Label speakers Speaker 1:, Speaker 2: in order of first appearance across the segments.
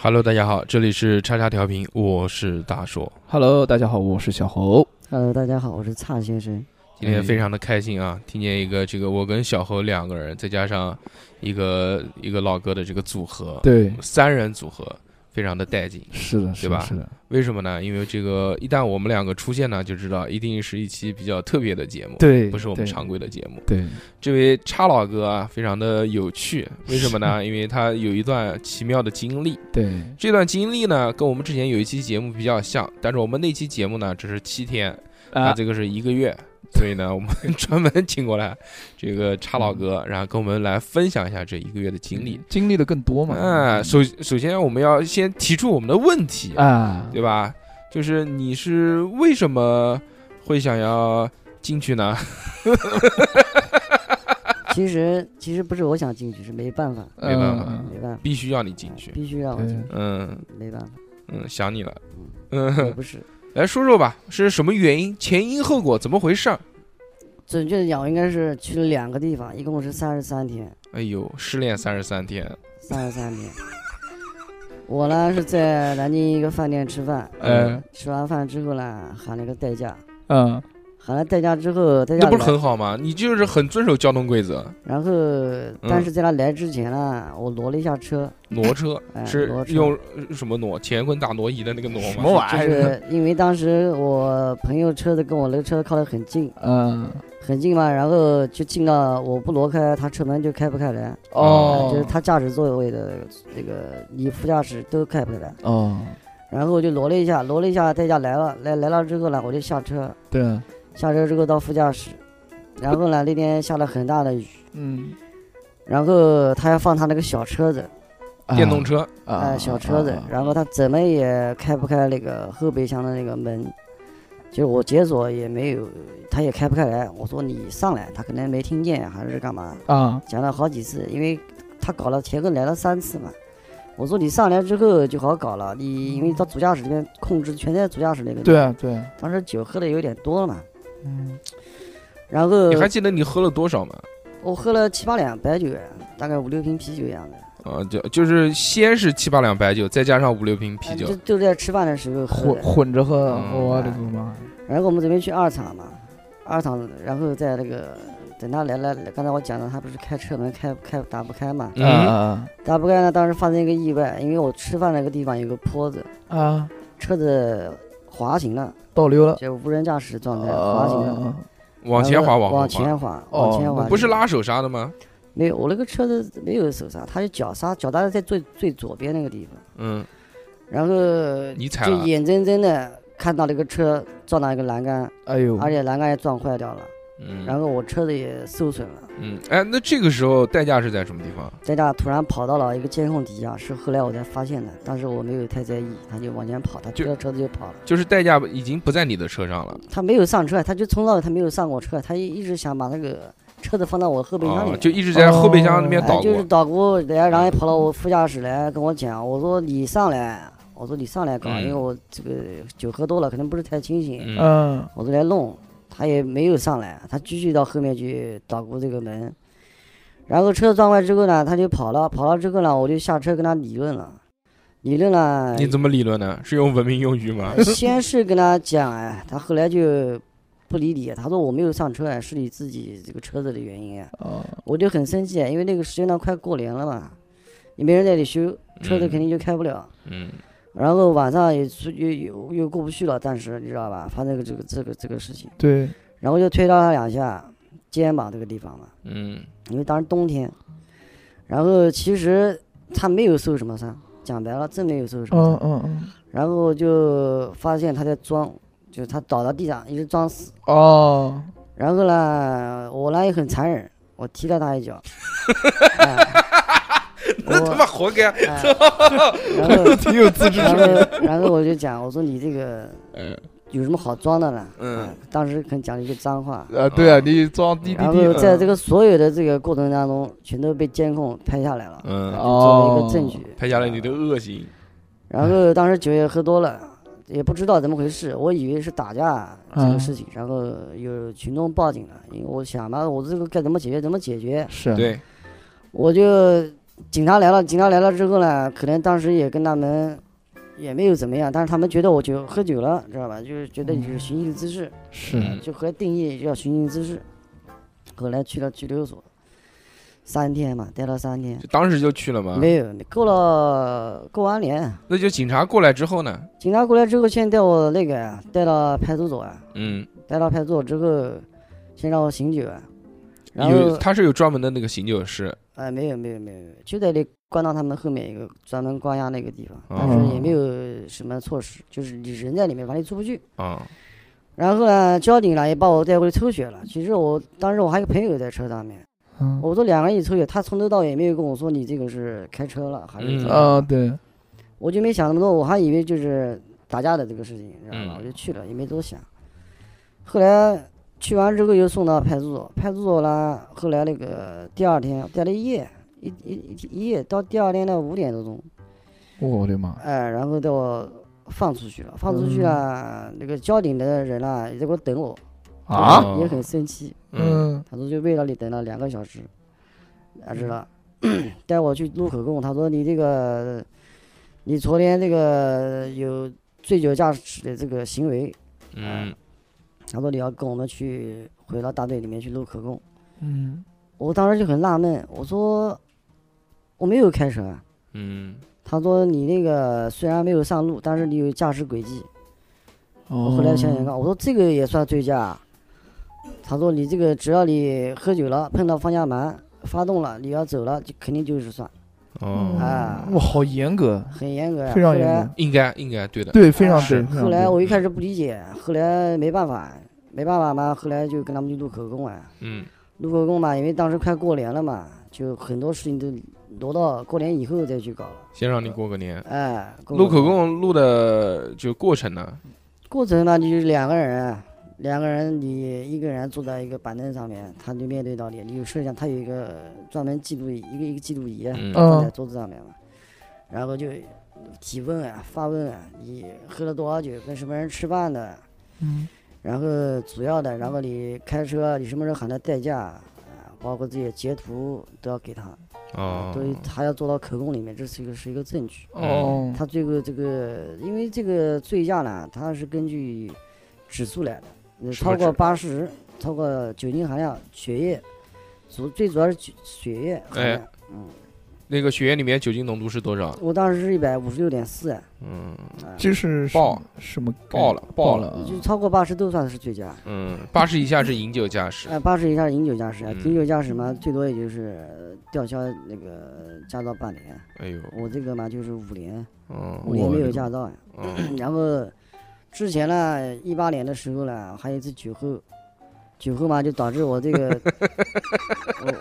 Speaker 1: Hello，大家好，这里是叉叉调频，我是大硕。
Speaker 2: Hello，大家好，我是小侯。
Speaker 3: Hello，大家好，我是蔡先生。
Speaker 1: 今
Speaker 2: 哎
Speaker 1: 天非常的开心啊，听见一个这个我跟小侯两个人，再加上一个一个老哥的这个组合，
Speaker 2: 对，
Speaker 1: 三人组合，非常的带劲。
Speaker 2: 是的，是
Speaker 1: 对吧
Speaker 2: 的，是的，
Speaker 1: 为什么呢？因为这个一旦我们两个出现呢，就知道一定是一期比较特别的节目，
Speaker 2: 对
Speaker 1: 不是我们
Speaker 2: 对
Speaker 1: 常规的节目。
Speaker 2: 对，
Speaker 1: 这位叉老哥啊，非常的有趣，为什么 呢？因为他有一段奇妙的经历。
Speaker 2: 对，
Speaker 1: 这段经历呢，跟我们之前有一期节目比较像，但是我们那期节目呢，只是七天，他
Speaker 2: 啊，
Speaker 1: 这个是一个月，所以呢，我们专门请过来这个叉老哥，然后跟我们来分享一下这一个月的经历。
Speaker 2: 经历的更多嘛？
Speaker 1: 嗯，首首先我们要先提出我们的问题，
Speaker 2: 啊，
Speaker 1: 对吧？就是你是为什么会想要进去呢？
Speaker 3: 其实其实不是我想进去，是没办法，
Speaker 1: 没办法
Speaker 2: 嗯
Speaker 3: 没办法，
Speaker 1: 必须要你进去。
Speaker 3: 必须让我进去，
Speaker 1: 嗯
Speaker 3: 没办 法，
Speaker 1: 嗯，想你了。嗯
Speaker 3: 也，不是。
Speaker 1: 来说说吧，是什么原因？前因后果怎么回事儿？
Speaker 3: 准确的讲，应该是去了两个地方，一共是三十三天，
Speaker 1: 哎呦，失恋三十三天，
Speaker 3: 三十三天。我呢是在南京一个饭店吃饭，
Speaker 1: 哎
Speaker 2: 嗯
Speaker 3: 吃完饭之后呢喊了个代驾，
Speaker 2: 嗯
Speaker 3: 喊了代驾之后，代驾
Speaker 1: 那不是
Speaker 3: 来
Speaker 1: 很好吗？你就是很遵守交通规则，
Speaker 3: 然后
Speaker 1: 嗯
Speaker 3: 但是在他来之前呢，我挪了一下车，
Speaker 1: 挪车
Speaker 3: 哎
Speaker 1: 是
Speaker 3: 挪车
Speaker 1: 用呃什么挪？乾坤大挪移的那个挪
Speaker 2: 什
Speaker 1: 吗？
Speaker 2: 么玩
Speaker 3: 就
Speaker 2: 意儿？
Speaker 3: 是因为当时我朋友车子跟我那个车靠得很近，
Speaker 2: 嗯，
Speaker 3: 很近嘛，然后就进到我不挪开，他车门就开不开来，
Speaker 2: 哦，
Speaker 3: 就是他驾驶座位的那个你副驾驶都开不开来。
Speaker 2: 哦，
Speaker 3: 然后我就挪了一下，挪了一下，代驾来了，来来了之后呢，我就下车，
Speaker 2: 对，
Speaker 3: 下车之后到副驾驶，然后呢，那天下了很大的雨，
Speaker 2: 嗯，
Speaker 3: 然后他要放他那个小车子，
Speaker 2: 啊
Speaker 1: 电动车，
Speaker 3: 呃，小车子，然后他怎么也开不开那个后备箱的那个门，就是我解锁也没有，他也开不开来。我说你上来，他可能没听见还是干嘛，
Speaker 2: 啊，
Speaker 3: 讲了好几次，因为他搞了前后来了三次嘛。我说你上来之后就好搞了，你因为到主驾驶那边控制全在主驾驶那边。
Speaker 2: 对，啊，对啊，
Speaker 3: 当时酒喝的有点多了嘛，
Speaker 2: 嗯，
Speaker 3: 然后
Speaker 1: 你还记得你喝了多少吗？
Speaker 3: 我喝了七八两白酒，大概五六瓶啤酒样的。
Speaker 1: 啊，就就是先是七八两白酒，再加上五六瓶啤
Speaker 3: 呃就
Speaker 1: 酒，
Speaker 3: 就在吃饭的时候喝
Speaker 2: 混
Speaker 3: 的。
Speaker 2: 混着喝，
Speaker 1: 嗯
Speaker 2: 我的个妈！
Speaker 3: 然后我们准备去二厂嘛，二厂，然后在那个等他来了，刚才我讲了，他不是开车门开开打不开嘛，
Speaker 1: 嗯
Speaker 2: 啊
Speaker 3: 打不开呢，当时发生一个意外，因为我吃饭那个地方有个坡子，
Speaker 1: 嗯
Speaker 2: 啊啊，
Speaker 3: 车子滑行了，
Speaker 2: 倒流了，
Speaker 3: 就无人驾驶状态滑行了，
Speaker 2: 啊，
Speaker 1: 往前滑，
Speaker 3: 然后
Speaker 1: 后滑
Speaker 3: 往，前滑，
Speaker 2: 哦
Speaker 3: 往前
Speaker 2: 那
Speaker 3: 滑，
Speaker 1: 不是拉手刹的吗？
Speaker 3: 没有，我那个车子没有手刹，它是脚刹，脚刹在最最左边那个地方，
Speaker 1: 嗯，
Speaker 3: 然后
Speaker 1: 你踩
Speaker 3: 就
Speaker 1: 了，
Speaker 3: 眼睁睁的看到那个车撞到一个栏杆，
Speaker 2: 哎呦，
Speaker 3: 而且栏杆也撞坏掉了，
Speaker 1: 哦嗯，
Speaker 3: 然后我车子也受损了。
Speaker 1: 嗯，哎，那这个时候代驾是在什么地方？
Speaker 3: 在那突然跑到了一个监控底下，是后来我才发现的，当时我没有太在意，他就往前跑，他
Speaker 1: 就
Speaker 3: 推着车子就跑了，
Speaker 1: 就是代驾已经不在你的车上了，
Speaker 3: 他没有上车，他就冲到他没有上过车，他一一直想把那个车子放到我后备箱里
Speaker 1: 啊，
Speaker 3: 面。
Speaker 1: 就一直在后备箱那边
Speaker 3: 哎
Speaker 1: 捣
Speaker 3: 就是
Speaker 1: 鼓，
Speaker 3: 捣鼓，然后然后跑到我副驾驶来跟我讲，我说你上来，我说你上来搞，
Speaker 1: 嗯
Speaker 3: 因为我这个酒喝多了，可能不是太清醒，
Speaker 1: 嗯，
Speaker 2: 嗯，
Speaker 3: 我说来弄，他也没有上来，他继续到后面去捣鼓这个门，然后车撞坏之后呢，他就跑了，跑了之后呢，我就下车跟他理论了，理论了，
Speaker 1: 你怎么理论呢？是用文明用语吗？
Speaker 3: 先是跟他讲哎，他后来就不理你，他说我没有上车哎，是你自己这个车子的原因啊，
Speaker 2: 哦，
Speaker 3: 我就很生气，啊因为那个时间段快过年了嘛，也没人在里修，车子
Speaker 1: 嗯
Speaker 3: 肯定就开不了。
Speaker 1: 嗯，
Speaker 3: 然后晚上也出又又又过不去了，但是你知道吧，发生个这个这个这个事情，
Speaker 2: 对，
Speaker 3: 然后就推到他两下肩膀这个地方嘛，
Speaker 1: 嗯，
Speaker 3: 因为当时冬天，然后其实他没有受什么伤，讲白了真没有受什么
Speaker 2: 嗯
Speaker 3: 伤，
Speaker 2: 嗯嗯，
Speaker 3: 然后就发现他在装，就是他倒到地上一直装死，
Speaker 2: 哦，
Speaker 3: 然后呢，我呢也很残忍，我踢了他一脚，哎
Speaker 1: 那他妈活该，
Speaker 3: 哎然后
Speaker 2: 挺有自知
Speaker 3: 然后然后我就讲，我说你这个
Speaker 1: 嗯
Speaker 3: 有什么好装的呢？
Speaker 1: 嗯
Speaker 3: 哎，当时可能讲了一句脏话，
Speaker 2: 啊，对啊，你嗯装滴滴
Speaker 3: 哦然
Speaker 2: 滴
Speaker 3: 后，在这个所有的这个过程当中，全都被监控拍下来了，
Speaker 1: 嗯，
Speaker 3: 作
Speaker 2: 哦
Speaker 3: 为一个证据。
Speaker 1: 拍下来你的恶行，
Speaker 3: 然后当时酒也喝多了，也不知道怎么回事，我以为是打架这个事情，然后有群众
Speaker 1: 嗯
Speaker 3: 报警了，因为我想嘛，我这个该怎么解决怎么解决，
Speaker 2: 是，
Speaker 1: 对，
Speaker 3: 我就警察来了，警察来了之后呢，可能当时也跟他们也没有怎么样，但是他们觉得我酒喝酒了，知道吧？就是觉得你是寻衅滋事，
Speaker 1: 嗯
Speaker 2: 是
Speaker 3: 就和定义叫寻衅滋事。后来去了拘留所，三天嘛，待了三天，
Speaker 1: 就当时就去了嘛。
Speaker 3: 没有过了过完年，
Speaker 1: 那就警察过来之后呢？
Speaker 3: 警察过来之后，先带我那个呀带到派出所啊，
Speaker 1: 嗯，
Speaker 3: 带到派出所之后，先让我醒酒啊，然
Speaker 1: 有
Speaker 3: 后
Speaker 1: 他是有专门的那个醒酒室，
Speaker 3: 哎，没有没有没有，没有就在那关到他们后面一个专门关押那个地方，但
Speaker 1: 哦
Speaker 3: 是也没有什么措施，就是你人在里面，反正你出不去。
Speaker 1: 啊，
Speaker 3: 然后呢，交警呢也把我带过去抽血了。其实我当时我还有朋友在车上面，
Speaker 2: 嗯
Speaker 3: 我说两个人一起抽血，他从头到尾也没有跟我说你这个是开车了还是
Speaker 1: 嗯
Speaker 3: 怎么样，
Speaker 2: 啊，对，
Speaker 3: 我就没想那么多，我还以为就是打架的这个事情，知道吧？
Speaker 1: 嗯
Speaker 3: 我就去了，也没多想。后来去完之后又送到派出所，派出所呢，后来那个第二天待了一夜，一一一一夜到第二天的五点多钟，
Speaker 2: 我的妈，
Speaker 3: 哎，然后带我放出去了，放出去了，那个交警的人呢也在给我等我，
Speaker 2: 啊，
Speaker 1: 哦
Speaker 3: 也很生气，
Speaker 1: 嗯，
Speaker 2: 嗯，
Speaker 3: 他说就为了你等了两个小时，啊，知道， 带我去录口供，他说你这个，你昨天这个有醉酒驾驶的这个行为，
Speaker 1: 嗯，
Speaker 3: 他说你要跟我们去回到大队里面去录口供，
Speaker 2: 嗯，
Speaker 3: 我当时就很纳闷，我说我没有开车啊，
Speaker 1: 嗯，
Speaker 3: 他说你那个虽然没有上路，但是你有驾驶轨迹。我
Speaker 2: 我
Speaker 3: 后来想
Speaker 2: 哦
Speaker 3: 想看，我说这个也算醉驾啊。他说你这个只要你喝酒了，碰到方向盘发动了，你要走了，就肯定就是算，
Speaker 1: 哦，
Speaker 3: 啊
Speaker 2: 哇，好严格，
Speaker 3: 很严格呀。
Speaker 2: 非常
Speaker 3: 后来哎
Speaker 2: 严格，
Speaker 1: 应该应该对的，
Speaker 2: 对，非常对。
Speaker 1: 是
Speaker 2: 非常
Speaker 3: 后来
Speaker 2: 对
Speaker 3: 我一开始不理解，后来没办法，没办法嘛，后来就跟他们去录口供啊，
Speaker 1: 嗯
Speaker 3: 录口供嘛，因为当时快过年了嘛，就很多事情都挪到过年以后再去搞了。
Speaker 1: 先让你过个年。
Speaker 3: 哎，过
Speaker 1: 录口
Speaker 3: 年
Speaker 1: 供录的就过程呢，
Speaker 3: 过程呢，就是两个人，两个人，你一个人坐在一个板凳上面，他就面对到你，你有摄像，他有一个专门记录仪一个一个记录仪啊
Speaker 1: 嗯
Speaker 3: 放在
Speaker 2: 嗯
Speaker 3: 桌子上面嘛，然后就提问啊、发问啊，你喝了多少酒，跟什么人吃饭的，
Speaker 2: 嗯
Speaker 3: 然后主要的，然后你开车，你什么时候喊的代驾啊，包括这些截图都要给他，
Speaker 1: 哦，
Speaker 3: 所以他要做到口供里面，这是一个是一个证据。
Speaker 2: 哦，
Speaker 3: 他最后这个，因为这个醉驾呢，它是根据指数来的，呃
Speaker 1: 什
Speaker 3: 超
Speaker 1: 么
Speaker 3: 过
Speaker 1: 指
Speaker 3: 八十，超过酒精含量，血液，主最主要是酒血液含
Speaker 1: 哎
Speaker 3: 量。
Speaker 1: 那个血液里面酒精浓度是多少？
Speaker 3: 我当时是一百五十六点四，啊
Speaker 1: 嗯，
Speaker 2: 就是什
Speaker 1: 爆
Speaker 2: 什么
Speaker 1: 爆了
Speaker 2: 爆
Speaker 1: 爆
Speaker 2: 了
Speaker 3: 就
Speaker 2: 啊，
Speaker 3: 超过八十都算是醉驾。
Speaker 1: 嗯，八十以下是饮酒驾驶，
Speaker 3: 呃，八十以下是饮酒驾驶，啊，
Speaker 1: 嗯
Speaker 3: 饮酒驾驶嘛，最多也就是呃吊销那个驾照半年。
Speaker 1: 哎呦，
Speaker 3: 我这个嘛就是五年，
Speaker 1: 嗯
Speaker 3: 五年没
Speaker 2: 我
Speaker 3: 有驾照呀。
Speaker 1: 嗯
Speaker 3: 然后之前呢，一八年的时候呢，还有一次酒后，酒后嘛就导致我这个，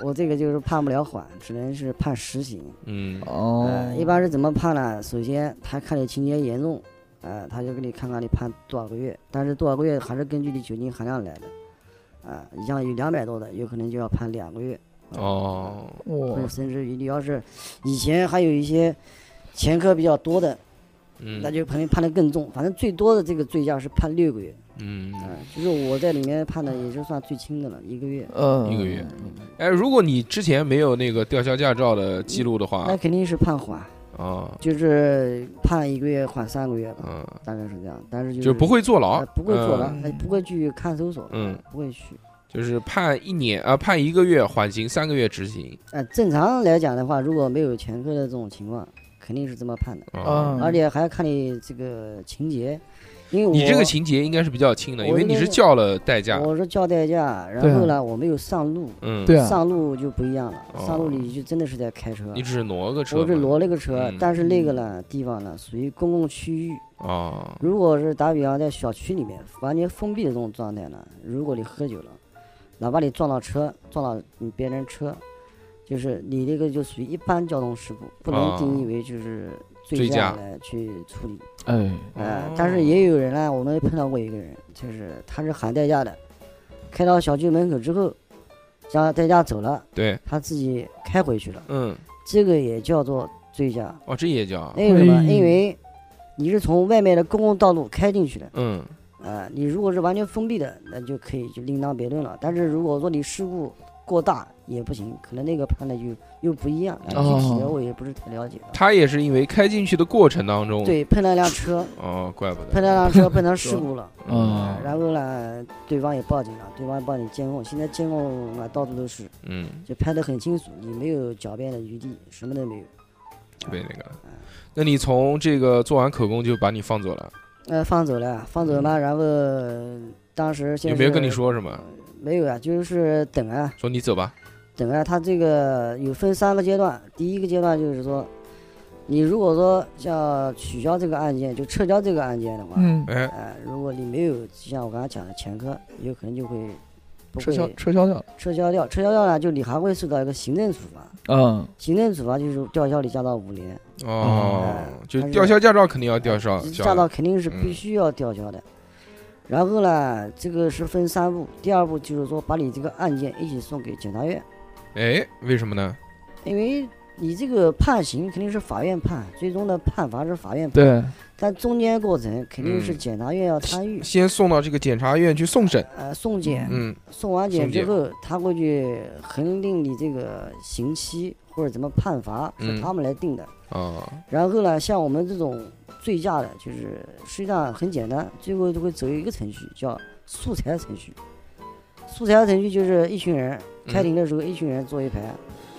Speaker 3: 我我这个就是判不了缓，只能是判实刑。
Speaker 1: 嗯
Speaker 2: 哦
Speaker 3: 呃，，一般是怎么判呢？首先他看你情节严重，呃，他就给你看看你判多少个月，但是多少个月还是根据你酒精含量来的。啊、你像有两百多的，有可能就要判两个月，啊
Speaker 1: 哦，
Speaker 3: 或者
Speaker 2: 哇，
Speaker 3: 甚至于你要是以前还有一些前科比较多的，那
Speaker 1: 嗯
Speaker 3: 就可能判的更重。反正最多的这个醉驾是判六个月。
Speaker 1: 嗯，
Speaker 3: 哎，就是我在里面判的也就算最轻的了，一个月。
Speaker 2: 呃，
Speaker 1: 一个月，哎，如果你之前没有那个吊销驾照的记录的话
Speaker 3: 那，肯定是判缓，
Speaker 1: 啊，
Speaker 3: 就是判一个月缓三个月吧，
Speaker 1: 嗯，
Speaker 3: 大概是这样。但是
Speaker 1: 就是不会坐牢
Speaker 3: 哎，不会坐牢，
Speaker 1: 嗯
Speaker 3: 哎不会去看守所，
Speaker 1: 嗯，
Speaker 3: 不会去。
Speaker 1: 就是判一年啊，判一个月缓刑，三个月执行
Speaker 3: 哎，正常来讲的话，如果没有前科的这种情况，肯定是这么判的，
Speaker 1: 啊。
Speaker 2: 嗯，
Speaker 3: 而且还要看你这个情节，因为我
Speaker 1: 你这个情啊节应该是比较轻的，因
Speaker 3: 我
Speaker 1: 为
Speaker 3: 应该
Speaker 1: 你是
Speaker 3: 是
Speaker 1: 叫了代驾，
Speaker 3: 我是叫代驾，然
Speaker 2: 对啊
Speaker 3: 后呢，我没有上路，
Speaker 1: 嗯，
Speaker 2: 对啊，
Speaker 3: 上路就不一样了，上
Speaker 1: 哦
Speaker 3: 路你就真的是在开车。
Speaker 1: 你只是挪个车嘛，
Speaker 3: 我是挪了个车
Speaker 1: 嗯，
Speaker 3: 但是那个呢地方呢属于公共区域，
Speaker 1: 哦，
Speaker 3: 如果是打比方在小区里面完全封闭的这种状态呢，如果你喝酒了，哪怕你撞到车，撞到你别人车，就是你这个就属于一般交通事故，不
Speaker 1: 哦
Speaker 3: 能定义为就是
Speaker 1: 醉
Speaker 3: 醉
Speaker 1: 驾
Speaker 3: 驾来去处理。
Speaker 2: 哎，
Speaker 3: 呃
Speaker 1: 哦，
Speaker 3: 但是也有人呢，我们碰到过一个人，就是他是喊代驾的，开到小区门口之后，叫代驾走了，
Speaker 1: 对，
Speaker 3: 他自己开回去了，
Speaker 1: 嗯，
Speaker 3: 这个也叫做醉驾。
Speaker 1: 哦，这也叫，
Speaker 3: 为什么？
Speaker 2: 哎
Speaker 3: 因为你是从外面的公共道路开进去的。
Speaker 1: 嗯，
Speaker 3: 啊、你如果是完全封闭的，那就可以就另当别论了。但是如果说你事故过大也不行，可能那个判的就又不一样。哎具
Speaker 2: 哦
Speaker 3: 体的我也不是太了解。
Speaker 1: 他也是因为开进去的过程当中，，
Speaker 3: 对，碰了一辆车，
Speaker 1: 哦，怪不得，
Speaker 3: 碰了一辆车，碰成事故了。
Speaker 2: 嗯
Speaker 3: 然后呢，对方也报警了，对方也报警监控，现在监控啊到处都是，
Speaker 1: 嗯，
Speaker 3: 就拍得很清楚，你没有狡辩的余地，什么都没有。
Speaker 1: 就被那个了。那你从这个做完口供就把你放走了，
Speaker 3: 呃，放走了，放走嘛，然后呃当时先
Speaker 1: 有没有
Speaker 3: 是
Speaker 1: 跟你？说什么？
Speaker 3: 没有啊，就是等啊，
Speaker 1: 说你走吧，
Speaker 3: 等啊，他这个有分三个阶段，第一个阶段就是说，你如果说要取消这个案件，就撤销这个案件的话，
Speaker 2: 嗯，
Speaker 1: 哎，
Speaker 3: 呃，如果你没有像我刚才讲的前科，有可能就会不
Speaker 2: 撤销
Speaker 3: 会
Speaker 2: 撤销掉了，
Speaker 3: 撤销掉，撤销掉呢，就你还会受到一个行政处罚，
Speaker 2: 嗯，
Speaker 3: 行政处罚就是吊销你驾照五年，
Speaker 1: 哦
Speaker 3: 嗯，
Speaker 1: 就
Speaker 3: 但是
Speaker 1: 吊销驾照肯定要吊销，
Speaker 3: 驾照肯定是必
Speaker 1: 啊嗯
Speaker 3: 须要吊销的。然后呢，这个是分三步，第二步就是说把你这个案件一起送给检察院，
Speaker 1: 哎，为什么呢？
Speaker 3: 因为你这个判刑肯定是法院判，最终的判罚是法院判，
Speaker 2: 对，
Speaker 3: 但中间过程肯定是
Speaker 1: 嗯
Speaker 3: 检察院要参与，
Speaker 1: 先送到这个检察院去送审，
Speaker 3: 呃，送检，
Speaker 1: 嗯，
Speaker 3: 送完检
Speaker 1: 送
Speaker 3: 之
Speaker 1: 检
Speaker 3: 后，他会去衡定你这个刑期或者怎么判罚，
Speaker 1: 嗯
Speaker 3: 是他们来定的。
Speaker 1: 哦，
Speaker 3: 然后呢，像我们这种醉驾的，就是实际上很简单，最后就会走一个程序，叫素材程序。素材程序就是一群人开
Speaker 1: 嗯
Speaker 3: 庭的时候，一群人坐一排，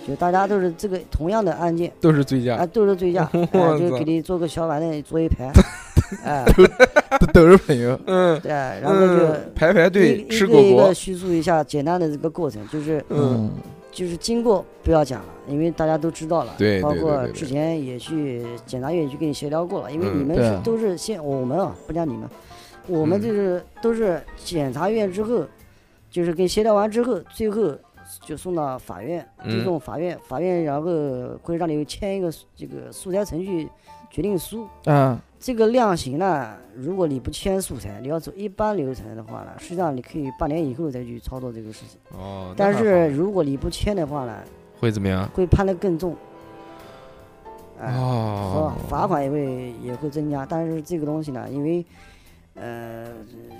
Speaker 3: 就大家都是这个同样的案件，
Speaker 1: 都是醉
Speaker 3: 啊、
Speaker 1: 驾，，
Speaker 3: 都是醉驾
Speaker 1: 我
Speaker 3: 啊就
Speaker 1: 操
Speaker 3: 给你做个小板凳坐一 排，哎、
Speaker 2: 都都是朋友，
Speaker 1: 嗯，
Speaker 3: 对，然后就
Speaker 1: 嗯排排队
Speaker 3: 一
Speaker 1: 吃
Speaker 3: 一
Speaker 1: 果
Speaker 3: 个一
Speaker 1: 果
Speaker 3: 个，叙述一下简单的这个过程，就是
Speaker 1: 嗯，
Speaker 3: 就是经过不要讲了，因为大家都知道了。
Speaker 1: 对
Speaker 3: 包
Speaker 1: 对对
Speaker 3: 括
Speaker 1: 对对
Speaker 3: 之前也去检察院去跟你协调过了，因为
Speaker 1: 嗯
Speaker 3: 你们
Speaker 2: 对
Speaker 3: 是
Speaker 2: 啊
Speaker 3: 都是先我们啊，不讲你们，我们
Speaker 1: 嗯
Speaker 3: 就是都是检察院之后，就是跟协调完之后，最后就送到法院，
Speaker 1: 嗯
Speaker 3: 递送法院，法院然后会让你签一个这个素材程序决定书。
Speaker 2: 啊，
Speaker 3: 这个量刑呢，如果你不签素材，你要走一般流程的话呢，实际上你可以半年以后再去操作这个事情。
Speaker 1: 哦，那
Speaker 3: 但
Speaker 1: 还
Speaker 3: 是
Speaker 1: 好
Speaker 3: 如果你不签的话呢，
Speaker 1: 会怎么样？
Speaker 3: 会判得更重，啊、
Speaker 1: 哦
Speaker 3: 说，罚款也会也会增加，但是这个东西呢，因为呃，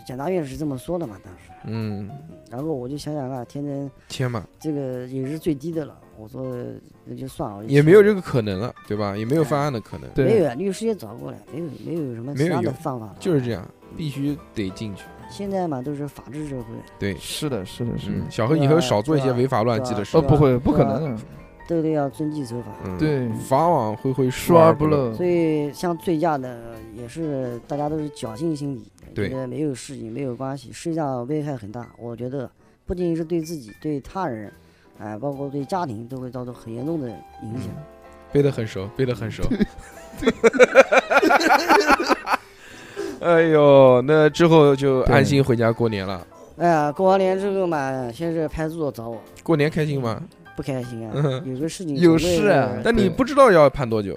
Speaker 3: 检察院是这么说的嘛，当时，
Speaker 1: 嗯，
Speaker 3: 然后我就想想啊，天真
Speaker 1: 签吧，
Speaker 3: 这个也是最低的了，我说那就算了，我就
Speaker 1: 也
Speaker 3: 签
Speaker 1: 没有
Speaker 3: 了
Speaker 1: 这个可能了，对吧？也没有翻案的可能，
Speaker 2: 对
Speaker 3: 没有啊律师也找过来，没有没有什么
Speaker 1: 没
Speaker 3: 其
Speaker 1: 有
Speaker 3: 他的
Speaker 1: 用
Speaker 3: 方法了，啊
Speaker 1: 就是这样，必须得进去。
Speaker 3: 现在嘛都是法治社会，
Speaker 1: 对，
Speaker 2: 是的，是的，是
Speaker 1: 嗯，
Speaker 2: 的，
Speaker 1: 小何以后少做一些违法乱纪的事
Speaker 2: 哦，
Speaker 3: 啊对，吧
Speaker 2: 呃
Speaker 3: 啊
Speaker 2: 不会，不可能的，
Speaker 3: 都得要遵纪守法。
Speaker 1: 嗯，
Speaker 2: 对
Speaker 1: 法网恢恢，疏
Speaker 2: 疏而
Speaker 1: 而
Speaker 2: 不
Speaker 1: 不漏。
Speaker 2: 漏，
Speaker 3: 所以像醉驾的也是大家都是侥幸心理，
Speaker 1: 对
Speaker 3: 觉得没有事情没有关系，实际上危害很大。我觉得不仅仅是对自己，对他人，哎、包括对家庭都会造成很严重的影响。
Speaker 2: 嗯
Speaker 1: 背得很熟，背得很熟。哎呦，那之后就安心回家过年了。
Speaker 3: 哎呀，过完年之后嘛，先是派出所找我，
Speaker 1: 过年开心吗？
Speaker 3: 不开心啊，
Speaker 1: 嗯
Speaker 3: 有个事情
Speaker 2: 有
Speaker 3: 总归
Speaker 2: 事啊
Speaker 3: 是
Speaker 1: 但你
Speaker 2: 对
Speaker 1: 不知道要判多久，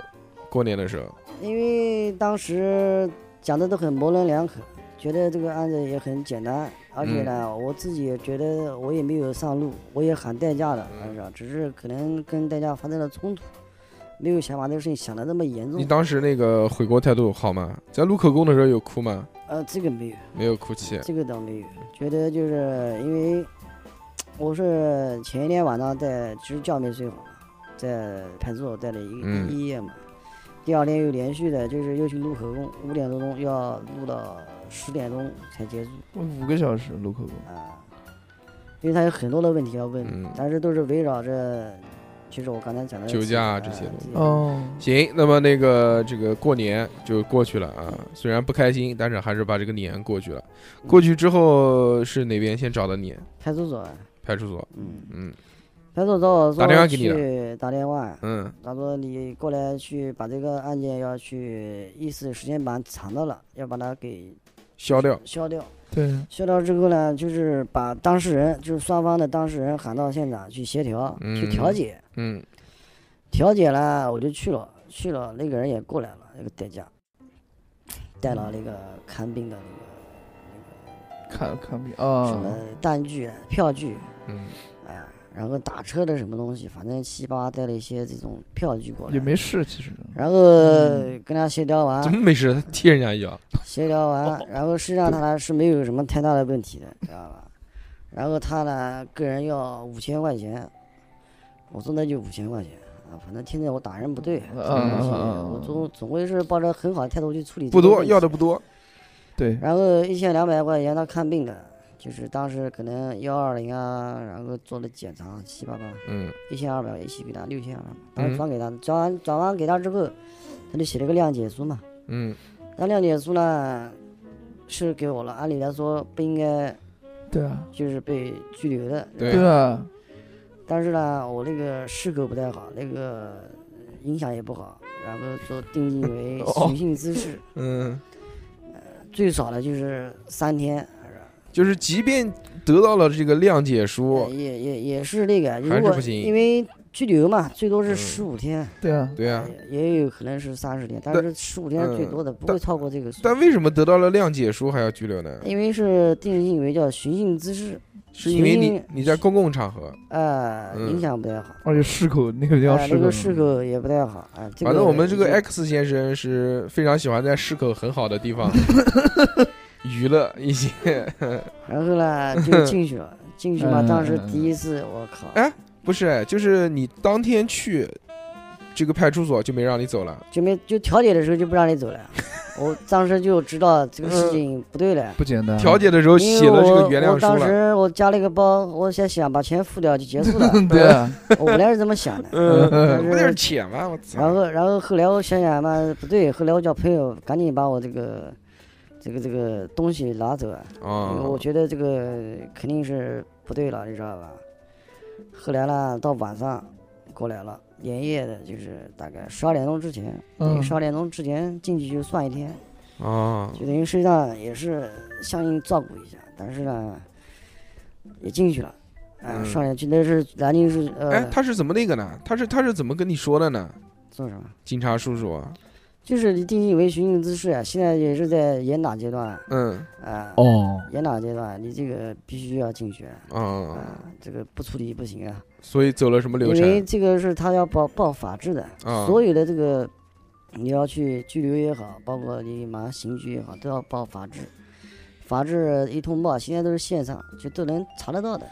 Speaker 1: 过年的时候。
Speaker 3: 因为当时讲的都很模棱两可，觉得这个案子也很简单，而且呢，
Speaker 1: 嗯
Speaker 3: 我自己也觉得我也没有上路，我也喊代驾了，
Speaker 1: 嗯
Speaker 3: 是吧？只是可能跟代驾发生了冲突，没有想把这个事情想的那么严
Speaker 1: 你
Speaker 3: 重。
Speaker 1: 当时那个悔过态度好吗？在录口供的时候有哭吗？
Speaker 3: 呃，这个没有，
Speaker 1: 没有哭泣。
Speaker 3: 这个倒没有，觉得就是因为我是前一天晚上在，其实觉没睡好，在派出所待了一、
Speaker 1: 嗯
Speaker 3: 一夜嘛。第二天又连续的，就是又去录口供，五点多钟要录到十点钟才结束。
Speaker 2: 五个小时录口供，
Speaker 3: 啊，因为他有很多的问题要问，
Speaker 1: 嗯
Speaker 3: 但是都是围绕着，就是我刚才讲的
Speaker 1: 酒
Speaker 3: 这
Speaker 1: 驾
Speaker 3: 个
Speaker 1: 这些
Speaker 3: 呃
Speaker 1: 东西
Speaker 2: 哦，
Speaker 1: 行，那么那个这个过年就过去了啊，虽然不开心，但是还是把这个年过去了。过去之后是哪边先找的你？
Speaker 3: 派出所，
Speaker 1: 派出所。
Speaker 3: 嗯，
Speaker 1: 嗯
Speaker 3: 派出所找我说
Speaker 1: 打电话给你的
Speaker 3: 去打电话，啊
Speaker 1: 嗯
Speaker 3: 他说你过来去把这个案件要去意思时间蛮长的了，要把它给
Speaker 1: 消掉。
Speaker 3: 消掉。
Speaker 2: 对，
Speaker 3: 消掉之后呢，就是把当事人，就是双方的当事人喊到现场去协调，去调
Speaker 1: 嗯
Speaker 3: 解。
Speaker 1: 嗯
Speaker 3: 调解了，我就去了，去了，那个人也过来了，那个代驾，带了那个看病的那个
Speaker 2: 看看病
Speaker 3: 什么
Speaker 2: 啊，
Speaker 3: 单据、票据，
Speaker 1: 嗯，
Speaker 3: 哎呀，然后打车的什么东西，反正七八带了一些这种票据过来，
Speaker 2: 也没事，其实，
Speaker 3: 然后
Speaker 2: 嗯
Speaker 3: 跟他协调完
Speaker 1: 怎，么没事？踢 人家一脚。
Speaker 3: 协调完，然后实际上他呢是没有什么太大的问题的，知道吧？然后他呢，个人要五千块钱，我说那就五千块钱啊，反正听见我打人不对，
Speaker 2: 嗯
Speaker 3: 这个东西
Speaker 2: 嗯嗯嗯
Speaker 3: 我总总归是抱着很好的态度去处理。
Speaker 1: 不多，要的。不多。
Speaker 2: 对，
Speaker 3: 然后一千两百块钱他看病的，就是当时可能幺二零啊，然后做了检查七八八，
Speaker 1: 嗯
Speaker 3: 一千二百一起给他六千二，当时
Speaker 1: 嗯
Speaker 3: 转给他，转完转完给他之后，他就写了个谅解书嘛。
Speaker 1: 嗯
Speaker 3: 那谅解书呢，是给我了，按理来说不应该
Speaker 2: 对啊，
Speaker 3: 就是被拘留的，
Speaker 1: 对
Speaker 2: 对啊，
Speaker 3: 但是呢，我那个适口不太好，那个影响也不好，然后说定性为
Speaker 2: 哦
Speaker 3: 寻衅滋 事，
Speaker 1: 嗯，
Speaker 3: 最少的就是三天，
Speaker 1: 就是即便得到了这个谅解书，
Speaker 3: 哎也也也是那个，
Speaker 1: 还
Speaker 3: 如
Speaker 1: 是
Speaker 3: 果
Speaker 1: 不行
Speaker 3: 因为拘留嘛，最多是
Speaker 1: 嗯
Speaker 3: 十五天，
Speaker 2: 对啊，
Speaker 1: 对啊，
Speaker 3: 也也有可能是三十天，但
Speaker 1: 但
Speaker 3: 是十五天是最
Speaker 1: 嗯
Speaker 3: 多的，不
Speaker 1: 但
Speaker 3: 会超过这个数。
Speaker 1: 但为什么得到了谅解书还要拘留呢？
Speaker 3: 因为是定性为叫寻衅滋事，
Speaker 1: 是因为你
Speaker 3: 寻
Speaker 1: 你在公共场合，
Speaker 3: 呃，
Speaker 1: 嗯
Speaker 3: 影响不太好，
Speaker 2: 而且适口那个地方
Speaker 3: 呃，
Speaker 2: 适
Speaker 3: 那
Speaker 2: 口
Speaker 3: 个，适口也不太好啊。呃这
Speaker 1: 反正我们这个哎
Speaker 3: 已经
Speaker 1: X 先生是非常喜欢在市口很好的地 方娱乐一些。
Speaker 3: 然后呢，就进去了，进去嘛，
Speaker 2: 嗯
Speaker 3: 当时
Speaker 2: 嗯嗯
Speaker 3: 第一次，我靠，
Speaker 1: 哎不是，就是你当天去这个派出所就没让你走了，
Speaker 3: 就没就调解的时候就不让你走了， 我当时就知道这个事情不对了。
Speaker 2: 不简单，。
Speaker 1: 调解的时候
Speaker 3: 因
Speaker 1: 嗯写
Speaker 3: 嗯为
Speaker 1: 了这
Speaker 3: 我
Speaker 1: 个原
Speaker 3: 我
Speaker 1: 谅
Speaker 3: 当
Speaker 1: 书 了。
Speaker 3: 时我加了一个包，我想想把钱付掉就 结束了
Speaker 2: 对啊，
Speaker 3: 我本来是这么想的，
Speaker 1: 嗯，
Speaker 3: 是
Speaker 1: 不就是钱吗？我
Speaker 3: 然
Speaker 1: 操！
Speaker 3: 后然后后来我想想嘛不对，后来我叫朋友赶紧把我这个这个这个东西拿走啊，因为
Speaker 1: 啊，
Speaker 3: 我觉得这个肯定是不对了，你知道吧？后来呢，到晚上过来了，连夜的，就是大概十二点钟之前，等于
Speaker 2: 嗯
Speaker 3: 十二点钟之前进去就算一天，
Speaker 1: 啊，
Speaker 3: 就等于实际上也是相应照顾一下，但是呢，也进去了。哎，
Speaker 1: 嗯
Speaker 3: 上来去那是南京市
Speaker 1: 哎
Speaker 3: 呃，，
Speaker 1: 他是怎么那个呢？他是他是怎么跟你说的呢？
Speaker 3: 做什么？
Speaker 1: 警察叔叔啊，
Speaker 3: 就是你定义为寻衅滋事啊，现在也是在严打阶段啊、
Speaker 1: 嗯
Speaker 2: 哦，
Speaker 3: 严打阶段，你这个必须要进去啊、
Speaker 1: 啊，
Speaker 3: 这个不处理不行啊。
Speaker 1: 所以走了什么流
Speaker 3: 因为
Speaker 1: 程？
Speaker 3: 这个是他要报报法治的，
Speaker 1: 啊
Speaker 3: 所有的这个你要去拘留也好，包括你马上刑拘也好，都要报法治。法治一通报，现在都是线上，就都能查得到的，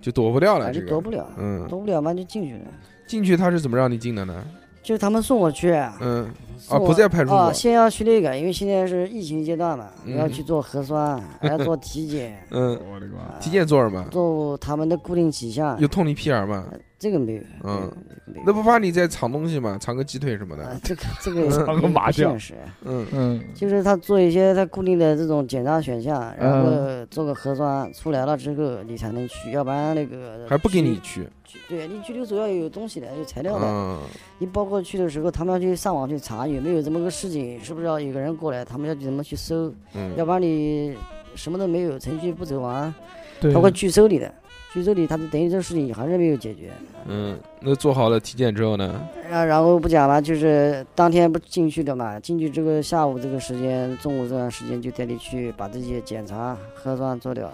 Speaker 1: 就躲不掉
Speaker 3: 啊，
Speaker 1: 了这
Speaker 3: 就
Speaker 1: 个。
Speaker 3: 躲不了，
Speaker 1: 嗯，
Speaker 3: 躲不了嘛就进去了。
Speaker 1: 进去他是怎么让你进的呢？
Speaker 3: 就是他们送我去，
Speaker 1: 嗯，啊，
Speaker 3: 送我
Speaker 1: 不在派出
Speaker 3: 啊，
Speaker 1: 所。
Speaker 3: 先要去那个，因为现在是疫情阶段嘛，你要
Speaker 1: 嗯，
Speaker 3: 去做核酸，还要做体检
Speaker 1: 嗯，
Speaker 2: 我的妈，
Speaker 1: 体检做什么？
Speaker 3: 做他们的固定几项
Speaker 1: 有，捅你屁眼吗？
Speaker 3: 这个没有，
Speaker 1: 嗯
Speaker 3: 这个没有，
Speaker 1: 那不怕你再藏东西吗？藏个鸡腿什么
Speaker 3: 啊
Speaker 1: 的？，
Speaker 3: 这个 这个
Speaker 2: 藏个
Speaker 3: 也
Speaker 2: 麻
Speaker 3: 不
Speaker 2: 将
Speaker 3: 现实。
Speaker 1: 嗯
Speaker 2: 嗯，
Speaker 3: 就是他做一些他固定的这种检查选项，然
Speaker 1: 嗯
Speaker 3: 后做个核酸出来了之后，你才能去，要不然那个
Speaker 1: 嗯还不给你
Speaker 3: 去。
Speaker 1: 去。
Speaker 3: 去对你拘留所要有东西的，有材料的。
Speaker 1: 嗯，
Speaker 3: 你包括去的时候，他们要去上网去查有没有这么个事情，是不是要有个人过来，他们要去怎么去搜，
Speaker 1: 嗯
Speaker 3: 要不然你什么都没有，程序不走完，
Speaker 2: 对
Speaker 3: 他会拒收你的。拒收你，他就等于这个事情还是没有解决。
Speaker 1: 嗯，那做好了体检之后呢？
Speaker 3: 然然后不讲了，就是当天不进去的嘛，进去这个下午这个时间，中午这段时间就带你去把这些检查、核酸做掉，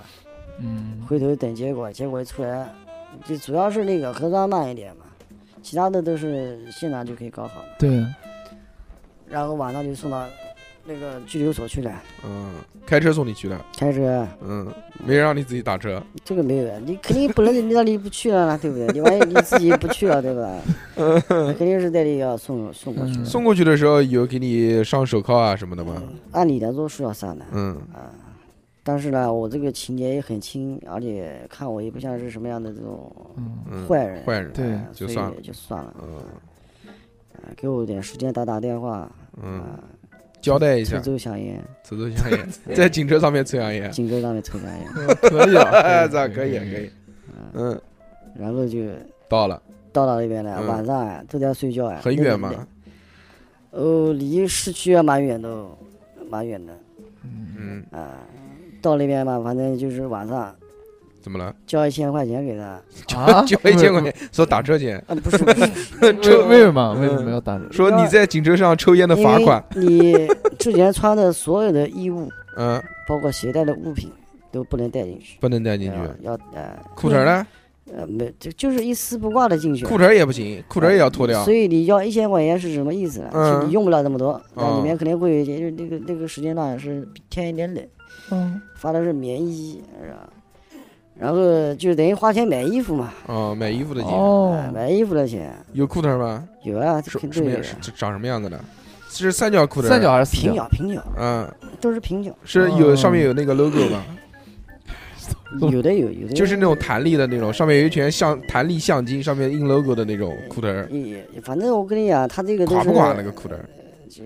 Speaker 2: 嗯，
Speaker 3: 回头等结果，结果一出来，就主要是那个核酸慢一点嘛，其他的都是现场就可以搞好嘛。
Speaker 2: 对，
Speaker 3: 然后晚上就送到那个拘留所去了，
Speaker 1: 嗯，开车送你去的。
Speaker 3: 开车
Speaker 1: 嗯，没让你自己打车。
Speaker 3: 这个没有，啊，你肯定不能你让你不去了呢，对不对？你万一你自己不去了，对 吧？肯定是带你要送送过去的。
Speaker 2: 嗯
Speaker 1: 送过去的时候有给你上手铐啊什么的吗？
Speaker 3: 按理来说是要上的，
Speaker 1: 嗯
Speaker 3: 但是呢，我这个情节也很轻，而且看我也不像是什么样的这种
Speaker 2: 嗯，
Speaker 1: 嗯，
Speaker 3: 坏人，
Speaker 1: 坏人。
Speaker 2: 对
Speaker 3: 哎
Speaker 1: 就
Speaker 3: 所以
Speaker 1: 算了
Speaker 3: 也就算了。
Speaker 1: 嗯
Speaker 3: 哎给我点时间打打电话，
Speaker 1: 嗯，交代一
Speaker 3: 抽
Speaker 1: 下，
Speaker 3: 抽香烟，
Speaker 1: 抽抽香烟，在警车上面抽香 烟。
Speaker 3: 警车上面抽香烟，
Speaker 2: 可 以啊，
Speaker 1: 哎，这可以可以。嗯，
Speaker 3: 然后就
Speaker 1: 到了，
Speaker 3: 到了那边来，
Speaker 1: 嗯
Speaker 3: 晚上啊都在睡觉啊，
Speaker 1: 很远
Speaker 3: 那里的
Speaker 1: 嘛。？
Speaker 3: 哦，离市区也蛮远的哦，蛮远的。
Speaker 1: 嗯，
Speaker 3: 啊，到那边嘛，反正就是晚上
Speaker 1: 怎么了？
Speaker 3: 交一千块钱给他，
Speaker 2: 啊，
Speaker 1: 交一千块钱，说打车钱，
Speaker 3: 啊，不是不是，
Speaker 2: 为为什么
Speaker 1: 嗯
Speaker 2: 为什么要打人？
Speaker 1: 说你在警车上抽烟的罚款。
Speaker 3: 因为你之前穿的所有的衣物，
Speaker 1: 嗯，
Speaker 3: 包括携带的物品都不能带进去，
Speaker 1: 不能带进去。
Speaker 3: 要要呃
Speaker 1: 裤衩呢？
Speaker 3: 呃没就就是一丝不挂的进去，
Speaker 1: 裤衩也不行，裤衩也要脱掉
Speaker 3: 嗯所。以你要一千块钱是什么意思呢？
Speaker 1: 嗯
Speaker 3: 是你用不了那么多，那
Speaker 1: 嗯
Speaker 3: 里面肯定会有一些就是那个那个时间段是天有点冷，
Speaker 2: 嗯，
Speaker 3: 发的是棉衣，是吧？然后就等于花钱买衣服嘛，
Speaker 1: 哦，买衣服的钱、
Speaker 3: 啊
Speaker 2: 哦，
Speaker 3: 买衣服的钱
Speaker 1: 有裤腿吗？
Speaker 3: 有啊，这
Speaker 1: 什
Speaker 3: 肯
Speaker 1: 什
Speaker 3: 定
Speaker 1: 么
Speaker 3: 有
Speaker 1: 样？
Speaker 3: 啊。
Speaker 1: 是长什么样子的？是三角裤腿？
Speaker 2: 三角？还是四
Speaker 3: 平
Speaker 2: 角？
Speaker 3: 角平角
Speaker 1: 嗯，
Speaker 3: 都是平角，
Speaker 1: 是有
Speaker 2: 哦
Speaker 1: 上面有那个 logo 吗？
Speaker 3: 有的有，有的
Speaker 1: 嗯就是那种弹力的那种，上面有一圈橡弹力橡筋，上面印 logo 的那种裤腿儿，
Speaker 3: 也反正我跟你讲，他这个都
Speaker 1: 垮
Speaker 3: 是
Speaker 1: 不啊垮那个裤腿儿？
Speaker 3: 就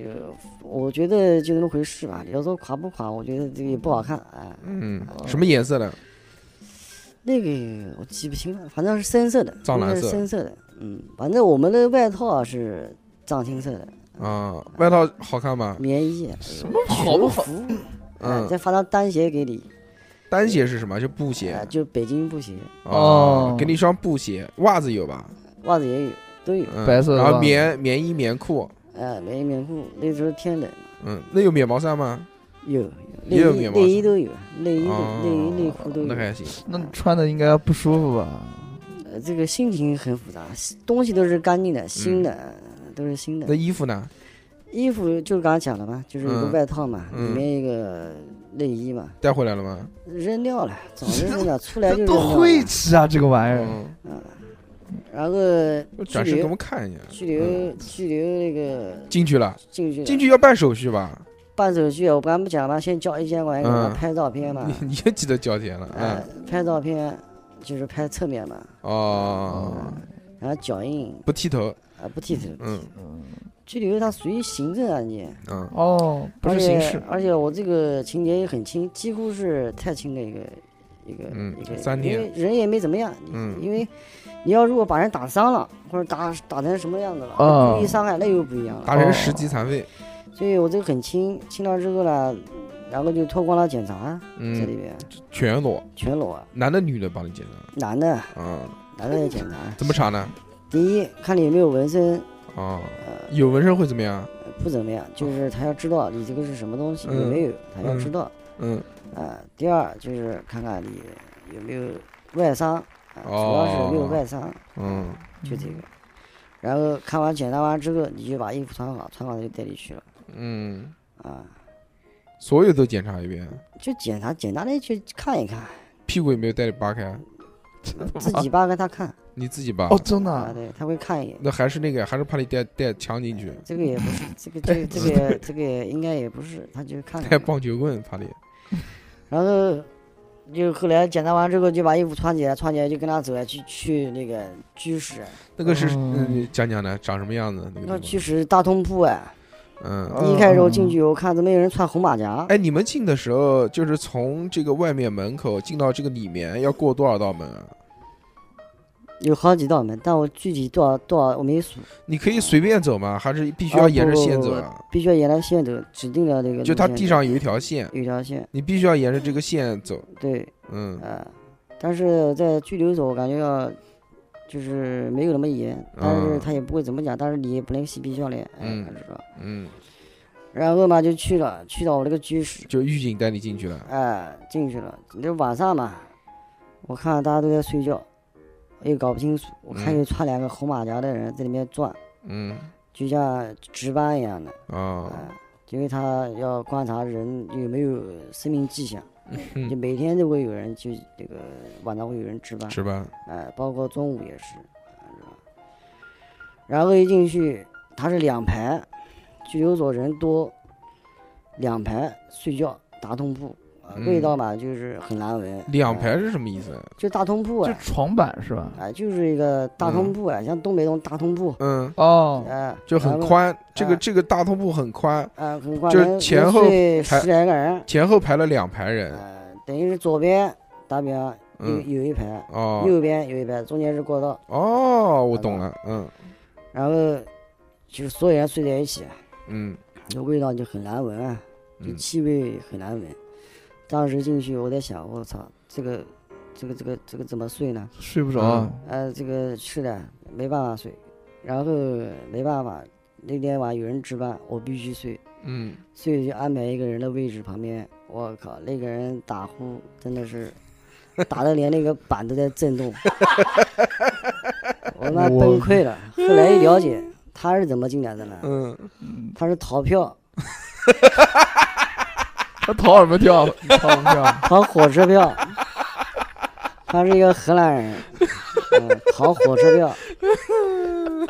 Speaker 3: 我觉得就那么回事吧。你要说垮不垮，我觉得这个也不好看啊。
Speaker 1: 嗯，什么颜色的？
Speaker 3: 那个我记不清了，反正是深色的，
Speaker 1: 藏蓝
Speaker 3: 应该
Speaker 1: 色
Speaker 3: 是深色的。嗯，反正我们的外套啊是藏青色的
Speaker 1: 啊，外套好看吗？
Speaker 3: 棉衣，啊
Speaker 2: 什么好不好？
Speaker 3: 服，哎
Speaker 1: 嗯，
Speaker 3: 再发张单鞋给你，
Speaker 1: 单鞋是什么？就布
Speaker 3: 啊
Speaker 1: 鞋，
Speaker 3: 就北京布鞋，
Speaker 1: 哦
Speaker 2: 哦，
Speaker 1: 给你一双布鞋，袜子有吧？
Speaker 3: 袜子也有，都有。
Speaker 1: 嗯
Speaker 2: 白色的
Speaker 1: 然后
Speaker 2: 袜子
Speaker 1: 棉棉衣棉裤，
Speaker 3: 哎，棉衣棉裤，那时候天冷，
Speaker 1: 嗯，那有棉毛衫吗？
Speaker 3: 有
Speaker 1: 也有
Speaker 3: 内衣
Speaker 1: 棉毛
Speaker 3: 内衣都有，内衣
Speaker 1: 哦
Speaker 3: 都内衣内裤都
Speaker 1: 那
Speaker 3: 有。
Speaker 1: 还行。
Speaker 2: 那穿的应该不舒服吧？
Speaker 3: 呃这个心情很复杂，东西都是干净的，新的、
Speaker 1: 嗯
Speaker 3: 呃都是新
Speaker 1: 那
Speaker 3: 的。
Speaker 1: 衣服呢？
Speaker 3: 衣服就是刚才讲了嘛，就是一个
Speaker 1: 嗯
Speaker 3: 外套嘛，
Speaker 1: 嗯
Speaker 3: 里面一个内衣嘛，
Speaker 1: 带回来了吗？
Speaker 3: 扔掉了，早扔掉，出来就
Speaker 2: 这
Speaker 3: 扔
Speaker 2: 都
Speaker 3: 掉
Speaker 2: 晦
Speaker 3: 了。
Speaker 2: 气啊，这个
Speaker 3: 哎
Speaker 2: 玩意儿。
Speaker 1: 嗯，
Speaker 3: 然后拘
Speaker 1: 展示给我
Speaker 3: 留
Speaker 1: 们看一下。
Speaker 3: 拘留拘留那个
Speaker 1: 进去了，
Speaker 3: 进去了
Speaker 1: 进去要办手续吧？
Speaker 3: 办手续，啊我刚不讲嘛，先交一监管给他
Speaker 1: 嗯
Speaker 3: 拍照片嘛，
Speaker 1: 你你也记得交钱了？
Speaker 3: 啊哎
Speaker 1: 嗯，
Speaker 3: 拍照片就是拍侧面嘛，
Speaker 1: 哦，
Speaker 3: 然后脚印
Speaker 1: 不剃头，
Speaker 3: 啊不剃头，
Speaker 1: 嗯
Speaker 3: 拘留它属于行政案件。
Speaker 1: 嗯，
Speaker 2: 哦，不是形式，
Speaker 3: 而且我这个情节也很轻，几乎是太轻的一个一个、
Speaker 1: 嗯
Speaker 3: 一个，
Speaker 1: 三天
Speaker 3: 因为人也没怎么样，你
Speaker 1: 嗯
Speaker 3: 因为你要如果把人打伤了，或者打打成什么样子了，
Speaker 1: 啊
Speaker 2: 哦
Speaker 3: 故意伤害那又不一样了。
Speaker 1: 达成十级残废。
Speaker 3: 所以我这个很轻，轻了之后呢，然后就脱光了检查，这
Speaker 1: 嗯，
Speaker 3: 里边
Speaker 1: 全裸，
Speaker 3: 全裸啊，
Speaker 1: 男的女的帮你检查。
Speaker 3: 男的
Speaker 1: 啊，
Speaker 3: 男的也检查，
Speaker 1: 怎么查呢？
Speaker 3: 第一看你有没有纹身，
Speaker 1: 啊，有纹身会怎么样？
Speaker 3: 不怎么样，就是他要知道你这个是什么东西，
Speaker 1: 嗯
Speaker 3: 有没有，他要
Speaker 1: 嗯
Speaker 3: 知道。
Speaker 1: 嗯，
Speaker 3: 呃，第二就是看看你有没有外伤，啊，主要是有没有
Speaker 1: 哦
Speaker 3: 外伤，
Speaker 1: 嗯，
Speaker 3: 就这个。然后看完检查完之后，你就把衣服穿好，穿好就带你去了
Speaker 1: 嗯，
Speaker 3: 啊，
Speaker 1: 所有都检查一遍，
Speaker 3: 就检查简单的去看一看，
Speaker 1: 屁股有没有带你扒开？
Speaker 3: 自
Speaker 1: 哦
Speaker 3: 己扒给 他看
Speaker 1: 你自己扒。
Speaker 2: 哦，真的
Speaker 3: 啊，
Speaker 2: 啊，
Speaker 3: 对，他会看一眼。
Speaker 1: 那还是那个，还是怕你带带墙进去，
Speaker 3: 这个也不是，这个这个 这个这个应该也不是，他就看
Speaker 1: 带
Speaker 3: 看。
Speaker 1: 棒球棍怕你。
Speaker 3: 然后就后来检查完之后，就把衣服穿起来，穿起来就跟他走啊，去去那个居室，
Speaker 1: 那个是，
Speaker 2: 哦
Speaker 1: 嗯，讲讲呢，长什么样子？那
Speaker 3: 那
Speaker 1: 个地
Speaker 3: 居室大通铺哎、
Speaker 1: 方，嗯，
Speaker 3: 一开始我进去，我看都没有人穿红马甲，
Speaker 1: 哎，你们进的时候就是从这个外面门口进到这个里面，要过多少道门啊？
Speaker 3: 有好几道门，但我具体多少多少我没数，
Speaker 1: 你可以随便走吗？还是必须要沿着线走啊？
Speaker 3: 必须要沿着线走，指定的那个路线走。
Speaker 1: 就它地上有一条线，
Speaker 3: 有一条线，
Speaker 1: 你必须要沿着这个线走。
Speaker 3: 对，
Speaker 1: 嗯，
Speaker 3: 呃，但是在拘留所，我感觉要就是没有那么严，但是
Speaker 1: 嗯
Speaker 3: 他也不会怎么讲，但是你也不能嬉皮笑脸，哎
Speaker 1: 嗯，
Speaker 3: 知道。
Speaker 1: 嗯，
Speaker 3: 然后嘛就去了，去到我那个居室，
Speaker 1: 就狱警带你进去了。
Speaker 3: 哎、进去了，那晚上嘛，我看大家都在睡觉，我也搞不清楚，我看
Speaker 1: 嗯
Speaker 3: 有穿两个红马甲的人在里面转。
Speaker 1: 嗯，
Speaker 3: 就像值班一样的，
Speaker 1: 啊，
Speaker 3: 因为他要观察人有没有生命迹象，就
Speaker 1: 嗯
Speaker 3: 每天都会有人去这个晚上会有人值班，
Speaker 1: 值班。
Speaker 3: 哎，包括中午也是，是吧？然后一进去，他是两排，拘留所人多，两排睡觉大通铺，啊
Speaker 1: 嗯
Speaker 3: 味道嘛就是很难闻，
Speaker 1: 两
Speaker 3: 哎
Speaker 1: 排是什么意思？
Speaker 3: 就大通铺
Speaker 2: 就
Speaker 3: 啊，
Speaker 2: 床板是吧？
Speaker 3: 哎，就是一个大通
Speaker 1: 嗯
Speaker 3: 铺啊，像东北那种大通铺，
Speaker 1: 嗯，
Speaker 2: 哦，
Speaker 3: 哎，
Speaker 1: 就很
Speaker 3: 然后，
Speaker 1: 宽。这个
Speaker 3: 哎
Speaker 1: 这个大通铺很宽，
Speaker 3: 哎，很宽，
Speaker 1: 就是
Speaker 3: 能
Speaker 1: 前
Speaker 3: 能
Speaker 1: 后哎
Speaker 3: 睡
Speaker 1: 排
Speaker 3: 十来个人，
Speaker 1: 前后排了两排人。
Speaker 3: 呃，等于是左边打比方有
Speaker 1: 嗯，
Speaker 3: 有一排，
Speaker 1: 哦
Speaker 3: 右边有一排，中间是过道，
Speaker 1: 哦，我懂了。嗯
Speaker 3: 然后就是所有人睡在一起，
Speaker 1: 嗯
Speaker 3: 这味道就很难闻啊，就
Speaker 1: 嗯
Speaker 3: 气味很难闻。当时进去，我在想，我操，这个这个这个这个怎么睡呢？
Speaker 2: 睡不着啊，
Speaker 1: 嗯
Speaker 3: 呃，这个是的，没办法睡，然后没办法，那天晚上有人值班，我必须睡。
Speaker 1: 嗯，
Speaker 3: 所以就安排一个人的位置旁边。我靠，那个人打呼真的是打的连那个板都在 震动，我他妈
Speaker 2: 我嗯
Speaker 3: 崩溃了。后来一了解他是怎么进来的呢？
Speaker 1: 嗯，
Speaker 3: 他是逃票，
Speaker 2: 他逃什么跳？逃什么跳？
Speaker 3: 逃火车票，他是一个荷兰人，嗯，逃火车票。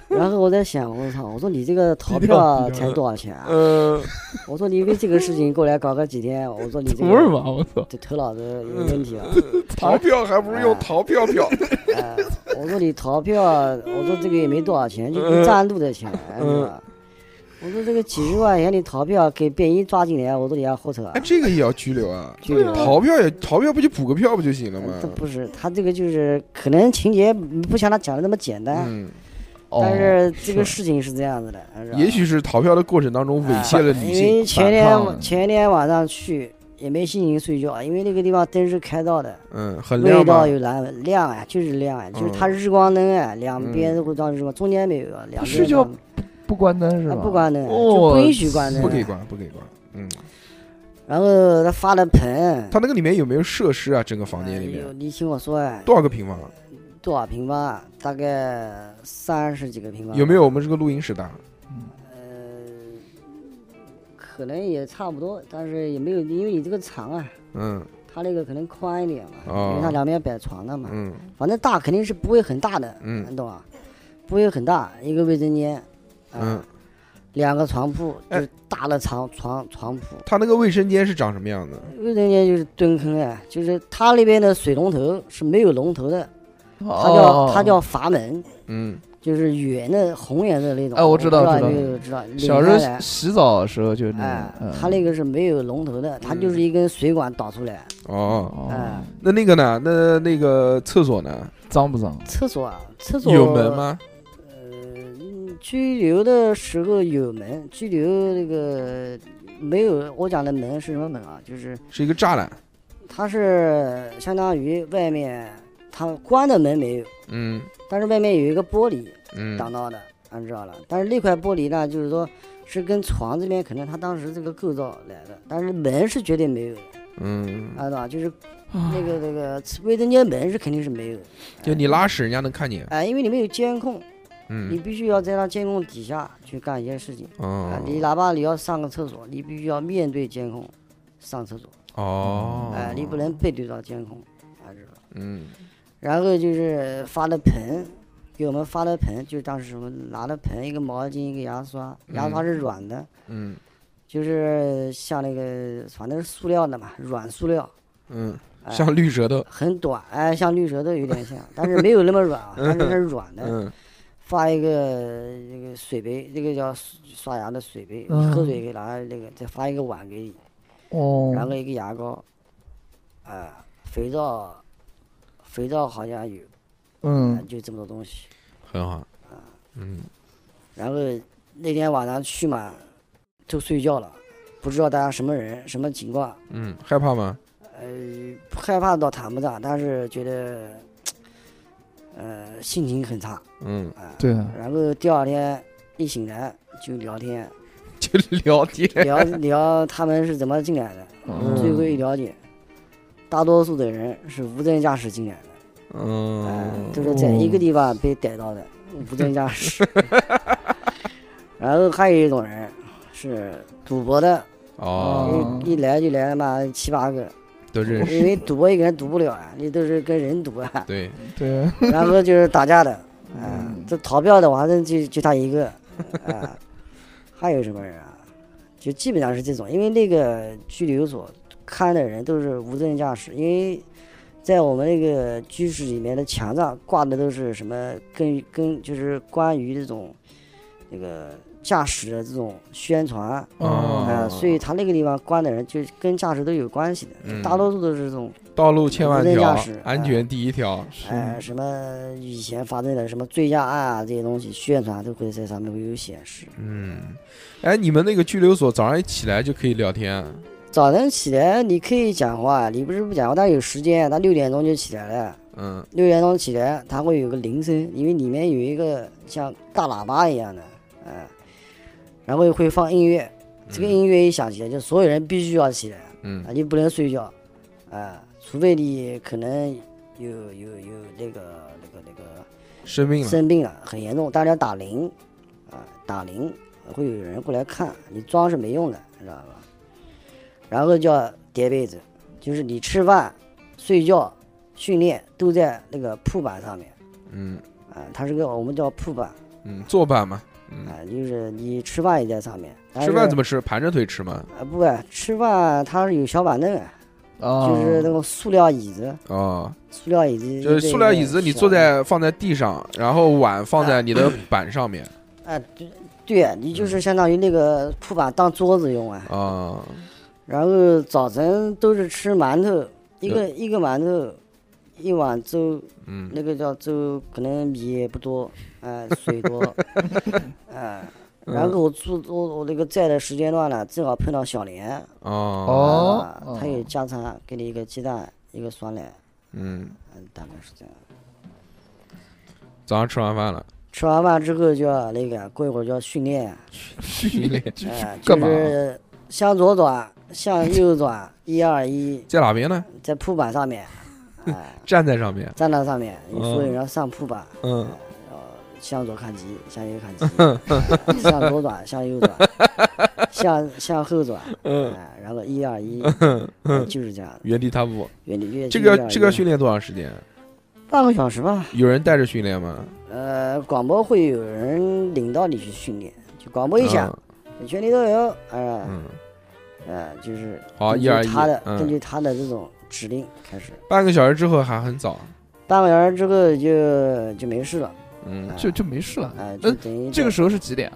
Speaker 3: 然后我在想，我操，我说你这个逃
Speaker 2: 低调
Speaker 3: 票
Speaker 2: 低调
Speaker 3: 才
Speaker 2: 的
Speaker 3: 多少钱啊？
Speaker 1: 呃，
Speaker 3: 我说你为这个事情过来搞个几天，我说你 这
Speaker 2: 不是
Speaker 3: 个
Speaker 2: 吧？我操，
Speaker 3: 这头脑子有问题啊！
Speaker 1: 逃票还不如
Speaker 3: 啊
Speaker 1: 用逃票 票，
Speaker 3: 哎，我说你逃票，我说这个也没多少钱，就是站路的钱，哎
Speaker 1: 嗯
Speaker 3: 是吧？我说这个几十块钱你逃票给便衣抓进来，我说你要后头啊
Speaker 1: 哎，，这个也要拘留啊？
Speaker 3: 拘留
Speaker 1: 逃票也逃票不就补个票不就行了
Speaker 3: 嗯
Speaker 1: 吗
Speaker 3: 他？不是他这个就是可能情节不像他讲的那么简单，
Speaker 1: 嗯，
Speaker 3: 但
Speaker 2: 哦
Speaker 3: 是这个
Speaker 2: 是
Speaker 3: 事情是这样子的，是吧
Speaker 1: 也许是逃票的过程当中猥亵了
Speaker 3: 哎
Speaker 1: 女
Speaker 3: 因
Speaker 1: 性，
Speaker 3: 为前
Speaker 2: 反抗
Speaker 1: 嗯
Speaker 3: 天前天晚上去也没心情睡觉，因为那个地方灯是开到的，
Speaker 1: 嗯，很
Speaker 3: 味
Speaker 1: 亮吧
Speaker 3: 道？有蓝亮啊，就是亮啊，就是它
Speaker 1: 嗯
Speaker 3: 日光灯啊，两
Speaker 1: 嗯
Speaker 3: 边都会照日光，中间没有啊，两边
Speaker 2: 睡觉
Speaker 3: 照
Speaker 2: 不关灯是
Speaker 3: 啊
Speaker 2: 吧？
Speaker 3: 不关灯啊，就
Speaker 2: 哦
Speaker 3: 不允许关灯啊。
Speaker 1: 不给关，不给关。嗯，
Speaker 3: 然后他发了盆，
Speaker 1: 他那个里面有没有设施啊？整个房间里
Speaker 3: 哎呦
Speaker 1: 面
Speaker 3: 你听我说啊，
Speaker 1: 多少个平方？
Speaker 3: 多少平方啊？大概三十几个平方。呃
Speaker 1: 有没有？我们这个录音室大？
Speaker 3: 可能也差不多，但是也没有，因为你这个长啊，
Speaker 1: 嗯
Speaker 3: 它那个可能宽一点嘛，
Speaker 1: 哦
Speaker 3: 因为它两边摆床的嘛，
Speaker 1: 嗯
Speaker 3: 反正大肯定是不会很大的，
Speaker 1: 嗯
Speaker 3: 你懂吧？不会很大，一个卫生间，啊、
Speaker 1: 嗯，
Speaker 3: 两个床铺，就
Speaker 1: 哎
Speaker 3: 是大的床床床铺，
Speaker 1: 他那个卫生间是长什么样子？
Speaker 3: 卫生间就是蹲坑啊，就是它那边的水龙头是没有龙头的，它叫、
Speaker 2: 哦，
Speaker 3: 它叫阀门，
Speaker 1: 嗯，
Speaker 3: 就是圆的红颜色那种。
Speaker 2: 哎我
Speaker 3: 知
Speaker 2: 知道
Speaker 3: 道
Speaker 2: 知道
Speaker 3: 你有知道。拧
Speaker 2: 小
Speaker 3: 下
Speaker 2: 时候
Speaker 3: 来
Speaker 2: 洗洗澡的时候就那
Speaker 3: 哎
Speaker 2: 种，嗯，
Speaker 3: 它那个是没有龙头的，它就是一根水管导出来。
Speaker 1: 哦，
Speaker 2: 哦
Speaker 3: 哎，
Speaker 1: 那那个呢？那那个厕所呢？
Speaker 2: 脏不脏？
Speaker 3: 厕所啊，厕所呃
Speaker 1: 有门？吗？
Speaker 3: 拘留的时候有门，拘留那个没有。我讲的门是什么门啊？就是
Speaker 1: 是一个栅栏。
Speaker 3: 它是相当于外面它关的门没有，
Speaker 1: 嗯
Speaker 3: 但是外面有一个玻璃，
Speaker 1: 嗯
Speaker 3: 挡到的，俺知道了。但是那块玻璃呢，就是说是跟床这边可能他当时这个构造来的，但是门是绝对没有的，
Speaker 1: 嗯，
Speaker 3: 俺知道，就是那个那个卫生间门是肯定是没有的。
Speaker 1: 就你拉屎人家能看见。
Speaker 3: 哎，因为你没有监控，你
Speaker 1: 嗯
Speaker 3: 必须要在那监控底下去干一些事情。啊
Speaker 1: 哦，
Speaker 3: 你哪怕你要上个厕所，你必须要面对监控上厕所，
Speaker 1: 哦，
Speaker 3: 哎，你不能背对着监控，俺知道。
Speaker 1: 嗯
Speaker 3: 然后就是发了盆，给我们发了盆，就当时我们拿了盆，一个毛巾，一个牙刷，牙刷是软的，
Speaker 1: 嗯
Speaker 3: 就是像那个反正是塑料的嘛，软塑料，
Speaker 1: 嗯，
Speaker 3: 哎、
Speaker 1: 像绿舌头。
Speaker 3: 很短，哎，像绿舌头有点像，但是没有那么 软啊，但是它是软的。
Speaker 1: 嗯
Speaker 3: 发一个这个水杯，这个叫刷牙的水杯，
Speaker 2: 嗯
Speaker 3: 喝水给拿那个，再发一个碗给你，然
Speaker 2: 哦，
Speaker 3: 后一个牙膏，啊、肥皂，肥皂好像有，
Speaker 2: 嗯
Speaker 3: 啊，就这么多东西。
Speaker 1: 很好。
Speaker 3: 啊
Speaker 1: 嗯
Speaker 3: 然后那天晚上去嘛，就睡觉了，不知道大家什么人什么情况，
Speaker 1: 嗯，害怕吗？
Speaker 3: 呃害怕倒谈不上，但是觉得，呃，心情很差。
Speaker 1: 嗯，
Speaker 2: 对啊，
Speaker 3: 然后第二天一醒来就聊天，
Speaker 1: 就聊天。
Speaker 3: 聊聊他们是怎么进来的。
Speaker 2: 嗯
Speaker 3: 嗯最后一了解，大多数的人是无证驾驶进来的，哎、
Speaker 1: 嗯
Speaker 3: 都是在一个地方被逮到的，无证驾驶。 然后还有一种人是赌博的，
Speaker 1: 哦，
Speaker 3: 一一来就来了嘛七八个，
Speaker 1: 都认识。
Speaker 3: 因为赌博一个人赌不了啊，你都是跟人赌啊。
Speaker 1: 对，
Speaker 2: 对啊，
Speaker 3: 然后就是打架的，
Speaker 1: 嗯
Speaker 3: 啊，这逃票的我还是就就他 一个，啊，还有什么人啊？就基本上是这种，因为那个拘留所看的人都是无证驾驶，因为在我们那个居室里面的墙上挂的都是什么跟跟就是关于这种那个驾驶的这种宣传
Speaker 1: 哦
Speaker 3: 啊，所以他那个地方关的人就跟驾驶都有关系的，
Speaker 1: 嗯
Speaker 3: 大多数都是这种
Speaker 1: 道路千万
Speaker 3: 无证
Speaker 1: 条
Speaker 3: 驾驶，嗯
Speaker 1: 安全第一条。
Speaker 3: 哎，什么以前发生的什么醉驾案啊这些东西，宣传都会在上面会有显示。
Speaker 1: 嗯，哎，你们那个拘留所早上一起来就可以聊天啊？
Speaker 3: 早晨起来你可以讲话，你不是不讲话，但是有时间，他六点钟就起来了。
Speaker 1: 嗯
Speaker 3: 六点钟起来，他会有个铃声，因为里面有一个像大喇叭一样的，嗯，然后会放音乐。这个音乐一响起来，就所有人必须要起来，
Speaker 1: 嗯
Speaker 3: 啊，你不能睡觉，啊、除非你可能有有有那个那个那个
Speaker 1: 生病了。
Speaker 3: 生病了，很严重，大家打铃，啊，打铃会有人过来看，你装是没用的，知道吧？然后叫叠被子，就是你吃饭、睡觉、训练都在那个铺板上面
Speaker 1: 嗯
Speaker 3: 啊，它是个我们叫铺板
Speaker 1: 嗯，坐板嘛，嗯，
Speaker 3: 啊，就是你吃饭也在上面。
Speaker 1: 吃饭怎
Speaker 3: 么？
Speaker 1: 么吃？盘着腿吃吗？
Speaker 3: 啊不啊，吃饭它是有小板凳啊，
Speaker 2: 啊，
Speaker 3: 就是那个塑料椅子，
Speaker 1: 哦，
Speaker 3: 塑料椅子
Speaker 1: 就是塑料椅子，你坐
Speaker 3: 啊、
Speaker 1: 在放在地上，然后碗放在你的 板上面
Speaker 3: 哎对对，你
Speaker 1: 嗯
Speaker 3: 就是相当于那个铺板当桌子用啊。
Speaker 1: 啊，
Speaker 3: 然后早晨都是吃馒头，一个一个馒头，一碗粥，
Speaker 1: 嗯
Speaker 3: 那个叫粥，可能米也不多，哎、水 多，哎、然后我住我我那个在的时间段呢，正好碰到小莲，
Speaker 1: 哦，
Speaker 2: 哦
Speaker 3: 啊，他也加餐，给你一个鸡蛋，一个酸奶，
Speaker 1: 嗯，
Speaker 3: 嗯，大概是这样。
Speaker 1: 早上吃完饭了，
Speaker 3: 吃完饭之后就要那个，过一会儿就要训练，
Speaker 2: 训练
Speaker 3: 哎、就
Speaker 2: 干嘛？
Speaker 3: 是向左转，向右转，一二一，
Speaker 1: 在哪边呢？
Speaker 3: 在铺板上面，哎、
Speaker 1: 站在上面，
Speaker 3: 站到上面，你
Speaker 1: 嗯
Speaker 3: 所有人上铺吧，
Speaker 1: 嗯，
Speaker 3: 向左看齐，向右看 齐，向左转，向右转，向向后转，
Speaker 1: 嗯
Speaker 3: 哎，然后一二一，哎就是这样的。
Speaker 1: 原地踏步。
Speaker 3: 原理越
Speaker 1: 嗯这个
Speaker 3: 越越
Speaker 1: 这个
Speaker 3: 越
Speaker 1: 训练多长时间？
Speaker 3: 半个小时吧，
Speaker 1: 有人带着训练吗？
Speaker 3: 呃，广播会有人领到你去训练，就广播一下，
Speaker 1: 嗯
Speaker 3: 你全力都有，呃
Speaker 1: 嗯，
Speaker 3: 呃，就是
Speaker 1: 好，
Speaker 3: 根
Speaker 1: 一
Speaker 3: 据
Speaker 1: 二一，
Speaker 3: 他的根
Speaker 1: 嗯，
Speaker 3: 据他的这种指令开始，
Speaker 1: 半个小时之后还很早，
Speaker 3: 半个小时之后就就没事了，
Speaker 1: 嗯，
Speaker 2: 就就没事了。
Speaker 3: 哎，
Speaker 2: 那
Speaker 3: 就等于
Speaker 2: 这
Speaker 3: 就
Speaker 2: 个时候是几点？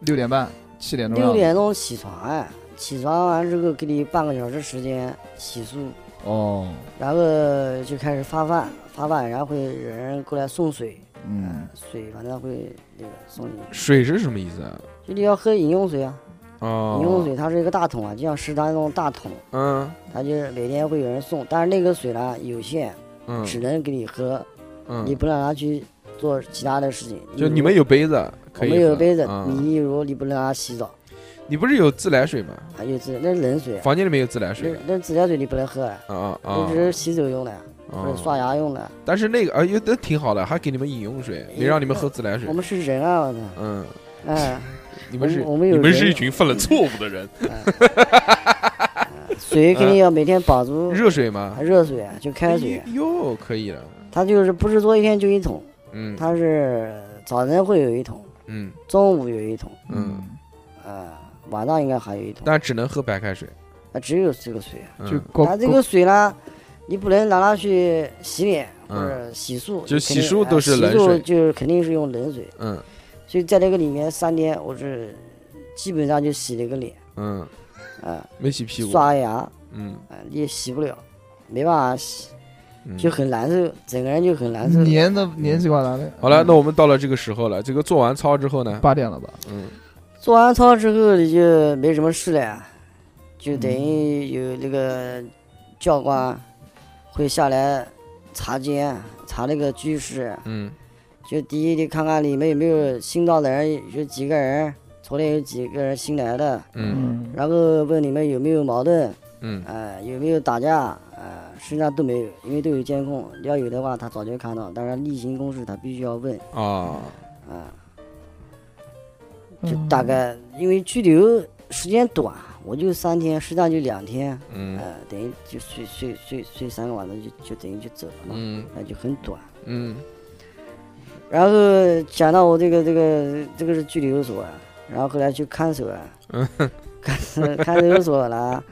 Speaker 2: 六点半、七点钟？
Speaker 3: 六点钟起床哎，起床完之后给你半个小时时间洗漱，
Speaker 2: 哦，
Speaker 3: 然后就开始发饭，发饭然后会有人过来送水，
Speaker 2: 嗯，
Speaker 3: 水反正会那个送你，
Speaker 1: 水是什么意思啊？
Speaker 3: 就你要喝饮用水啊，饮用
Speaker 1: 哦，
Speaker 3: 水它是一个大桶啊，就像食堂那种大桶，
Speaker 1: 嗯
Speaker 3: 它就是每天会有人送，但是那个水呢有限，
Speaker 1: 嗯
Speaker 3: 只能给你喝，你
Speaker 1: 嗯，
Speaker 3: 不能拿去做其他的事情。
Speaker 1: 就
Speaker 3: 如
Speaker 1: 你们有杯子，
Speaker 3: 我
Speaker 1: 可以
Speaker 3: 们有
Speaker 1: 喝
Speaker 3: 杯子，
Speaker 1: 嗯
Speaker 3: 你例如你不能拿洗澡，
Speaker 1: 你不是有自来水吗？
Speaker 3: 啊有自那是冷水啊，
Speaker 1: 房间里面有自来
Speaker 3: 那
Speaker 1: 水的，
Speaker 3: 那自来水你不能喝啊，
Speaker 1: 啊啊
Speaker 3: 那只是洗手用的。或者刷
Speaker 1: 啊！
Speaker 3: 牙用的。
Speaker 1: 但是那个哎呦，那挺好的，还给你们饮用水，没让你们喝自来水
Speaker 3: 我。们是人啊，我操！
Speaker 1: 嗯，
Speaker 3: 哎，
Speaker 1: 你们是
Speaker 3: 我们有
Speaker 1: 你们
Speaker 3: 人
Speaker 1: 是一群犯了错误的 人。
Speaker 3: 水肯定要每天保足，
Speaker 1: 嗯热水吗？哎
Speaker 3: 热水啊就开水啊，
Speaker 1: 哟，可以了。
Speaker 3: 它就是不是说一天就一桶，
Speaker 1: 嗯
Speaker 3: 它是早晨会有一桶，
Speaker 1: 嗯，
Speaker 3: 中午有一桶，
Speaker 1: 嗯，
Speaker 3: 啊，晚上应该还有一桶，
Speaker 1: 但只能喝白开水。
Speaker 3: 啊，只有这个水啊。
Speaker 1: 嗯
Speaker 2: 就光
Speaker 3: 它这个水呢，你不能拿它去洗脸
Speaker 1: 嗯
Speaker 3: 或者洗漱，
Speaker 1: 就
Speaker 3: 肯定
Speaker 1: 洗漱都是
Speaker 3: 啊洗
Speaker 1: 冷
Speaker 3: 漱
Speaker 1: 水
Speaker 3: 就是肯定是用冷水，
Speaker 1: 嗯
Speaker 3: 所以在那个里面三天，我是基本上就洗了一个脸，
Speaker 1: 嗯，
Speaker 3: 啊，
Speaker 1: 没洗屁股。
Speaker 3: 刷牙，
Speaker 1: 嗯，
Speaker 3: 啊，你也洗不了，没办法洗，
Speaker 1: 嗯
Speaker 3: 就很难受，整个人就很难受。
Speaker 2: 粘的粘西瓜拿来。
Speaker 1: 好了，那我们到了这个时候了。这个做完操之后呢，
Speaker 2: 八点了吧？
Speaker 1: 嗯
Speaker 3: 做完操之后你就没什么事了呀，就等于有那个教官会下来查监，啊查那个居室，
Speaker 1: 嗯
Speaker 3: 就第一你看看里面有没有新到的人，有几个人，昨天有几个人新来的，
Speaker 1: 嗯
Speaker 3: 然后问你们有没有矛盾，
Speaker 1: 嗯
Speaker 3: 呃，有没有打架？呃，实际上都没有，因为都有监控。要有的话，他早就看到。但是例行公事，他必须要问。
Speaker 1: 啊，
Speaker 3: 啊、
Speaker 2: 嗯
Speaker 3: 就大
Speaker 1: 嗯
Speaker 3: 概因为拘留时间短，我就三天，实际上就两天，
Speaker 1: 嗯
Speaker 3: 呃，等于就睡睡睡睡三个晚上就就等于就走了嘛，
Speaker 1: 嗯
Speaker 3: 那、就很短。
Speaker 1: 嗯
Speaker 3: 然后讲到我这个这个这个是拘留所啊，然后后来去看守 啊，看守看守所啦，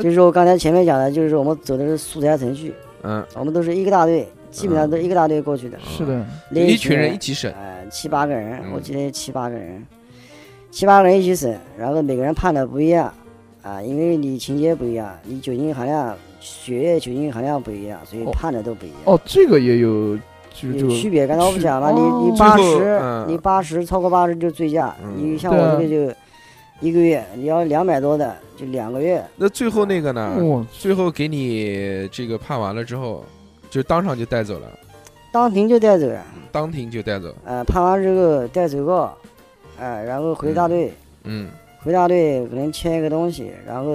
Speaker 3: 就是我刚才前面讲的，就是我们走的是素材程序，
Speaker 1: 嗯，
Speaker 3: 我们都是一个大队，基本上都一个大队过去的，
Speaker 2: 是的，
Speaker 3: 那
Speaker 1: 一群人一起审。
Speaker 3: 呃，七八个人，
Speaker 1: 嗯
Speaker 3: 我记得七八个人，七八个人一起审，然后每个人判的不一样啊，因为你情节不一样，你酒精含量、血液酒精含量不一样，所以
Speaker 2: 哦
Speaker 3: 判的都不一样。
Speaker 2: 哦，这个也有，就
Speaker 3: 有
Speaker 2: 就
Speaker 3: 区别，刚才我不
Speaker 2: 区
Speaker 3: 讲了，你
Speaker 2: 哦
Speaker 3: 你八
Speaker 1: 最后
Speaker 3: 十，
Speaker 1: 嗯
Speaker 3: 你八十超过八十就醉驾，
Speaker 1: 嗯
Speaker 3: 你像
Speaker 2: 对
Speaker 3: 我
Speaker 2: 啊
Speaker 3: 这个就一个月，你要两百多的就两个月，
Speaker 1: 那最后那个呢？
Speaker 2: 哇，
Speaker 1: 最后给你这个判完了之后，就当场就带走了，
Speaker 3: 当庭就带走呀，
Speaker 1: 当庭就带走。
Speaker 3: 呃，判完之后带走告，呃，然后回大
Speaker 1: 嗯
Speaker 3: 队，
Speaker 1: 嗯，
Speaker 3: 回大队可能签一个东西，然后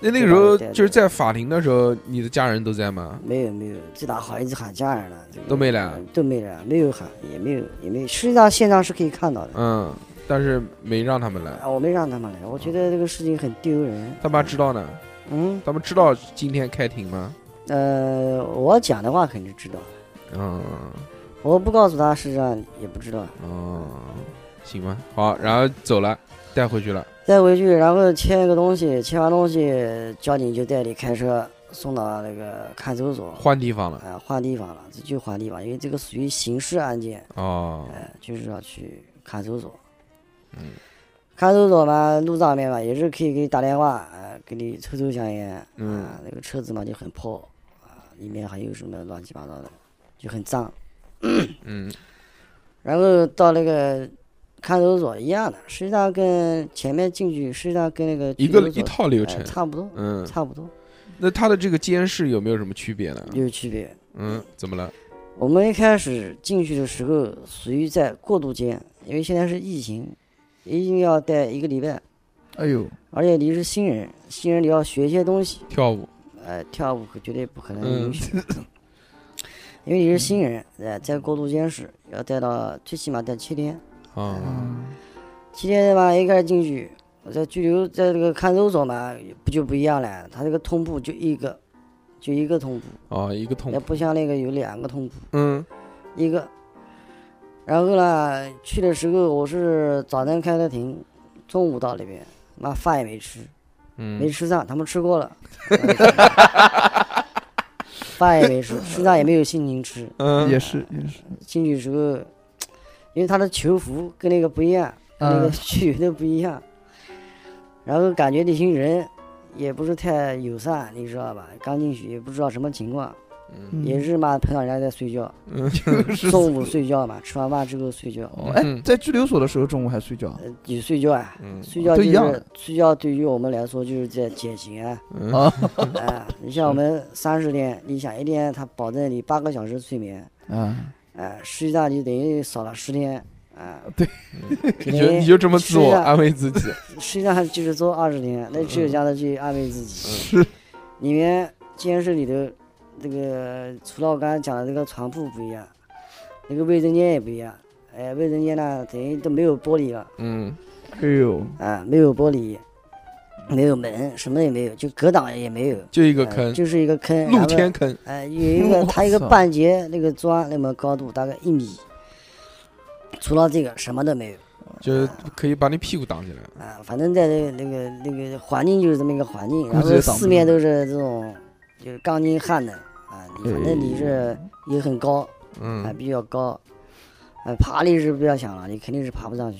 Speaker 1: 那那个
Speaker 3: 对
Speaker 1: 时
Speaker 3: 吧
Speaker 1: 候
Speaker 3: 对对
Speaker 1: 就是在法庭的时候，你的家人都在吗？
Speaker 3: 没有没有，这哪好意思喊家人了？这个
Speaker 1: 都没来啊
Speaker 3: 都没来，没有喊，也没有也没有。实际上现场是可以看到的。
Speaker 1: 嗯，但是没让他们来。
Speaker 3: 啊，我没让他们来，我觉得这个事情很丢人。
Speaker 1: 他妈知道呢？
Speaker 3: 嗯，
Speaker 1: 他们知道今天开庭吗？
Speaker 3: 呃，我讲的话肯定知道，
Speaker 1: 嗯
Speaker 3: 我不告诉他实际上也不知道。
Speaker 1: 嗯，行吧，好，然后走了，带回去了，
Speaker 3: 带回去，然后签一个东西，签完东西，交警就带你开车送到那个看守所，
Speaker 1: 换地方了，
Speaker 3: 啊，换地方了，这就换地方，因为这个属于刑事案件，
Speaker 1: 哦，
Speaker 3: 哎，就是要去看守所。
Speaker 1: 嗯，
Speaker 3: 看守所嘛，路上面嘛，也是可以给你打电话，呃，给你抽抽香烟，
Speaker 1: 嗯
Speaker 3: 啊，那个车子嘛就很破，啊，里面还有什么乱七八糟的，就很脏。
Speaker 1: 嗯
Speaker 3: 然后到那个看守所一样的，实际上跟前面进去，实际上跟那个
Speaker 1: 一
Speaker 3: 拘
Speaker 1: 个
Speaker 3: 留
Speaker 1: 一
Speaker 3: 所
Speaker 1: 套流
Speaker 3: 哎
Speaker 1: 程，
Speaker 3: 差不多，
Speaker 1: 嗯，
Speaker 3: 差不多
Speaker 1: 那他的这个监视有没有什么区别呢？
Speaker 3: 有区别。
Speaker 1: 嗯，怎么了？
Speaker 3: 我们一开始进去的时候属于在过渡间，因为现在是疫情，一定要待一个礼拜，
Speaker 2: 哎呦，
Speaker 3: 而且你是新人，新人你要学一些东西，
Speaker 1: 跳舞，
Speaker 3: 呃，跳舞可绝对不可能
Speaker 1: 嗯
Speaker 3: 允许，因为你是新人，呃，在过渡监室要待到最起码待七天，嗯
Speaker 1: 啊，
Speaker 3: 七天吧，一开始进去，我在拘留在这个看守所嘛，不就不一样了，他这个通铺就一个，就一个通铺，
Speaker 1: 哦，一个桶
Speaker 3: 也，不像那个有两个通铺。
Speaker 1: 嗯
Speaker 3: 一个。然后呢，去的时候我是早晨开的庭，中午到那边，妈饭也没吃，没
Speaker 1: 嗯，
Speaker 3: 吃上，他们吃过 了，饭也没吃，实际上也没有心情吃。
Speaker 1: 嗯，
Speaker 2: 也是也是，
Speaker 3: 进去时候，因为他的囚服跟那个不一样，跟那个
Speaker 2: 嗯
Speaker 3: 去的不一样，然后感觉那群人也不是太友善，你知道吧？刚进去也不知道什么情况，
Speaker 2: 嗯
Speaker 3: 也 是嘛，碰到人家在睡觉，
Speaker 1: 嗯
Speaker 3: 中午睡觉嘛，吃完饭之后睡觉。
Speaker 2: 哦哎，在拘留所的时候中午还睡觉
Speaker 3: 呃，你睡觉啊，
Speaker 1: 嗯
Speaker 3: 睡觉
Speaker 2: 都
Speaker 3: 就
Speaker 2: 一
Speaker 3: 是
Speaker 2: 哦样的
Speaker 3: 睡觉，对于我们来说就是在减刑啊
Speaker 1: 嗯，
Speaker 2: 啊
Speaker 3: 啊！你像我们三十天，你想一天，他保证你八个小时睡眠，
Speaker 2: 啊，
Speaker 3: 啊，实际上就等于少了十天啊，
Speaker 1: 你就你就这么自我安慰自己，
Speaker 3: 实际上就是做二十天，那只有这样的去安慰自
Speaker 1: 嗯
Speaker 3: 己。
Speaker 2: 是
Speaker 3: 里面监室里头，这个除了我刚才讲的这个床铺不一样，那个卫生间也不一样，哎，卫生间呢等于都没有玻璃了。
Speaker 1: 嗯
Speaker 2: 哎呦，
Speaker 3: 啊，没有玻璃，没有门，什么也没有，就隔挡也没有，
Speaker 1: 就一个
Speaker 3: 呃
Speaker 1: 坑，
Speaker 3: 就是一个坑，
Speaker 1: 露天，坑，
Speaker 3: 呃，有一个
Speaker 2: 我
Speaker 3: 它一个
Speaker 2: 操
Speaker 3: 半截那个砖，那么高度大概一米，除了这个什么都没有
Speaker 1: 就是可以把你屁股挡起来，
Speaker 3: 啊，反正在那那个那个环境就是这么一个环境，
Speaker 2: 估
Speaker 3: 然
Speaker 2: 计
Speaker 3: 后
Speaker 2: 也挡不
Speaker 3: 四面
Speaker 2: 住
Speaker 3: 都是这种就是钢筋焊的啊，你反正你是也很高啊，
Speaker 1: 嗯
Speaker 3: 比较高，啊，爬你是不要想了，你肯定是爬不上去。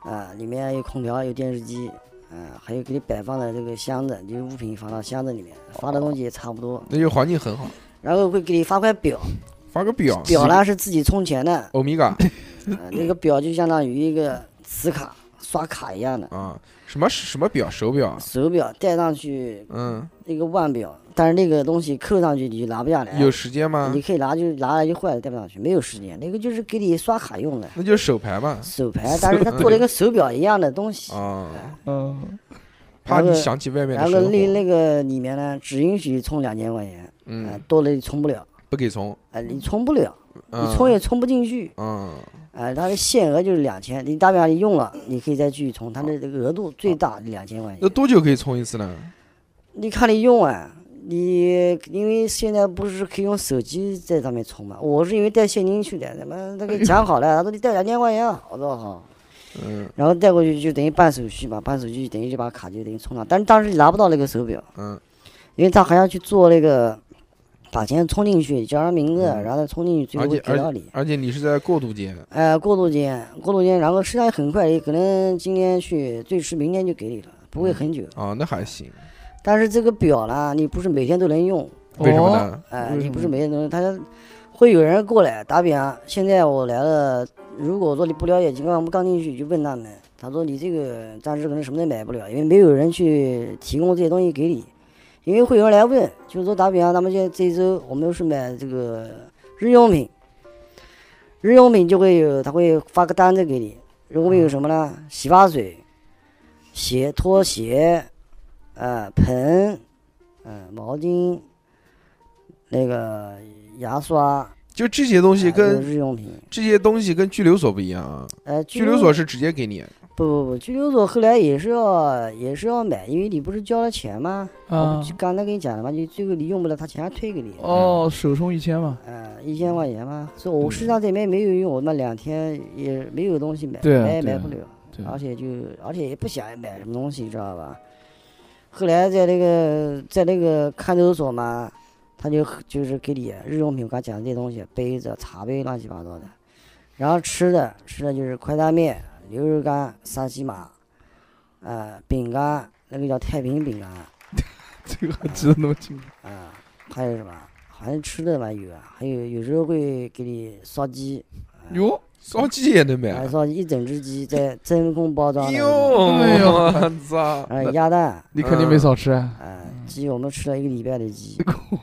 Speaker 3: 啊，里面有空调，有电视机，啊，还有给你摆放的这个箱子，你物品放到箱子里面，发的东西也差不多。
Speaker 1: 那就环境很好，
Speaker 3: 然后会给你发块表，
Speaker 1: 发个表，
Speaker 3: 表呢是自己充钱的，
Speaker 1: 欧米 伽
Speaker 3: 啊那个表就相当于一个磁卡，刷卡一样的。
Speaker 1: 啊，什么什么表，手表，
Speaker 3: 手表戴上去
Speaker 1: 嗯，
Speaker 3: 那个腕表，但是那个东西扣上去你就拿不下来，
Speaker 1: 有时间啊吗
Speaker 3: 呃你？可以拿就拿来就坏了，戴不上去，没有时间。那个就是给你刷卡用的
Speaker 1: 那就是手牌嘛，
Speaker 3: 手牌，但是它做了一个手表一样的东西。呃
Speaker 1: 啊，
Speaker 2: 嗯，
Speaker 1: 怕
Speaker 3: 然
Speaker 1: 你
Speaker 3: 后
Speaker 1: 想起外面的
Speaker 3: 然后
Speaker 1: 生
Speaker 3: 那
Speaker 1: 活，
Speaker 3: 那个里面呢，只允许充两千块钱，啊
Speaker 1: 嗯，，
Speaker 3: 多了你充不了，
Speaker 1: 不给充，
Speaker 3: 啊，你充不了，你
Speaker 1: 嗯
Speaker 3: 充也充不进去，
Speaker 1: 嗯，
Speaker 3: 啊，它的限额就是两千，你代表你用了，你可以再继续充，它的这个额度最大两千块
Speaker 1: 那
Speaker 3: 钱。
Speaker 1: 多久可以充一次呢？
Speaker 3: 你看你用啊，你因为现在不是可以用手机在上面充嘛？我是因为带现金去的，他妈他给讲好了，他说你带两千块钱啊，我说好，
Speaker 1: 嗯
Speaker 3: 然后带过去就等于办手续嘛，办手续等于就把卡就等于充上，但是当时你拿不到那个手表。
Speaker 1: 嗯
Speaker 3: 因为他还要去做那个，把钱充进去，叫人名字，
Speaker 1: 嗯
Speaker 3: 然后充进去，最
Speaker 1: 而
Speaker 3: 后
Speaker 1: 且
Speaker 3: 会给到你。
Speaker 1: 而且你是在过渡间，
Speaker 3: 呃，过渡间，过渡间，然后实际上也很快，也可能今天去，最迟明天就给你了，不会很久。
Speaker 1: 啊，那还行，
Speaker 3: 但是这个表呢，你不是每天都能用，
Speaker 1: 为什么
Speaker 2: 哦
Speaker 1: 呢？
Speaker 3: 哎、
Speaker 2: 为什
Speaker 3: 你不
Speaker 2: 么
Speaker 3: 是每天都能，他会有人过来。打比方，现在我来了，如果说你不了解情况，我们刚进去就问他们，他说你这个暂时可能什么都买不了，因为没有人去提供这些东西给你，因为会有人来问，就是说打比方，咱们现在这一周我们是买这个日用品，日用品就会有他会发个单子给你，日用品有什么呢？洗发水、鞋、拖鞋，呃，盆，嗯、毛巾，那个牙刷，
Speaker 1: 就这些东西
Speaker 3: 还有
Speaker 1: 跟
Speaker 3: 日用品，
Speaker 1: 这些东西跟拘留所不一样啊，
Speaker 3: 呃，
Speaker 1: 拘留所是直接给你，
Speaker 3: 不不不，拘留所后来也是要也是要买，因为你不是交了钱吗？我
Speaker 2: 啊
Speaker 3: 不，就刚才跟你讲了吗？你最后你用不了，他钱还退给你。
Speaker 2: 哦，首充一千嘛，
Speaker 3: 呃，一千块钱嘛，所以
Speaker 2: 嗯
Speaker 3: 我实际上这边没有用，我那两天也没有东西买，
Speaker 2: 对啊
Speaker 3: 买也
Speaker 2: 对
Speaker 3: 买
Speaker 2: 啊
Speaker 3: 不了，
Speaker 1: 嗯
Speaker 2: 对，
Speaker 3: 而且就而且也不想买什么东西，知道吧？后来在那个在那个看守所嘛，他就就是给你日用品，我刚讲的这些东西，杯子、茶杯乱七八糟的，然后吃的吃的就是宽带面、牛肉干、沙琪玛，呃，饼干那个叫太平饼干，
Speaker 2: 这个还记得那么
Speaker 1: 嗯
Speaker 2: 清楚。
Speaker 3: 啊，还有什么？好像吃的吧有啊，还有有时候会给你烧鸡，
Speaker 2: 哟，
Speaker 1: 烧鸡也能买
Speaker 3: 还
Speaker 1: 啊？
Speaker 3: 烧一整只鸡在真空包装的，
Speaker 1: 哟，
Speaker 2: 哎呦
Speaker 1: 我操！
Speaker 3: 然后鸭蛋，
Speaker 2: 你肯定没少吃啊！
Speaker 3: 啊，鸡我们吃了一个礼拜的鸡，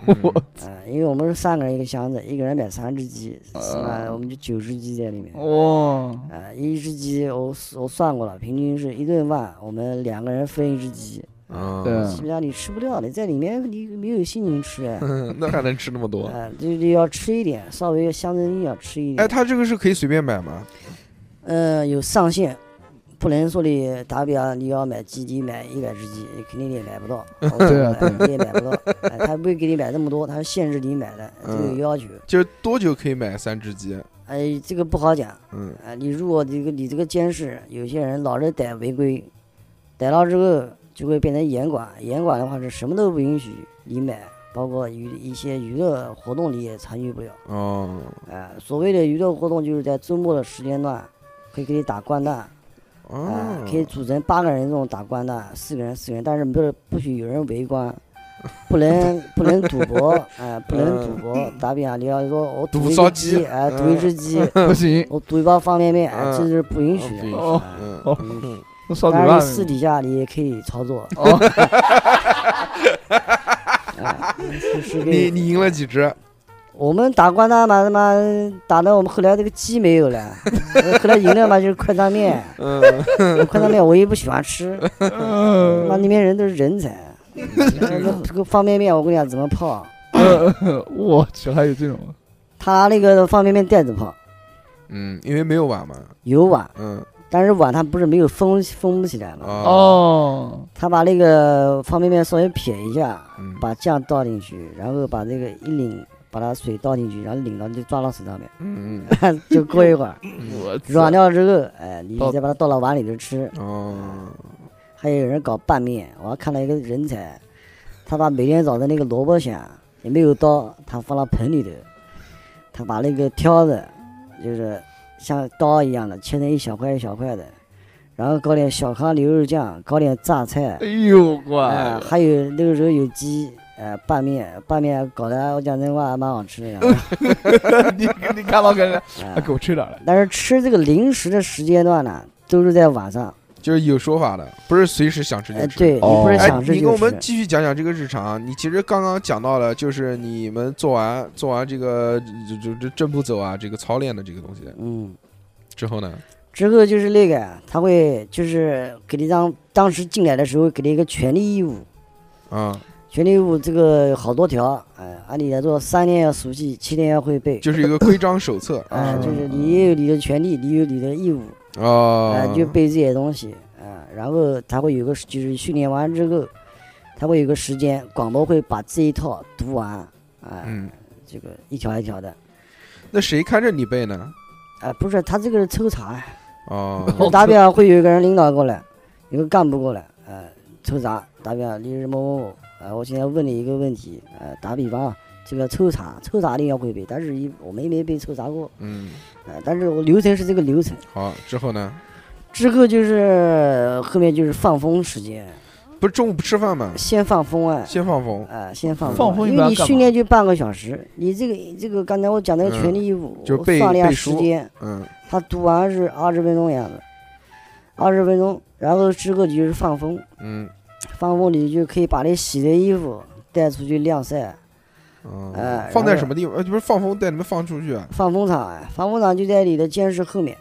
Speaker 1: 嗯
Speaker 3: 啊，因为我们是三个人一个箱子，一个人买三只鸡，是吧？
Speaker 2: 啊
Speaker 3: 我们就九只鸡在里面，
Speaker 2: 哦哇，
Speaker 3: 啊，一只鸡我我算过了，平均是一顿饭我们两个人分一只鸡，
Speaker 1: 嗯
Speaker 2: 对啊
Speaker 3: 基本上你吃不掉的，在里面你没有心情吃，哎
Speaker 2: 嗯
Speaker 1: 嗯那还能吃那么多？
Speaker 3: 啊，就就要吃一点，稍微象征性要吃一点
Speaker 1: 哎，。他这个是可以随便买吗？
Speaker 3: 呃，有上限，不能说你打比方，你要买鸡，你买一百只鸡，你肯定也买不 到，我
Speaker 2: 对啊
Speaker 3: 想买你也买不到，哎他不会给你买那么多，他是限制你买的，这个有
Speaker 1: 嗯
Speaker 3: 要求。
Speaker 1: 就是多久可以买三只鸡？
Speaker 3: 哎，这个不好讲，
Speaker 1: 嗯，
Speaker 3: 啊，你如果这个你这个监视，有些人老是逮违规，逮到之后就会变成严管，严管的话是什么都不允许你买，包括娱一些娱乐活动你也参与不了。
Speaker 1: 哦，
Speaker 3: 啊，所谓的娱乐活动就是在周末的时间
Speaker 1: 啊
Speaker 3: 段，可以给你打掼蛋。啊
Speaker 1: 哦，，
Speaker 3: 可以组成八个人这种打关的，四个人四个人，但是不是不许有人围观，不能不能赌博，啊、不能赌博。打比方，你要说我
Speaker 1: 赌
Speaker 3: 一
Speaker 1: 烧
Speaker 3: 只
Speaker 1: 鸡
Speaker 3: 鸡，哎、赌一只鸡，
Speaker 2: 不行，
Speaker 3: 我赌一包方便面，哎、
Speaker 1: 嗯
Speaker 3: 这是不允
Speaker 1: 哦
Speaker 3: 许
Speaker 1: 不允
Speaker 3: 的。
Speaker 1: 许
Speaker 2: 哦
Speaker 3: 哎
Speaker 1: 嗯
Speaker 2: 哦
Speaker 3: 不允许
Speaker 2: 那烧嘴
Speaker 3: 当然，
Speaker 2: 巴
Speaker 3: 你。私底下你也可以操 作，
Speaker 2: 哦，
Speaker 3: 哎、是是可
Speaker 1: 你
Speaker 3: 以。
Speaker 1: 你赢了几只？
Speaker 3: 我们打关单嘛，他妈打到我们后来这个鸡没有了， 后来赢了嘛就是快餐面，
Speaker 1: 嗯，
Speaker 3: 快餐面我也不喜欢吃，妈
Speaker 2: 嗯
Speaker 3: 那边人都是人才。
Speaker 1: 嗯
Speaker 3: 那个这个方便面，我跟你讲怎么泡，
Speaker 2: 我去，还有这种，
Speaker 3: 他那个方便面袋子泡
Speaker 1: 嗯，因为没有碗嘛。
Speaker 3: 有碗，
Speaker 1: 嗯，
Speaker 3: 但是碗它不是没有封封不起来嘛，
Speaker 1: 哦，
Speaker 2: 哦，
Speaker 3: 他把那个方便面稍微撇一下，
Speaker 1: 嗯
Speaker 3: 把酱倒进去，然后把那个一拧，把它水倒进去，然后拧到就抓到手上面，
Speaker 1: 嗯，
Speaker 3: 就过一会儿
Speaker 2: 我操
Speaker 3: 软，掉之后，哎，你
Speaker 2: 倒
Speaker 3: 再把它倒到碗里头吃。
Speaker 1: 嗯哦，
Speaker 3: 还有人搞拌面，我还看到一个人才，他把每天早晨那个萝卜想也没有刀，他放到盆里头，他把那个挑子，就是像刀一样的切成一小块一小块的，然后搞点小糠牛肉酱，搞点榨菜，
Speaker 2: 哎呦
Speaker 3: 啊、
Speaker 2: 乖，
Speaker 3: 还有那个时候有鸡，呃，拌面，拌面搞得我讲真话还蛮好吃的，
Speaker 2: 你你看到看到，
Speaker 3: 啊
Speaker 2: 啊给我吹点儿来，
Speaker 3: 但是吃这个零食的时间段呢，都是在晚上，
Speaker 1: 就是有说法的，不是随时想吃
Speaker 3: 呃
Speaker 1: 就，吃。
Speaker 3: 对，你
Speaker 2: 哦
Speaker 3: 不是
Speaker 1: 哎
Speaker 3: 想，吃
Speaker 1: 你跟
Speaker 3: 就
Speaker 1: 我们
Speaker 3: 吃，
Speaker 1: 继续讲讲这个日常。你其实刚刚讲到了，就是你们做完做完这个这这这正步走啊，这个操练的这个东西
Speaker 3: 嗯。
Speaker 1: 之后呢，
Speaker 3: 之后就是那个，他会就是给你当当时进来的时候给你一个权利义务，
Speaker 1: 啊，
Speaker 3: 权利义务这个好多条，哎，按理来说三天要熟悉，七天要会背，
Speaker 1: 就是一个规章手册
Speaker 3: 哎，
Speaker 2: 嗯
Speaker 3: 就是你也有你的权利，你有你的义务，哎
Speaker 1: 啊，，
Speaker 3: 就背这些东西，啊，然后他会有个就是训练完之后，他会有个时间，广播会把这一套读完，啊，
Speaker 1: 嗯，
Speaker 3: 这个一条一条的，
Speaker 1: 那谁看着你背呢？
Speaker 3: 啊，不是他这个是抽查呀。
Speaker 1: 哦，
Speaker 3: 就打比方会有一个人领导过来，有个干部过来，呃，抽查，打比方你是某某某，呃，我现在问你一个问题，呃，打比方啊，这个抽查，抽查一定要会背，但是一我们也没被抽查过，
Speaker 1: 嗯，
Speaker 3: 呃，但是我流程是这个流程，
Speaker 1: 好，之后呢？
Speaker 3: 之后就是后面就是放风时间，
Speaker 1: 不是中午不吃饭吗？
Speaker 3: 先放风啊。
Speaker 1: 先放风。
Speaker 3: 啊，先放
Speaker 2: 放风一
Speaker 3: 因为
Speaker 2: 般
Speaker 3: 你
Speaker 2: 干
Speaker 3: 训
Speaker 2: 嘛
Speaker 3: 练就半个小时，你这个这个刚才我讲那个权
Speaker 1: 嗯
Speaker 3: 利义务，
Speaker 1: 就
Speaker 3: 我
Speaker 1: 背
Speaker 3: 算了一下
Speaker 1: 背
Speaker 3: 时
Speaker 1: 书
Speaker 3: 间，
Speaker 1: 嗯，
Speaker 3: 他读完是二十分钟样子，二十分钟，然后之后就是放风，
Speaker 1: 嗯，
Speaker 3: 放风你就可以把你洗的衣服带出去晾晒。
Speaker 1: 哦
Speaker 3: 哎
Speaker 1: 放在
Speaker 3: 然后
Speaker 1: 什么地方？呃，就是放风带你们放出去啊？
Speaker 3: 放风场啊，放风场就在你的监室后面，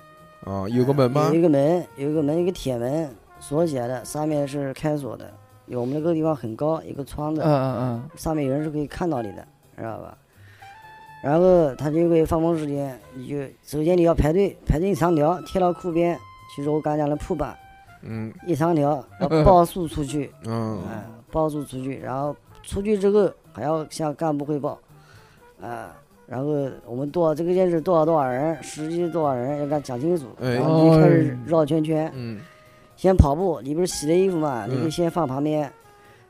Speaker 1: 啊，有个门吗
Speaker 3: 呃有？一个门，有一个门，一个铁门锁起来的，上面是开锁的。有我们那个地方很高，一个窗
Speaker 2: 嗯
Speaker 3: 子，
Speaker 2: 嗯
Speaker 3: 上面有人是可以看到你的，知道吧？然后他就会放风时间，你就首先你要排队，排队长条贴到裤边，其实我刚讲了铺板
Speaker 1: 嗯
Speaker 3: 一长条要报数出去，
Speaker 1: 嗯
Speaker 3: 啊，报数出去，然后出去之后还要向干部汇报，啊，然后我们多少这个县是多少多少人，实际多少人要给他讲清楚，
Speaker 1: 哎
Speaker 3: 然后就开始
Speaker 2: 哎
Speaker 3: 绕圈圈，
Speaker 1: 嗯
Speaker 3: 先跑步，你不是洗了衣服嘛，你就
Speaker 1: 嗯
Speaker 3: 先放旁边，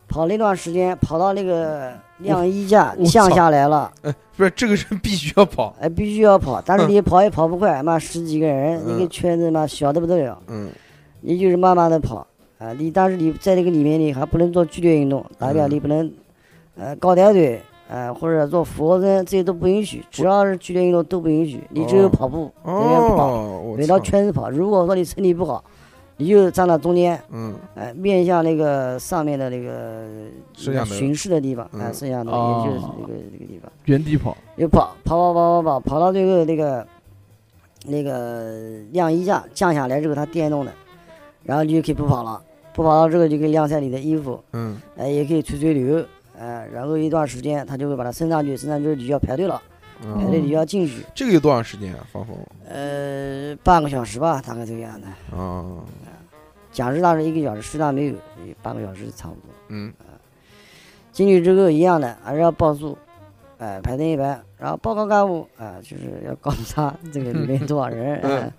Speaker 3: 跑了一段时间，跑到那个晾衣架
Speaker 1: 我
Speaker 3: 降
Speaker 1: 操
Speaker 3: 下来了。
Speaker 1: 不是这个人必须要跑，
Speaker 3: 哎，必须要跑，但是你跑也跑不快，妈十几个人，那个
Speaker 1: 嗯
Speaker 3: 圈子嘛小的不得了，
Speaker 1: 嗯
Speaker 3: 你就是慢慢的跑啊。你但是你在那个里面，你还不能做剧烈运动，代表
Speaker 1: 嗯
Speaker 3: 你不能，呃，高抬腿，呃，或者做俯卧撑，这些都不允许，只要是剧烈运动都不允许，你只有
Speaker 1: 哦
Speaker 3: 跑步，这边跑，
Speaker 1: 哦，我
Speaker 3: 围绕
Speaker 1: 操
Speaker 3: 圈子跑。如果说你身体不好，你就站到中间，
Speaker 1: 嗯
Speaker 3: 呃，面向那个上面的那个
Speaker 1: 摄像头
Speaker 3: 巡视的地方，哎，
Speaker 1: 嗯
Speaker 3: 摄像头也就是
Speaker 2: 哦
Speaker 3: 那个那个地方。
Speaker 2: 原地跑，
Speaker 3: 又跑跑跑跑跑跑跑到最后那个那个晾衣架降下来之后，它电动的，然后你就可以不跑了，不跑了之后就可以晾晒你的衣服，
Speaker 1: 嗯
Speaker 3: 哎，也可以吹吹牛，哎，然后一段时间它就会把它升上去，升上去之后你就要排队了，排
Speaker 1: 嗯，
Speaker 3: 队哎你就要进去，
Speaker 1: 这个有多长时间啊？放风
Speaker 3: 呃，半个小时吧，大概这个样子。
Speaker 1: 啊，
Speaker 3: 讲是大是一个小时，实际上没有，半个小时差不多。
Speaker 1: 嗯
Speaker 3: 进去之后一样的，啊还是要报数，哎、排成一排，然后报告干部，啊、就是要告诉 他这个里面多少人，哎、
Speaker 1: 嗯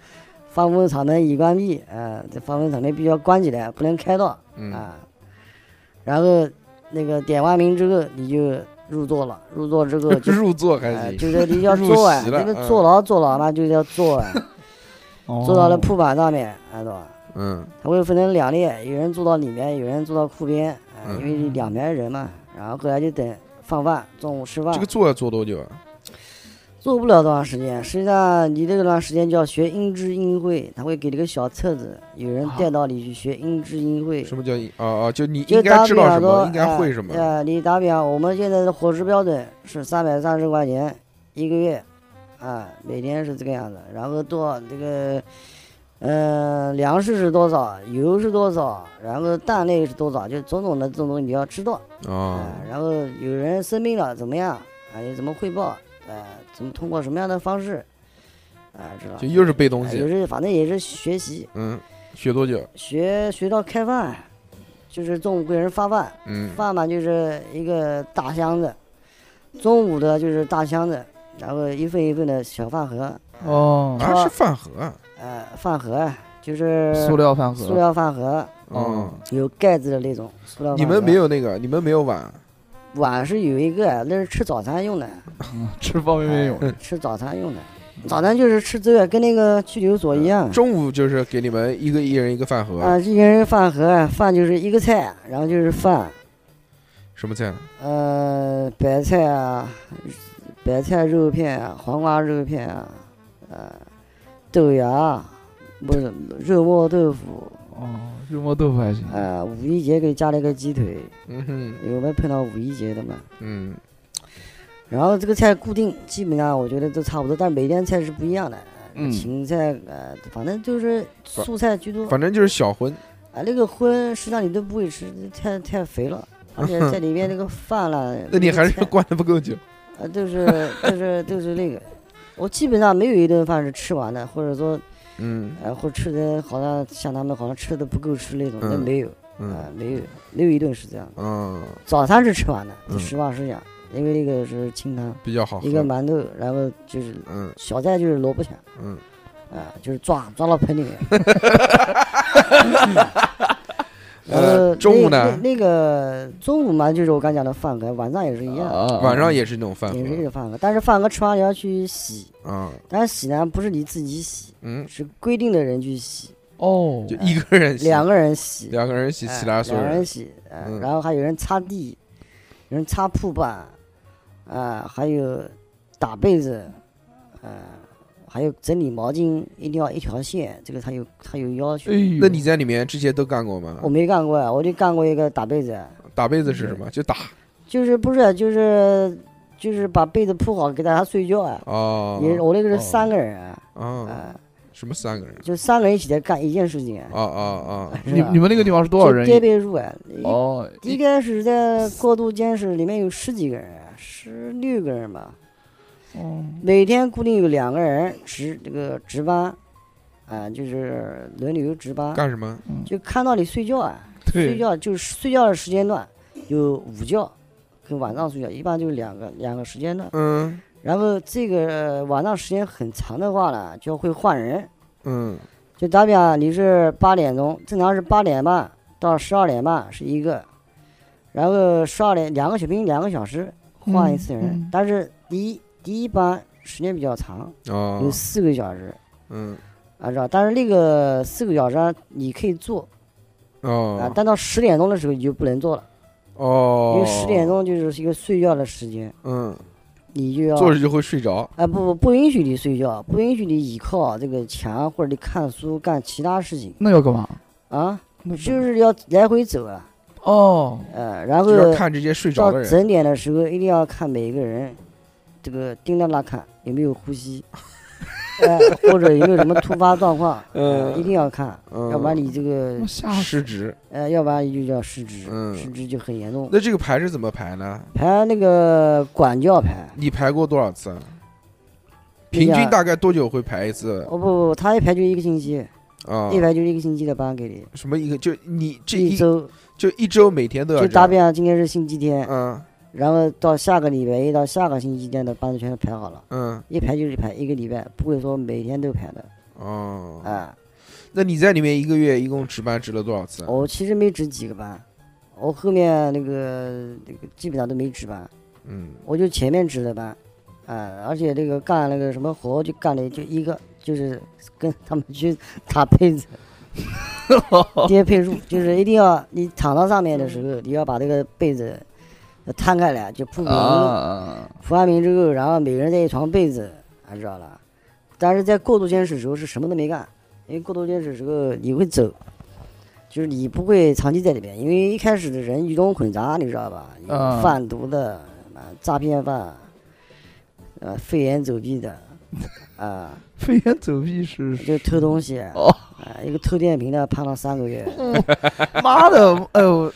Speaker 3: 放风场呢已关闭，啊、这放风场呢必须要关起来，不能开道，啊、
Speaker 1: 嗯
Speaker 3: 然后那个点完名之后，你就入座了，入 座之后就。
Speaker 1: 入座
Speaker 3: 哎
Speaker 1: 还行，
Speaker 3: 就是你要
Speaker 1: 入
Speaker 3: 坐啊，
Speaker 1: 席了
Speaker 3: 这个
Speaker 1: 嗯
Speaker 3: 坐牢坐牢嘛，就是要坐啊， 坐到了
Speaker 2: 哦
Speaker 3: 铺板上面，哎，懂吧？
Speaker 1: 嗯
Speaker 3: 它会分成两列，有人坐到里面，有人坐到库边，啊、
Speaker 1: 嗯
Speaker 3: 因为两排人嘛。然后后来就等放饭，中午吃饭。
Speaker 1: 这个坐要坐多久啊？
Speaker 3: 坐不了多长时间，实际上你这段时间就要学音知音会，他会给你个小册子，有
Speaker 1: 啊
Speaker 3: 人带到你去学音知音会。
Speaker 1: 什么叫一啊啊？就你
Speaker 3: 就
Speaker 1: 应该
Speaker 3: 打
Speaker 1: 知
Speaker 3: 比
Speaker 1: 道
Speaker 3: 方
Speaker 1: 什
Speaker 3: 说，
Speaker 1: 么，应该会什么
Speaker 3: 呃，？呃你打比方，我们现在的伙食标准是三百三十块钱一个月，啊，每天是这个样子。然后多少这个，呃，粮食是多少，油是多少，然后蛋类是多少，就种种的这种东西你要知道啊
Speaker 1: 啊。
Speaker 3: 然后有人生病了怎么样啊？你怎么汇报？呃，怎么通过什么样的方式？啊，知道。
Speaker 1: 就又是背东
Speaker 3: 啊
Speaker 1: 西
Speaker 3: 也，是反正也是学习，
Speaker 1: 嗯，学多久？
Speaker 3: 学学到开饭，就是中午给人发饭。
Speaker 1: 嗯
Speaker 3: 饭嘛就是一个大箱子，中午的就是大箱子，然后一份一份的小饭盒，
Speaker 2: 哦，
Speaker 1: 啊，是饭盒啊，
Speaker 3: 呃，饭盒啊就是
Speaker 2: 塑料饭
Speaker 3: 塑
Speaker 2: 盒，
Speaker 3: 料饭盒，
Speaker 1: 哦，
Speaker 3: 有盖子的那种塑料饭盒。
Speaker 1: 你们没有那个，你们没有碗，
Speaker 3: 碗是有一个，那是吃早餐用的，
Speaker 2: 嗯吃方便面用的，
Speaker 3: 哎吃早餐用的。早餐就是吃这个，跟那个拘留所一样。
Speaker 1: 中午就是给你们一个一人一个饭盒，
Speaker 3: 嗯啊，一人饭盒，饭就是一个菜，然后就是饭，
Speaker 1: 什么菜？啊
Speaker 3: 呃，白菜啊，白菜肉片啊，黄瓜肉片啊，呃，豆芽，不是肉末豆腐，
Speaker 2: 哦，肉末豆腐还行，
Speaker 3: 呃，五一节给加了一个鸡腿，
Speaker 1: 嗯哼，
Speaker 3: 有没有碰到五一节的嘛？
Speaker 1: 嗯，
Speaker 3: 然后这个菜固定，基本上我觉得都差不多，但每天菜是不一样的。
Speaker 2: 嗯
Speaker 3: 芹菜，呃，反正就是素菜居多。
Speaker 1: 反正就是小荤，
Speaker 3: 啊，那个荤实际上你都不会吃，太太肥了，而且在里面那个饭啦
Speaker 1: ，那你还是
Speaker 3: 那个菜
Speaker 1: 关的不够久。
Speaker 3: 呃，就是就是就是那个，我基本上没有一顿饭是吃完的，或者说
Speaker 1: 嗯
Speaker 3: 呃，或吃的好像像他们好像吃的不够吃那种，那
Speaker 1: 嗯
Speaker 3: 没有啊、
Speaker 1: 嗯
Speaker 3: 没有没有一顿是这样的。
Speaker 1: 嗯，
Speaker 3: 早餐是吃完的，
Speaker 1: 嗯
Speaker 3: 就
Speaker 1: 哦
Speaker 3: 实话实讲，因为那个是清汤，
Speaker 1: 比较好喝。
Speaker 3: 一个馒头，然后就是
Speaker 1: 嗯
Speaker 3: 小菜就是萝卜条，
Speaker 1: 嗯，
Speaker 3: 啊、就是抓抓到盆 里面。然后
Speaker 1: 呃中午
Speaker 3: 呃那那
Speaker 1: 呢
Speaker 3: 那个中午嘛，就是我刚讲的饭盒，晚上也是一样，
Speaker 2: 啊
Speaker 1: 晚上也是那种哦饭
Speaker 3: 也是这
Speaker 1: 盒
Speaker 3: 个饭盒，但是饭盒吃完你要去洗。
Speaker 1: 啊，
Speaker 3: 但是洗呢，不是你自己洗，
Speaker 1: 嗯，
Speaker 3: 是规定的人去洗，
Speaker 2: 哦
Speaker 1: 就，一个人洗
Speaker 3: 呃两个人洗，
Speaker 1: 两个人洗，
Speaker 3: 哎
Speaker 1: 其他所有
Speaker 3: 两个人
Speaker 1: 人
Speaker 3: 洗，呃
Speaker 1: 嗯
Speaker 3: 然后还有人擦地，有人擦铺板，啊、还有打被子，呃，还有整理毛巾，一定要一条线，这个他有他有要求
Speaker 2: 哎。呦
Speaker 1: 那你在里面这些都干过吗
Speaker 3: 我？没干过啊，我就干过一个打被子，
Speaker 1: 打被子是什么？就打
Speaker 3: 就是不是就是就是把被子铺好给大家睡觉啊。
Speaker 1: 哦
Speaker 3: 也我那个
Speaker 2: 哦
Speaker 3: 是三个人啊，
Speaker 1: 哦，
Speaker 3: 啊
Speaker 1: 什么三个人？
Speaker 3: 就三个人一起在干一件事情啊。
Speaker 1: 哦哦哦，
Speaker 3: 是
Speaker 2: 你
Speaker 3: 吧
Speaker 2: 你们那个地方是多少人
Speaker 3: 就？叠被褥啊，
Speaker 2: 哦，
Speaker 3: 一开始在过渡监室里面有十几个人，啊十六个人吧，
Speaker 2: 哦
Speaker 3: 每天固定有两个人值这个值班，啊、啊、就是轮流值班，
Speaker 1: 干什么？
Speaker 3: 就看到你睡觉啊，睡
Speaker 2: 对，
Speaker 3: 觉就是睡觉的时间段有午觉跟晚上睡觉，一般就是两个两个时间段。
Speaker 1: 嗯
Speaker 3: 然后这个晚上时间很长的话呢，就会换人。
Speaker 1: 嗯
Speaker 3: 就打比方，你是八点钟，正常是八点半到十二点半是一个，然后十二点两个小兵两个小时换一次人，
Speaker 2: 嗯嗯
Speaker 3: 但是第一第一班时间比较长，有
Speaker 1: 哦
Speaker 3: 四个小时，
Speaker 1: 嗯
Speaker 3: 按照但是那个四个小时啊你可以做啊
Speaker 1: 哦，
Speaker 3: 但到十点钟的时候你就不能做了，
Speaker 1: 哦，
Speaker 3: 因为十点钟就是一个睡觉的时间，
Speaker 1: 嗯
Speaker 3: 你就要
Speaker 1: 坐着就会睡着。
Speaker 3: 啊不不不允许你睡觉，不允许你倚靠这个墙或者你看书干其他事情
Speaker 2: 那要干嘛？
Speaker 3: 啊，
Speaker 2: 那
Speaker 3: 就是要来回走啊。
Speaker 2: 哦，
Speaker 3: 呃，然后
Speaker 1: 就要看这些睡着的
Speaker 3: 到
Speaker 1: 人，
Speaker 3: 整点的时候，一定要看每一个人，这个盯着他看有没有 呼吸，呃，或者有没有什么突发状况，呃，
Speaker 1: 嗯
Speaker 3: 一定要看，
Speaker 1: 嗯，
Speaker 3: 要不然你这个
Speaker 2: 我吓死
Speaker 1: 失职。
Speaker 3: 呃，要不然就叫失职，
Speaker 1: 嗯
Speaker 3: 失职就很严重。
Speaker 1: 那这个牌是怎么排呢？
Speaker 3: 排那个管教排，
Speaker 1: 你排过多少次啊？
Speaker 3: 你
Speaker 1: 平
Speaker 3: 想
Speaker 1: 均大概多久会排一次
Speaker 3: 哦不不，他一排就一个星期，
Speaker 1: 啊？
Speaker 3: 一排就一个星期的班给你，
Speaker 1: 什么一个就你这
Speaker 3: 一
Speaker 1: 一
Speaker 3: 周
Speaker 1: 就一周每天都要
Speaker 3: 就
Speaker 1: 这
Speaker 3: 打
Speaker 1: 样
Speaker 3: 比方，今天是星期天，
Speaker 1: 嗯
Speaker 3: 然后到下个礼拜一到下个星期天的班子全都排好了，
Speaker 1: 嗯
Speaker 3: 一排就是一排一个礼拜，不会说每天都排的
Speaker 1: 哦
Speaker 3: 啊。，
Speaker 1: 那你在里面一个月一共值班值了多少次？
Speaker 3: 我其实没值几个班，我后面那个那个基本上都没值班，
Speaker 1: 嗯，
Speaker 3: 我就前面值的班，啊，而且那个干那个什么活就干了就一个，就是跟他们去打配子，
Speaker 2: 哦
Speaker 3: 叠配数，就是一定要你躺到上面的时候，你要把这个被子摊开来，就铺平，
Speaker 2: 啊！
Speaker 3: 铺完平之后，然后每个人在一床被子，啊，知道了。但是在过渡监视时候是什么都没干，因为过渡监视时候你会走，就是你不会长期在里边，因为一开始的人鱼龙混杂，你知道吧？有
Speaker 2: 啊
Speaker 3: 贩毒的，啊，诈骗犯，呃，飞檐走壁的，啊，
Speaker 2: 飞檐走壁是
Speaker 3: 就偷东西，
Speaker 2: 哦，
Speaker 3: 啊，一个偷电瓶的判了三个月，
Speaker 2: 妈的，哎呦，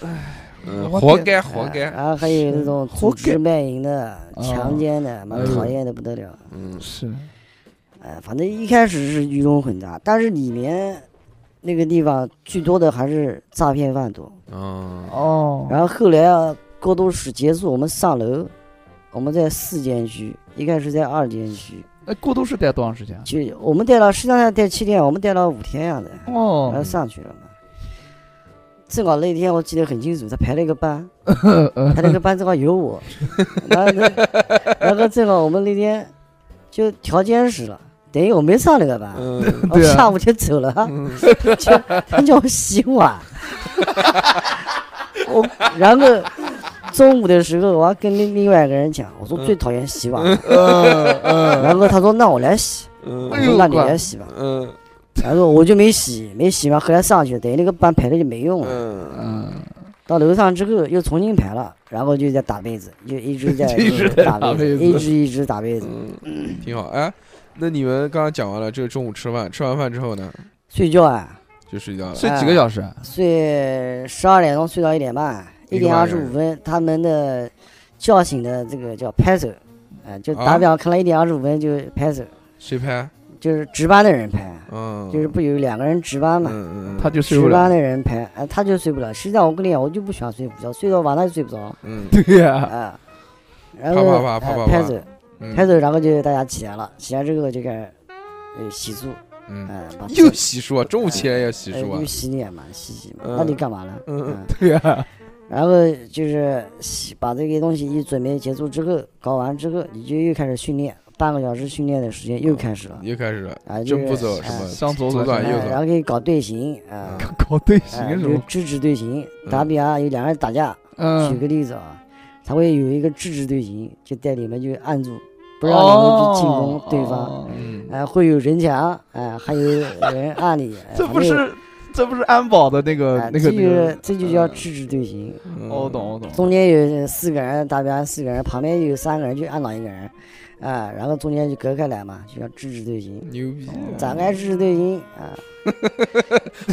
Speaker 1: 嗯，
Speaker 2: 我
Speaker 1: 活
Speaker 2: 天
Speaker 1: 该活
Speaker 3: 啊
Speaker 1: 该。
Speaker 3: 然后还有那种
Speaker 2: 活
Speaker 3: 组织
Speaker 2: 该
Speaker 3: 卖淫的、强
Speaker 2: 啊
Speaker 3: 奸的，蛮
Speaker 1: 哎呦
Speaker 3: 讨厌的不得了。
Speaker 1: 嗯
Speaker 2: 是
Speaker 3: 哎，反正一开始是鱼龙混杂，但是里面那个地方最多的还是诈骗犯多。
Speaker 1: 哦
Speaker 2: 哦，
Speaker 3: 然后后来啊，过渡室结束，我们上楼，我们在四监区，一开始在二监区，
Speaker 2: 那哎过渡是待多长时间？
Speaker 3: 就我们待了，实际上要待七天，我们待了五天样子，然后
Speaker 2: 哦，
Speaker 3: 上去了嘛。正好那天我记得很清楚，他排了一个班，排了一个班正好有我，然后呢然后正好我们那天就调监室了，等于我没上那个班，
Speaker 1: 嗯
Speaker 3: 我
Speaker 2: 对啊
Speaker 3: 下午就走了。
Speaker 1: 嗯
Speaker 3: 就他叫我 洗碗，我然后中午的时候我还跟另另外一个人讲，
Speaker 2: 嗯
Speaker 3: 我说最讨厌洗碗，然后他说那我来洗，我
Speaker 1: 嗯
Speaker 2: 哎呦
Speaker 3: 说那你
Speaker 2: 乖
Speaker 3: 来洗吧，
Speaker 1: 嗯
Speaker 3: 然后我就没洗，没洗完后来上去，等于那个班排的就没用了，
Speaker 1: 嗯，
Speaker 2: 嗯，
Speaker 3: 到楼上之后又重新排了，然后就在打被子，就一直在
Speaker 2: 一直在
Speaker 3: 打
Speaker 2: 打
Speaker 3: 被
Speaker 2: 被
Speaker 3: 子，
Speaker 2: 子嗯
Speaker 3: 一直一直打被子，嗯
Speaker 1: 挺好。哎，那你们刚刚讲完了，这个中午吃饭，吃完饭之后呢，
Speaker 3: 睡觉啊，
Speaker 1: 就睡觉了。
Speaker 2: 睡几个小时？
Speaker 3: 睡十二点钟睡到一点半，
Speaker 1: 一
Speaker 3: 一
Speaker 1: 个
Speaker 3: 点
Speaker 1: 半
Speaker 3: 二
Speaker 1: 小
Speaker 3: 十
Speaker 1: 时
Speaker 3: 五分他们的叫醒的这个叫拍手，呃，就
Speaker 1: 啊
Speaker 3: 打比方，看到一点二十五分就拍手，
Speaker 1: 谁拍？
Speaker 3: 就是值班的人拍，
Speaker 1: 嗯，
Speaker 3: 就是不有两个人值班
Speaker 1: 嗯
Speaker 3: 嘛，
Speaker 1: 嗯，嗯
Speaker 2: 他就睡不
Speaker 3: 值
Speaker 2: 了
Speaker 3: 班。的人拍，哎，他就睡不了。实际上我跟你讲，我就不喜欢睡午觉，睡到晚上就睡不着，
Speaker 1: 嗯
Speaker 2: 对呀，
Speaker 3: 啊，然后
Speaker 1: 啪啪啪
Speaker 3: 呃
Speaker 1: 啪啪啪
Speaker 3: 拍手，
Speaker 1: 嗯
Speaker 3: 拍手，然后就大家起来了，起来之后就开始呃洗漱，
Speaker 1: 嗯，
Speaker 3: 哎，把
Speaker 1: 又洗漱啊，中午起来要洗
Speaker 3: 呃
Speaker 1: 漱啊
Speaker 3: 又，洗脸嘛，洗洗嘛
Speaker 1: 嗯，
Speaker 3: 那你干嘛呢？
Speaker 1: 嗯嗯
Speaker 3: 嗯。
Speaker 2: 对呀，
Speaker 3: 然后就是洗把这些东西一准备结束之后，搞完之后，你就又开始训练，半个小时训练的时间又开始
Speaker 2: 嗯
Speaker 3: 了
Speaker 1: 又开始了，
Speaker 3: 啊，就
Speaker 1: 真
Speaker 3: 是
Speaker 1: 不走
Speaker 3: 哎
Speaker 1: 什么
Speaker 2: 向左
Speaker 1: 左
Speaker 2: 拐
Speaker 1: 转
Speaker 3: 哎
Speaker 1: 右
Speaker 3: 然
Speaker 1: 转，
Speaker 3: 后可以搞队形啊，
Speaker 2: 搞队
Speaker 3: 哎
Speaker 2: 形什
Speaker 3: 就
Speaker 2: 么？
Speaker 3: 制止队形。
Speaker 1: 嗯
Speaker 3: 打比方有两个人打架，举
Speaker 2: 嗯，
Speaker 3: 个例子啊，他会有一个制止队形，就带你们就按住，不让你们去进攻对方。
Speaker 2: 哦。
Speaker 1: 嗯
Speaker 3: 哎，会有人墙，哎，还有人按你，哎
Speaker 2: 这
Speaker 3: 反
Speaker 2: 不
Speaker 3: 正
Speaker 2: 是这不是安保的那个
Speaker 3: 哎
Speaker 2: 那个
Speaker 3: 这
Speaker 2: 那
Speaker 3: 就是
Speaker 2: 个？
Speaker 3: 这就叫制止队形。
Speaker 1: 嗯
Speaker 2: 哦，我懂我懂。
Speaker 3: 中间有四个人，打比方四个人，旁边有三个人就按倒一个人，啊，然后中间就隔开来嘛，就叫制止队形，
Speaker 1: 牛逼啊，
Speaker 3: 展开制止队形啊，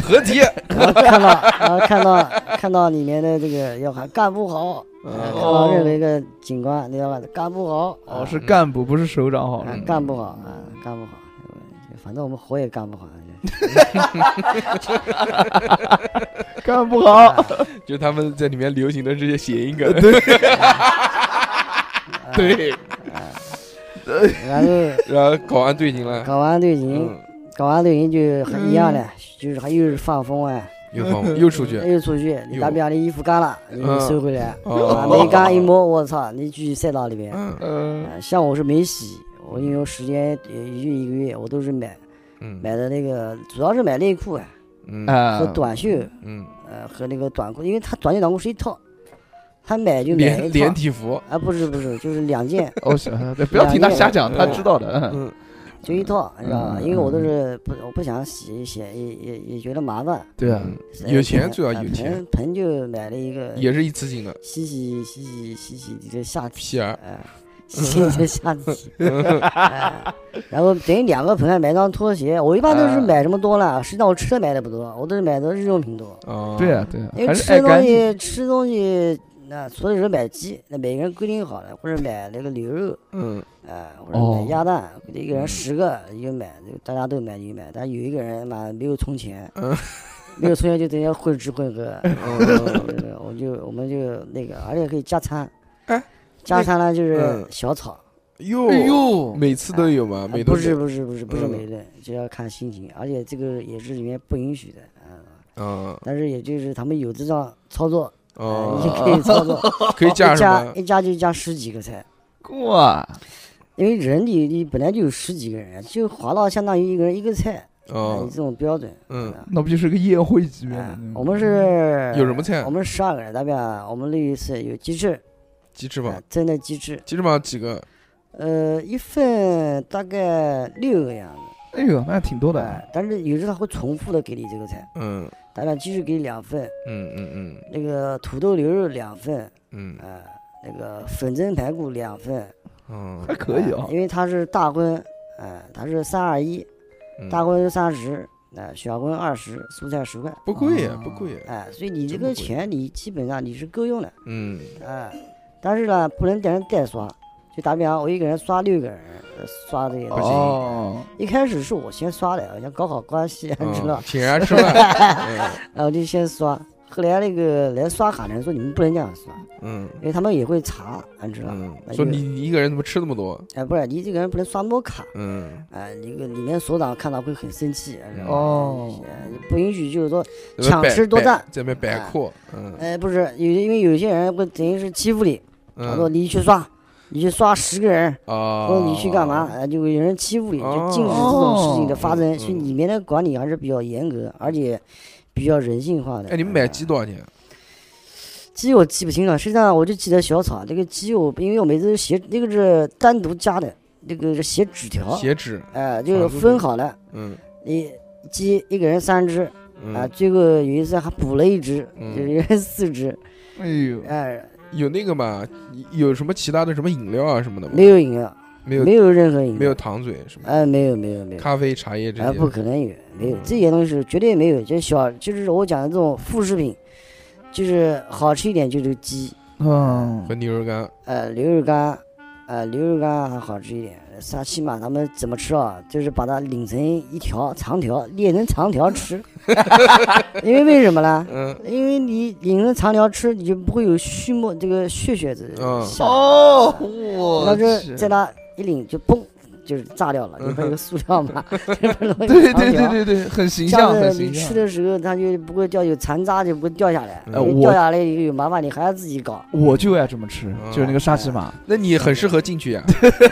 Speaker 1: 合体，
Speaker 3: 然后看到， 然后看到看到里面的这个要喊干不好，啊看到任何一个警官你要喊干不好，啊
Speaker 1: 哦嗯
Speaker 2: 哦，是干部，不是首长好
Speaker 3: 啊
Speaker 2: 了。
Speaker 3: 干不好啊，干不好，反正我们活也干不好。啊
Speaker 2: 干不好，
Speaker 3: 啊
Speaker 1: 就他们在里面流行的这些谐音梗，
Speaker 3: 对，
Speaker 1: 对，
Speaker 3: 然后
Speaker 1: 然后搞完队形了，
Speaker 3: 搞完队形，
Speaker 1: 嗯，
Speaker 3: 搞完队形就还一样的，就是还又是放风哎，
Speaker 1: 又放又 出去，
Speaker 3: 又出去，你
Speaker 1: 哟
Speaker 3: 把别人的衣服干了，你
Speaker 1: 嗯
Speaker 3: 收回来，
Speaker 1: 哦
Speaker 3: 啊，没干一摸，我操，你继续赛道里面。
Speaker 1: 嗯
Speaker 2: 嗯，
Speaker 3: 啊像我是没洗，我因为我时间也也就一个月，我都是买
Speaker 1: 嗯
Speaker 3: 买的那个，主要是买内裤啊
Speaker 1: 嗯
Speaker 2: 啊
Speaker 3: 和，短袖，
Speaker 1: 嗯，
Speaker 3: 呃和那个短裤，因为它短袖短裤是一套，他买就买一
Speaker 1: 连连
Speaker 3: 套，
Speaker 1: 体 服，
Speaker 3: 啊不是不是，就是两件
Speaker 2: 我想哦不要听他瞎讲，
Speaker 1: 嗯
Speaker 2: 他知道的。嗯
Speaker 1: 嗯，
Speaker 3: 就一套，你知道吧？
Speaker 2: 嗯
Speaker 3: 因为我都是不我不想洗洗也也也觉得麻烦，
Speaker 2: 对啊，
Speaker 1: 嗯
Speaker 3: 呃
Speaker 1: 有钱
Speaker 3: 盆
Speaker 1: 主要
Speaker 3: 呃
Speaker 1: 有钱
Speaker 3: 盆盆就买了一个
Speaker 1: 也是一次性的
Speaker 3: 洗洗洗洗洗洗你的下体，
Speaker 1: 皮儿，
Speaker 3: 哎、洗你的下体。哎然后等于两个盆还买张拖鞋，我一般都是买什么多
Speaker 2: 嗯
Speaker 3: 了，实际上我吃的买的不多，我都是买的日用品多。
Speaker 1: 啊，
Speaker 2: 对啊，，对啊，
Speaker 3: 因
Speaker 2: 还
Speaker 3: 为
Speaker 2: 是
Speaker 3: 吃
Speaker 2: 爱
Speaker 3: 东
Speaker 2: 干净。
Speaker 3: 西吃东西，那除了说买鸡，那每个人规定好了，或者买那个牛肉，
Speaker 1: 嗯，
Speaker 3: 啊、或者买
Speaker 2: 哦
Speaker 3: 鸭蛋，一个
Speaker 1: 嗯
Speaker 3: 人十个你就买，就大家都买你就买，但有一个人嘛没有充钱，
Speaker 1: 嗯
Speaker 3: 没有充钱就等于混吃混喝， 嗯我就我们就那个，而且可以加餐，
Speaker 1: 哎
Speaker 3: 加餐呢就是
Speaker 1: 嗯
Speaker 3: 小炒，
Speaker 1: 哟
Speaker 2: 哎呦，
Speaker 1: 每次都有吗？
Speaker 3: 啊
Speaker 1: 每顿
Speaker 3: 不是
Speaker 1: 都
Speaker 3: 不是不是不是
Speaker 1: 嗯
Speaker 3: 每顿，就要看心情，而且这个也是里面不允许的，啊、
Speaker 1: 嗯
Speaker 3: 但是也就是他们有这样操作，啊你
Speaker 1: 哦，
Speaker 3: 可以操作，
Speaker 1: 可以 加
Speaker 3: 一
Speaker 1: 什
Speaker 3: 家
Speaker 1: 么？
Speaker 3: 一家就加十几个菜。
Speaker 2: 哇，
Speaker 3: 因为人你你本来就有十几个人，啊就划到相当于一个人一个菜，
Speaker 1: 哦
Speaker 3: 你，这种标准。
Speaker 1: 嗯
Speaker 3: 啊
Speaker 2: 那不就是个宴会级别的
Speaker 3: 哎
Speaker 2: 那种？
Speaker 3: 我们是
Speaker 1: 有什么菜
Speaker 3: 呃
Speaker 1: 啊
Speaker 3: 我们十二个人，代表我们那一次有鸡翅，
Speaker 1: 鸡翅
Speaker 3: 啊
Speaker 1: 膀，
Speaker 3: 蒸的鸡翅，
Speaker 1: 鸡翅膀几个？
Speaker 3: 呃，一份大概六个样子，
Speaker 2: 哎呦，那挺多的。
Speaker 3: 哎，但是有时候他会重复的给你这个菜，
Speaker 1: 嗯
Speaker 3: 代表鸡翅给你两份，
Speaker 1: 嗯嗯
Speaker 3: 那个土豆牛肉两份，
Speaker 1: 嗯嗯
Speaker 3: 啊，那个粉蒸排骨两份，
Speaker 1: 嗯
Speaker 2: 还可以啊
Speaker 3: 哎因为它是大荤，哎，它是三二一，
Speaker 1: 嗯，
Speaker 3: 大荤是三十，哎，小荤二十，蔬菜十块。
Speaker 1: 不贵
Speaker 2: 啊
Speaker 1: 不贵，
Speaker 3: 哎，所以你这
Speaker 1: 真不贵
Speaker 3: 个钱你基本上你是够用的，
Speaker 1: 嗯
Speaker 3: 哎，但是呢，不能点人代刷，就打比方，我一个人刷六个人，呃刷这个
Speaker 1: 不行
Speaker 2: 哦，
Speaker 3: 一开始是我先刷的，我想搞好关系，你知道
Speaker 1: 嗯，，请人家吃 饭，
Speaker 3: 然后就先刷。后来那个来刷卡的人说你们不能这样刷，
Speaker 1: 嗯
Speaker 3: 因为他们也会查，你知道，
Speaker 1: 嗯
Speaker 3: 那
Speaker 1: 嗯，说
Speaker 3: 就
Speaker 1: 你你一个人怎么吃那么多？
Speaker 3: 哎，不是你这个人不能刷摸卡，
Speaker 1: 嗯，
Speaker 3: 哎，那个里面所长看到会很生气，是吧
Speaker 2: 哦
Speaker 3: 哎不允许就是说，
Speaker 1: 在那
Speaker 3: 抢
Speaker 1: 摆
Speaker 3: 吃多
Speaker 1: 摆
Speaker 3: 占
Speaker 1: 在那边摆阔，嗯
Speaker 3: 哎，不是有因为有些人会等于是欺负你，他说
Speaker 1: 嗯
Speaker 3: 你去刷，你去刷十个人，
Speaker 1: 啊，
Speaker 3: 或者你去干嘛，哎，就有人欺负你，就禁止这种事情的
Speaker 1: 哦
Speaker 3: 发生，所以里面的管理还是比较严格，而且比较人性化的。
Speaker 1: 哎，你们买鸡多少钱？
Speaker 3: 鸡我记不清了，实际上我就记得小炒那个鸡我，因为我每次写那个是单独加的，那个是写纸条，
Speaker 1: 血脂，
Speaker 3: 哎，就是
Speaker 1: 啊就是
Speaker 3: 分好了，
Speaker 1: 嗯
Speaker 3: 你鸡一个人三只，啊，
Speaker 1: 嗯，
Speaker 3: 最后有一次还补了一只，
Speaker 1: 嗯
Speaker 3: 就是一人四 只，
Speaker 2: 哎呦，
Speaker 3: 哎，
Speaker 1: 有那个嘛？有什么其他的什么饮料啊什么的吗？
Speaker 3: 没有饮料，
Speaker 1: 没有
Speaker 3: 没有任何饮料，
Speaker 1: 没有，糖嘴什么的，
Speaker 3: 哎，没有没有没有。
Speaker 1: 咖啡茶叶这
Speaker 3: 啊，
Speaker 1: 些嗯
Speaker 3: 不可能有，没有这些东西是绝对没有。这小就是我讲的这种副食品，就是好吃一点就是鸡，
Speaker 2: 嗯
Speaker 1: 和，牛肉干，
Speaker 3: 呃，牛肉干，呃，牛肉干还好吃一点。啥起码他们怎么吃啊？就是把它拧成一条长条，裂成长条吃。 因为为什么呢？
Speaker 1: 嗯
Speaker 3: 因为你拧成长条吃，你就不会有畜牧这个血血子
Speaker 1: 嗯
Speaker 3: 下来。
Speaker 2: 哦，我
Speaker 3: 那
Speaker 2: 去
Speaker 3: 是在那一拧就嘣，就是炸 掉了。你不是有个塑料嘛， 对
Speaker 2: 对对对对对，很形
Speaker 3: 这样
Speaker 2: 象，
Speaker 3: 子
Speaker 2: 很形
Speaker 3: 你吃
Speaker 2: 象。
Speaker 3: 的时候，它就不会掉，有残渣就不会掉下来。
Speaker 1: 嗯
Speaker 3: 因为
Speaker 2: 呃我
Speaker 3: 掉下来以后有麻烦，你还要自己搞。
Speaker 2: 我就爱这么吃，就是那个沙琪玛，
Speaker 3: 哎
Speaker 1: 那你很适合进去 呀。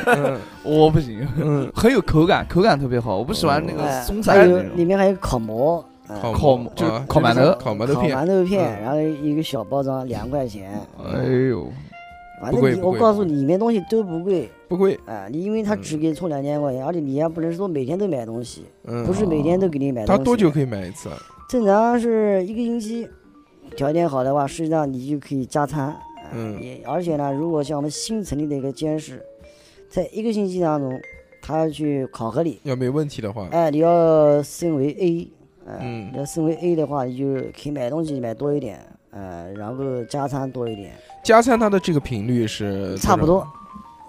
Speaker 1: 嗯
Speaker 2: 我不行，
Speaker 1: 嗯，
Speaker 2: 很有口感，口感特别好，我不喜欢那
Speaker 3: 哎
Speaker 2: 个松
Speaker 3: 还
Speaker 2: 散
Speaker 3: 有
Speaker 2: 的那
Speaker 3: 里
Speaker 2: 种。
Speaker 3: 面还有烤馍，嗯
Speaker 1: 烤
Speaker 2: 烤
Speaker 1: 馍
Speaker 2: 就是
Speaker 1: 啊
Speaker 2: 烤馒头
Speaker 1: 烤馒头
Speaker 3: 烤
Speaker 1: 片
Speaker 3: 馒头片，
Speaker 1: 嗯
Speaker 3: 然后一个小包装两块钱。
Speaker 2: 哎呦，
Speaker 3: 反
Speaker 1: 不贵
Speaker 3: 正你
Speaker 1: 不
Speaker 3: 我
Speaker 1: 贵嗯
Speaker 3: 告诉你，里面东西都不贵
Speaker 1: 不贵，
Speaker 3: 啊，你因为它只给充两千块钱，而且你还不能说每天都买东西，
Speaker 1: 嗯，
Speaker 3: 不是每天都给你买东
Speaker 1: 他
Speaker 3: 西。
Speaker 1: 多久可以买一次啊？
Speaker 3: 正常是一个星期，条件好的话，实际上你就可以加餐。啊
Speaker 1: 嗯
Speaker 3: 也而且呢，如果像我们新成立的一个监视，在一个星期当中，他要去考核你，
Speaker 1: 要没问题的话，
Speaker 3: 哎，你要升为 A，呃，
Speaker 1: 啊嗯
Speaker 3: 你要升为 A 的话，你就可以买东西买多一点，哎呃，然后加餐多一点，
Speaker 1: 呃加餐它的这个频率是多少
Speaker 3: 差不多，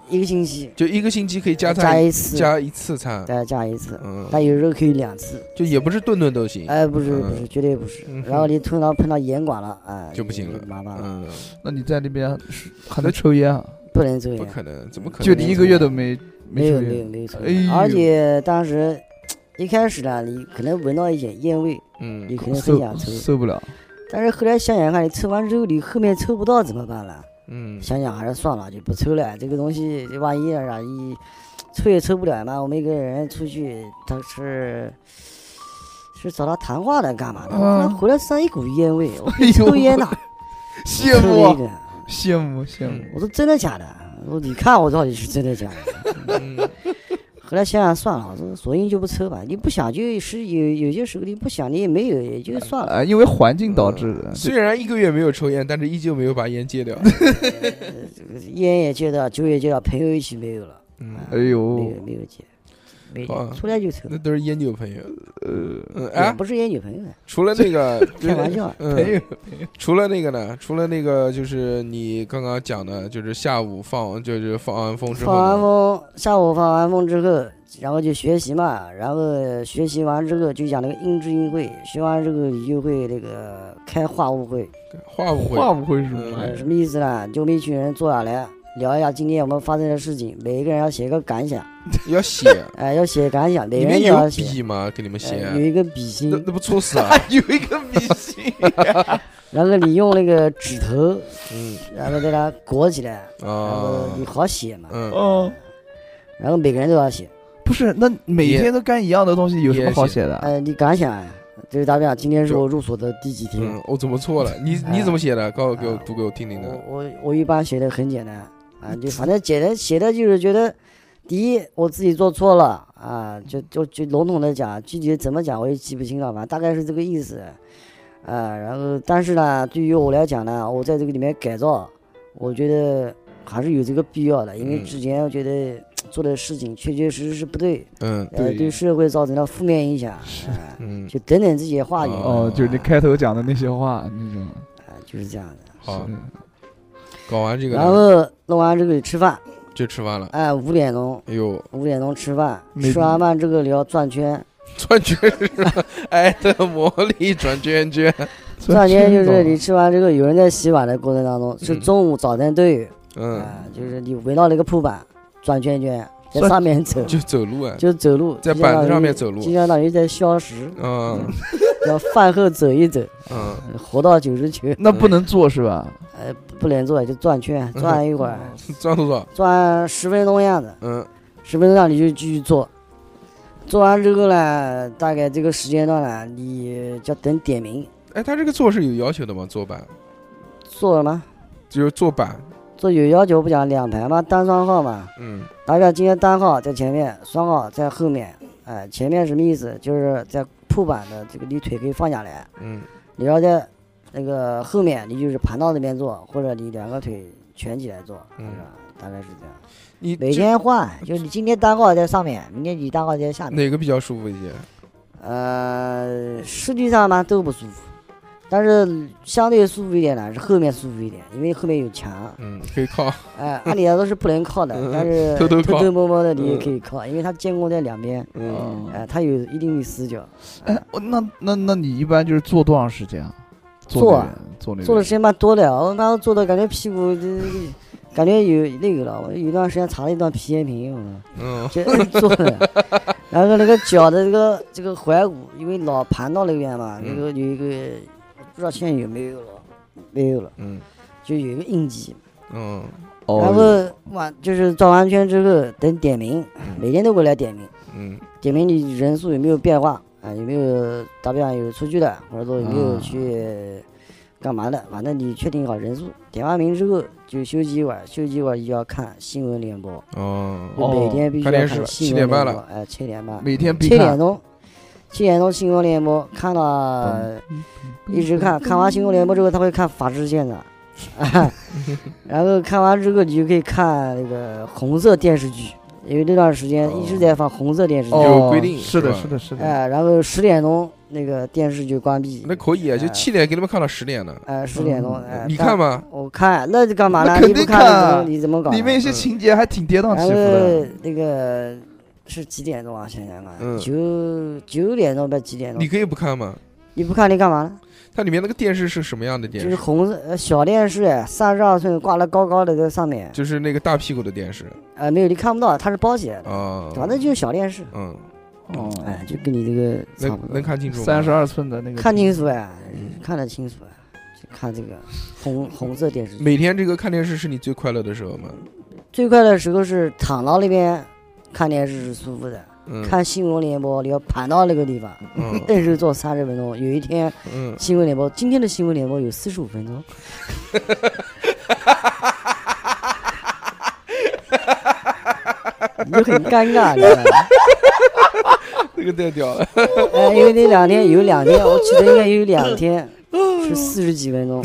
Speaker 3: 一个星期
Speaker 1: 就一个星期可以加
Speaker 3: 加
Speaker 1: 餐
Speaker 3: 一次，
Speaker 1: 加一次餐，
Speaker 3: 再加一次，
Speaker 1: 嗯，
Speaker 3: 但有时候可以两次。
Speaker 1: 就也不是顿顿都行，
Speaker 3: 哎，不是不
Speaker 1: 嗯
Speaker 3: 是，绝对不是
Speaker 1: 嗯。
Speaker 3: 然后你通常碰到严管了，哎，
Speaker 1: 就不行了
Speaker 3: 麻烦了，
Speaker 1: 嗯，
Speaker 2: 那你在那边是还能抽烟啊？
Speaker 3: 不能抽
Speaker 1: 不
Speaker 3: 烟，
Speaker 1: 可能，怎么可
Speaker 2: 就
Speaker 1: 能？
Speaker 2: 你一个月都没
Speaker 3: 没
Speaker 2: 抽
Speaker 3: 有没
Speaker 2: 烟
Speaker 3: 有没有抽
Speaker 2: 哎
Speaker 3: 烟。
Speaker 2: 呦
Speaker 3: 而且当时一开始呢，你可能闻到一点烟味，你
Speaker 1: 嗯，
Speaker 3: 可能很想
Speaker 2: 受
Speaker 3: 抽，
Speaker 2: 受不了。
Speaker 3: 但是后来想想看，你抽完之后你后面抽不到怎么办呢？
Speaker 1: 嗯，
Speaker 3: 想想还是算了，就不抽了。这个东西万一啊，一抽也抽不了嘛。我们一个人出去，他是是找他谈话的，干嘛的？
Speaker 2: 啊
Speaker 1: 嗯
Speaker 3: 他回来身上一股烟味， 我
Speaker 2: 哎呦
Speaker 3: 抽烟呐，
Speaker 2: 羡
Speaker 3: 抽了一
Speaker 2: 慕
Speaker 3: 个。
Speaker 2: 羡慕羡慕。
Speaker 3: 我说真的假的？我说你看我到底是真的假的？
Speaker 1: 嗯
Speaker 3: 后来想想算了，我说索性就不抽吧。你不想就是有有些时候你不想你也没有，也就算了。
Speaker 2: 啊，因为环境导致的，
Speaker 3: 嗯
Speaker 1: 虽然一个月没有抽烟，但是依旧没有把烟 戒掉。
Speaker 3: 烟也戒掉，酒也戒掉，朋友一起没有了，
Speaker 1: 嗯，
Speaker 2: 哎
Speaker 3: 没
Speaker 2: 呦
Speaker 3: 有，没有戒，没
Speaker 1: 好啊
Speaker 3: 出来就抽。
Speaker 1: 那都是烟酒朋友。呃，
Speaker 3: 也
Speaker 1: 哎，
Speaker 3: 不是烟女朋友的，
Speaker 1: 除了那 个，
Speaker 3: 开玩笑。
Speaker 2: 哎
Speaker 1: 嗯，除了那个呢？除了那个，就是你刚刚讲的，就是下午放，就是放完风之
Speaker 3: 放完
Speaker 1: 后呢，
Speaker 3: 风，下午放完风之后，然后就学习嘛，然后学习完之后就讲那个音知音会，学完之后你就会那个开话务会，
Speaker 1: 话不会，
Speaker 2: 话不会是什 么玩
Speaker 1: 哎
Speaker 2: 意
Speaker 3: 呃
Speaker 2: 儿？
Speaker 3: 什么意思呢？就我们一群人坐下来聊一下今天我们发生的事情，每一个人要写一个感想，
Speaker 1: 要 写。
Speaker 3: 哎、要写感想，每
Speaker 1: 里
Speaker 3: 个人
Speaker 1: 面
Speaker 3: 都
Speaker 1: 有
Speaker 3: 要写，
Speaker 1: 笔吗？给你们写，
Speaker 3: 呃有一哎个笔
Speaker 1: 那
Speaker 3: 芯，
Speaker 1: 那不猝死 啊！
Speaker 2: 有一个明星，
Speaker 3: 然后你用那个指头，
Speaker 1: 嗯
Speaker 3: 然后给它裹起来，然后
Speaker 1: 啊
Speaker 3: 你，好写嘛，
Speaker 1: 嗯，
Speaker 2: 哦，
Speaker 3: 然后每个人都要写。
Speaker 2: 不是，那每
Speaker 1: 也
Speaker 2: 天都干一样的东西，有什么好写的？
Speaker 3: 呃，你感想啊，就是咱们讲，今天是
Speaker 1: 就
Speaker 3: 我入所的第几天
Speaker 1: 嗯，。我怎么错了？
Speaker 3: 哎
Speaker 1: 你你怎么写的？告诉我给我
Speaker 3: 啊
Speaker 1: 读给我听听
Speaker 3: 我
Speaker 1: 的。
Speaker 3: 我我一般写的很简单啊，就反正写的写的就是觉得，第一我自己做错了啊，就就就笼统的讲，具体怎么讲我也记不清了，反正大概是这个意思。啊，然后但是呢，对于我来讲呢，我在这个里面改造，我觉得还是有这个必要的，因为
Speaker 1: 嗯
Speaker 3: 之前我觉得做的事情确确实实是不对，
Speaker 1: 嗯
Speaker 3: 呃，
Speaker 2: 对
Speaker 3: 对社会造成了负面影响，啊
Speaker 1: 嗯，
Speaker 3: 就等等这些话语，
Speaker 1: 哦
Speaker 2: 哦，就是你开头讲的那些话，那种。
Speaker 3: 啊，就是这样的。
Speaker 1: 好
Speaker 2: 是，
Speaker 1: 搞完这个
Speaker 3: 然
Speaker 1: 呢
Speaker 3: 后弄完这个吃饭，
Speaker 1: 就吃饭了。
Speaker 3: 哎，五点钟，
Speaker 1: 哎呦，
Speaker 3: 五点钟吃饭，
Speaker 2: 没
Speaker 3: 吃完饭之后你要转圈，
Speaker 1: 转圈是吧挨的魔力转圈圈。
Speaker 3: 转圈就是你
Speaker 2: 你
Speaker 3: 吃完之后有人在洗碗的过程当中，是
Speaker 1: 嗯
Speaker 3: 中午早晨都有，
Speaker 1: 嗯，
Speaker 3: 啊，就是你围到那个铺板转圈圈，在
Speaker 2: 转
Speaker 3: 上面走，
Speaker 1: 就走路啊，
Speaker 3: 就走路，
Speaker 1: 在
Speaker 3: 就相
Speaker 1: 板子上
Speaker 3: 当于
Speaker 1: 面走路
Speaker 3: 就相当于在消食，
Speaker 1: 嗯
Speaker 3: 要饭后走一走，
Speaker 1: 嗯，
Speaker 3: 活到九十九，
Speaker 2: 那不能做是吧？
Speaker 3: 呃，不不能坐就转圈，
Speaker 1: 嗯
Speaker 3: 转一会儿，
Speaker 1: 转多少？
Speaker 3: 转十分钟样子，
Speaker 1: 嗯
Speaker 3: 十分钟让你就继续做。做完之后呢，大概这个时间段呢，你就等点名，
Speaker 1: 哎，他这个做是有要求的吗？坐板
Speaker 3: 做了吗？
Speaker 1: 就是坐板，
Speaker 3: 做有要求不讲两排嘛，单双号嘛。
Speaker 1: 嗯
Speaker 3: 打比方，今天单号在前面，双号在后面。哎、前面什么意思？就是在铺板的这个，你腿可以放下来，
Speaker 1: 嗯
Speaker 3: 你要在那个后面，你就是盘到那边做，或者你两个腿蜷起来做，
Speaker 1: 嗯
Speaker 3: 是吧？大概是这样。
Speaker 1: 你
Speaker 3: 每
Speaker 1: 这
Speaker 3: 天换，就是你今天单号在上面，明天你单号在下面。
Speaker 1: 哪个比较舒服一些？
Speaker 3: 呃，实际上嘛都不舒服，但是相对舒服一点呢是后面舒服一点，因为后面有墙。
Speaker 1: 嗯，可以靠。
Speaker 3: 哎，按理来说是不能靠的，但是
Speaker 1: 嗯偷偷靠
Speaker 3: 摸摸的你也可以靠，因为它监控在两边，
Speaker 1: 嗯，
Speaker 3: 哎，它有一定的死角。
Speaker 2: 哦哎，我那那那你一般就是做多长时间啊？
Speaker 3: 做
Speaker 2: 做
Speaker 3: 啊
Speaker 2: 做那
Speaker 3: 做的
Speaker 2: 个
Speaker 3: 时间蛮多的，我妈做的感觉屁股这感觉有那个了，我有段时间查了一段皮炎平，我
Speaker 1: 嗯
Speaker 3: 就做 的。然后那个脚的这个这个踝骨，因为老盘到那边嘛，那
Speaker 1: 嗯
Speaker 3: 个有一个不知道现在有没有了，没有了，
Speaker 1: 嗯
Speaker 3: 就有一个印记。
Speaker 1: 嗯
Speaker 3: 然
Speaker 2: 哦，
Speaker 3: 后晚就是转完圈之后等点名，每天都过来点名。
Speaker 1: 嗯
Speaker 3: 点评你人数有没有变化啊？有没有打比方有出去的，或者说有
Speaker 1: 啊
Speaker 3: 没有去干嘛的？反正你确定好人数，点完名之后就休息一会儿，休息一会儿就要看新闻联播，
Speaker 1: 哦
Speaker 3: 就每天必须
Speaker 1: 看
Speaker 3: 要
Speaker 1: 电视吧
Speaker 3: 看新
Speaker 1: 7
Speaker 3: 闻
Speaker 1: 点半
Speaker 3: 联播
Speaker 1: 了，
Speaker 3: 哎，七点半，
Speaker 2: 每天必
Speaker 3: 七点
Speaker 2: 看，
Speaker 3: 钟，七点钟新闻联播看到一直 看，看完新闻联播之后，他会看法制现场。啊，然后看完之后，你就可以看那个红色电视剧，因为那段时间一直在放红色电视剧，
Speaker 1: 哦有规定
Speaker 2: 嗯是的，
Speaker 1: 是吧
Speaker 2: 是的，是的。
Speaker 3: 哎，然后十点钟那个电视就关闭，
Speaker 1: 那可以啊，就
Speaker 3: 哎
Speaker 1: 七点给你们看到十点呢。
Speaker 3: 哎，十点钟，
Speaker 2: 嗯
Speaker 3: 哎，
Speaker 1: 你看吧，
Speaker 3: 我看，那就干嘛
Speaker 2: 那
Speaker 3: 呢？
Speaker 2: 肯
Speaker 3: 你不
Speaker 2: 定
Speaker 3: 看
Speaker 2: 看
Speaker 3: 你怎
Speaker 2: 啊
Speaker 3: 么你怎么搞呢？
Speaker 2: 里面一些情节还挺跌宕起
Speaker 3: 然后
Speaker 2: 伏的。
Speaker 3: 那个是几点钟啊？想想看
Speaker 1: 嗯，
Speaker 3: 九九点钟不是几点
Speaker 1: 你
Speaker 3: 钟？
Speaker 1: 可以不看吗？
Speaker 3: 你不看你干嘛呢？
Speaker 1: 它里面那个电视是什么样的电
Speaker 3: 就是
Speaker 1: 视？
Speaker 3: 红色呃小电视，三十二寸挂了高高的在上面，
Speaker 1: 就是那个大屁股的电视
Speaker 3: 呃，没有你看不到，它是包起来的，
Speaker 1: 啊，
Speaker 3: 反正就是小电视，
Speaker 1: 嗯，
Speaker 2: 哦，
Speaker 3: 哎，就跟你这个差不
Speaker 1: 能
Speaker 3: 多
Speaker 1: 能，看清楚吗？
Speaker 2: 三十二寸的那个，
Speaker 3: 看清楚哎，看得清楚哎，就看这个红红色电视剧。
Speaker 1: 每天这个看电视是你最快乐的时候吗？
Speaker 3: 最快的时候是躺到那边看电视是舒服的，
Speaker 1: 嗯，
Speaker 3: 看新闻联播你要盘到那个地方，
Speaker 1: 嗯
Speaker 3: 那时候做三十分钟。有一天
Speaker 1: 嗯，
Speaker 3: 新闻联播，今天的新闻联播有四十五 分钟，你就很尴尬，你知 道吗？
Speaker 1: 这个太屌了，
Speaker 3: 哎，因为那两天有两天，我记得应该有两天是四十几分钟。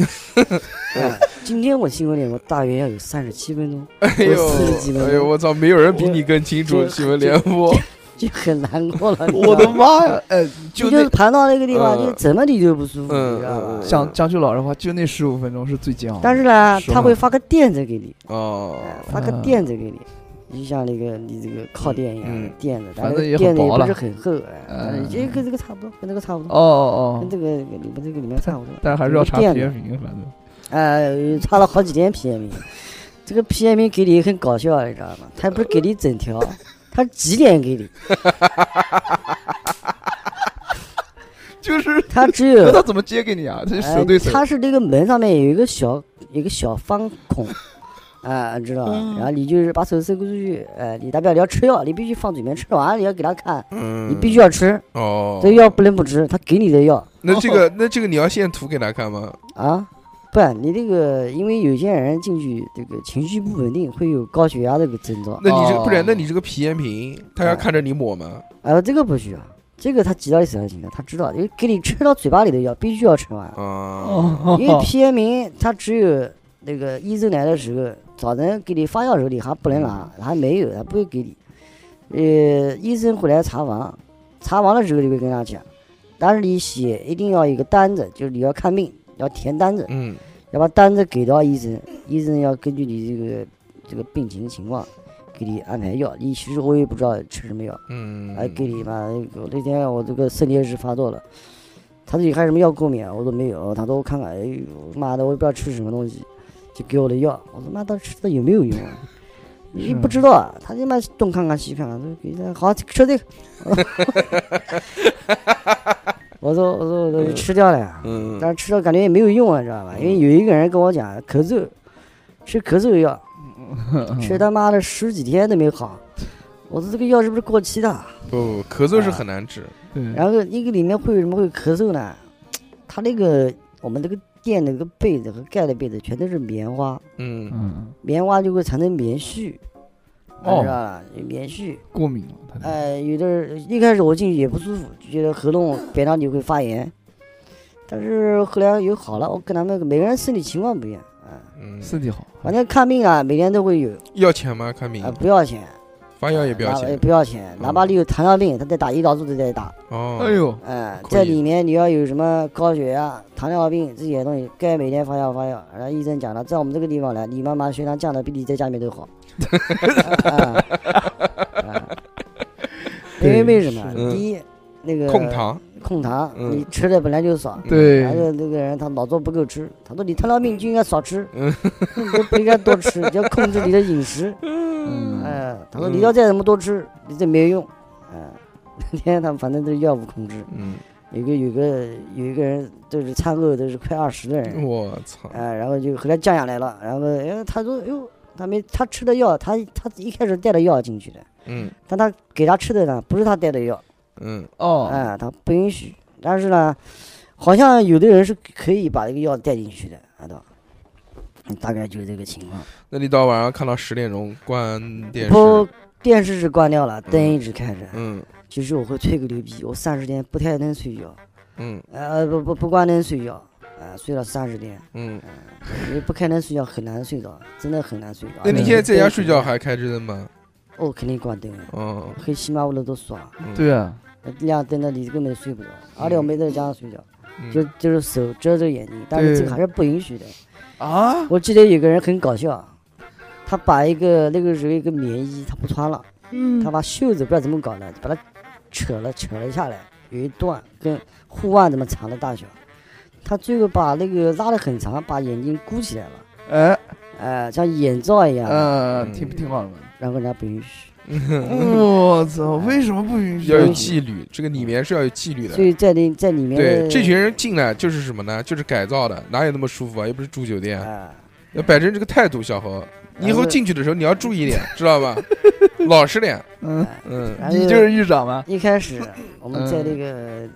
Speaker 3: 哎今天我新闻联播大约要有三十七分钟，
Speaker 1: 哎呦
Speaker 3: 四十几，分钟
Speaker 1: 哎呦，我操，没有人比你更清楚
Speaker 3: 我
Speaker 1: 新闻联 播，
Speaker 3: 就很难过了。 你知道
Speaker 2: 我的
Speaker 3: 吗
Speaker 2: 妈呀！ 哎，
Speaker 3: 就
Speaker 2: 就
Speaker 3: 就是
Speaker 2: 那
Speaker 3: 盘到那个地方，
Speaker 1: 嗯
Speaker 3: 就怎么理都不舒服，
Speaker 1: 嗯
Speaker 3: 你知道吧
Speaker 1: 嗯？
Speaker 2: 讲讲句老实话，就那十五分钟是最煎熬的。
Speaker 3: 但是呢，
Speaker 2: 是吧嗯
Speaker 3: 他会发个垫子给你，
Speaker 1: 哦
Speaker 3: 哎，发个垫子给你，就像那个你这个靠垫一
Speaker 1: 嗯
Speaker 3: 样，垫子，
Speaker 2: 反
Speaker 3: 但
Speaker 2: 正也很
Speaker 3: 是垫子也
Speaker 2: 薄
Speaker 3: 不
Speaker 2: 了
Speaker 3: 是很厚，哎，但
Speaker 2: 嗯
Speaker 3: 是也跟这个差不多，跟这个差不
Speaker 2: 哦
Speaker 3: 多，
Speaker 2: 哦
Speaker 3: 跟这
Speaker 2: 哦，
Speaker 3: 个你们这个里面差不多。
Speaker 2: 但还是要查
Speaker 3: 垫
Speaker 2: P
Speaker 3: 子
Speaker 2: F 屏，反正
Speaker 3: 呃，差了好几天 PM，这个 PM 给你很搞笑，你知道吗？他不是给你整条，他几点给你？
Speaker 2: 就是
Speaker 3: 他只
Speaker 2: 那他
Speaker 3: 有，
Speaker 2: 怎么接给你啊？这是
Speaker 3: 哎
Speaker 2: 手对，手。
Speaker 3: 他是那个门上面有一个小有一个小方孔， 啊，知道吧？然后你就是把手伸过去，呃，你代表你要吃药，你必须放嘴边，吃完你要给他看，
Speaker 1: 嗯，
Speaker 3: 你必须要哦吃，
Speaker 1: 哦，
Speaker 3: 这药不能不吃，他给你的药
Speaker 1: 那这个那这个你要献图给他看吗？
Speaker 3: 啊。不，你那个，因为有些人进去这个情绪不稳定，会有高血压这个症状。
Speaker 1: 那你这个
Speaker 2: 哦
Speaker 1: 不然，那你这个皮炎平，他要看着你抹吗？
Speaker 3: 啊，这个不需要，这个他挤到你手上行了，他知道，因为给你吃到嘴巴里的药必须要吃完，
Speaker 1: 啊，
Speaker 2: 哦
Speaker 3: 因为皮炎明他只有那个医生来的时候，早晨给你发药的时候你还不能拿，还没有，他不会给你。呃，医生会来查房，查房的时候你会跟他讲，但是你写一定要有一个单子，就是你要看病要填单子，
Speaker 1: 嗯，
Speaker 3: 要把单子给到医生，医生要根据你这个这个病情情况给你安排药。你其实我也不知道吃什么药。
Speaker 1: 嗯，
Speaker 3: 哎，给你吧，那个那天我这个肾结石发作了，他说你还有什么药过敏啊？我说没有，他说我看看，哎呦妈的，我也不知道吃什么东西，就给我的药，我说妈的吃的有没有用 啊？你
Speaker 2: 是
Speaker 3: 不知道啊，他他妈东看看西看看，说给他好吃这个，我说我说我说我就吃掉了呀，
Speaker 1: 嗯，
Speaker 3: 但是吃了感觉也没有用啊，知道吧？因为有一个人跟我讲咳嗽，吃咳嗽药，吃他妈的十几天都没好，我说这个药是不是过期的啊？
Speaker 1: 嗯不，咳嗽是很难治，
Speaker 2: 对，
Speaker 3: 然后那个里面会为什么会咳嗽呢？它那个我们这个垫的那个被子和盖的被子全都是棉花，
Speaker 1: 嗯，
Speaker 2: 嗯，
Speaker 3: 棉花就会产生棉絮，
Speaker 2: 哦
Speaker 3: 你知道吧？有棉絮，
Speaker 2: 过敏了，他这
Speaker 3: 呃，有的人一开始我进去也不舒服，就觉得喉咙扁桃体会发炎，但是后来又好了。我跟他们每个人身体情况不一样啊，
Speaker 1: 嗯，
Speaker 2: 身体好，
Speaker 3: 反正看病啊，每天都会有
Speaker 1: 要钱吗？看病
Speaker 3: 啊，不要钱，
Speaker 1: 发药也不要
Speaker 3: 哪
Speaker 1: 钱嗯
Speaker 3: 不要钱，哪怕你有糖尿病，他在打胰岛素都在打。
Speaker 1: 哦。
Speaker 2: 哎呦，
Speaker 3: 哎，
Speaker 1: 可
Speaker 3: 在
Speaker 1: 以
Speaker 3: 里面你要有什么高血压、糖尿病这些东西，该每天发药发药。然后医生讲了，在我们这个地方来，你妈妈血糖降的比你在家里面都 好。啊啊因为为什么？
Speaker 1: 对是
Speaker 3: 第一，那个
Speaker 1: 控，糖，
Speaker 3: 控糖，
Speaker 1: 嗯
Speaker 3: 你吃的本来就少。
Speaker 2: 对
Speaker 3: 还，有那个人他脑子不够吃，他说你糖尿病就应该少 吃，
Speaker 1: 嗯
Speaker 3: 你就不应该多吃，你要控制你的饮 食。
Speaker 2: 嗯，
Speaker 3: 哎，他说你要再怎么多吃，你这没用。哎， 那天他们反正都是药物控制。
Speaker 1: 嗯，
Speaker 3: 有个有个有一个人就是餐后都是快二十的人，
Speaker 1: 我操，
Speaker 3: 啊，然后就后来降下来了，然后哎，他说，哎呦，他没他吃的药，他他一开始带了药进去的，
Speaker 1: 嗯
Speaker 3: 但他给他吃的呢，不是他带的药，
Speaker 1: 嗯，
Speaker 2: 哦，
Speaker 3: 啊，他不允许，但是呢，好像有的人是可以把这个药带进去的，啊，都。大概就是这个情况，
Speaker 1: 那你到晚上看到十点钟关电视，
Speaker 3: 不，电视是关掉了，灯
Speaker 1: 嗯
Speaker 3: 一直开着。
Speaker 1: 嗯
Speaker 3: 其实我会吹个牛逼，我三十天不太能睡觉，
Speaker 1: 嗯
Speaker 3: 呃，不不不关灯睡觉，啊，睡了三十天，
Speaker 1: 嗯，
Speaker 3: 你不开灯睡觉很难睡着，真的很难睡着。
Speaker 1: 啊
Speaker 3: 嗯
Speaker 1: 那你
Speaker 2: 对
Speaker 1: 现在在家睡觉还开着灯吗？
Speaker 3: 哦，肯定关灯了，
Speaker 1: 嗯，
Speaker 3: 黑漆麻乌的都爽，
Speaker 1: 嗯，
Speaker 2: 对啊，
Speaker 3: 那样在那里根本就睡不着，而且我没在家睡觉，
Speaker 1: 嗯
Speaker 3: 就就是手遮着眼睛，但是这个还是不允许的。
Speaker 2: 啊，
Speaker 3: 我记得有个人很搞笑啊，他把一个那个时候一个棉衣他不穿了，
Speaker 2: 嗯
Speaker 3: 他把袖子不知道怎么搞的，把它扯了扯了下来，有一段跟护腕这么长的大小，他最后把那个拉得很长，把眼睛箍起来了，
Speaker 2: 哎，
Speaker 3: 呃，像眼罩一样，
Speaker 2: 呃，
Speaker 1: 嗯
Speaker 2: 挺挺好的。
Speaker 3: 然后人家不允许，
Speaker 2: 我操，为什么不允许
Speaker 1: 要
Speaker 2: 啊？
Speaker 1: 有纪律，这个里面是要有纪律
Speaker 3: 所
Speaker 1: 的。
Speaker 3: 以在里在里面
Speaker 1: 对，这群人进来就是什么呢？就是改造的，哪有那么舒服啊？又不是住酒店，
Speaker 3: 啊，
Speaker 1: 要摆正这个态度，小侯。
Speaker 3: 哎
Speaker 1: 你以后
Speaker 3: 然后
Speaker 1: 进去的时候你要注意 点，知道吧？老实点。
Speaker 2: 嗯，
Speaker 3: 哎
Speaker 1: 嗯
Speaker 3: 然后
Speaker 2: 你就是狱长吗？
Speaker 3: 一开始我们在那个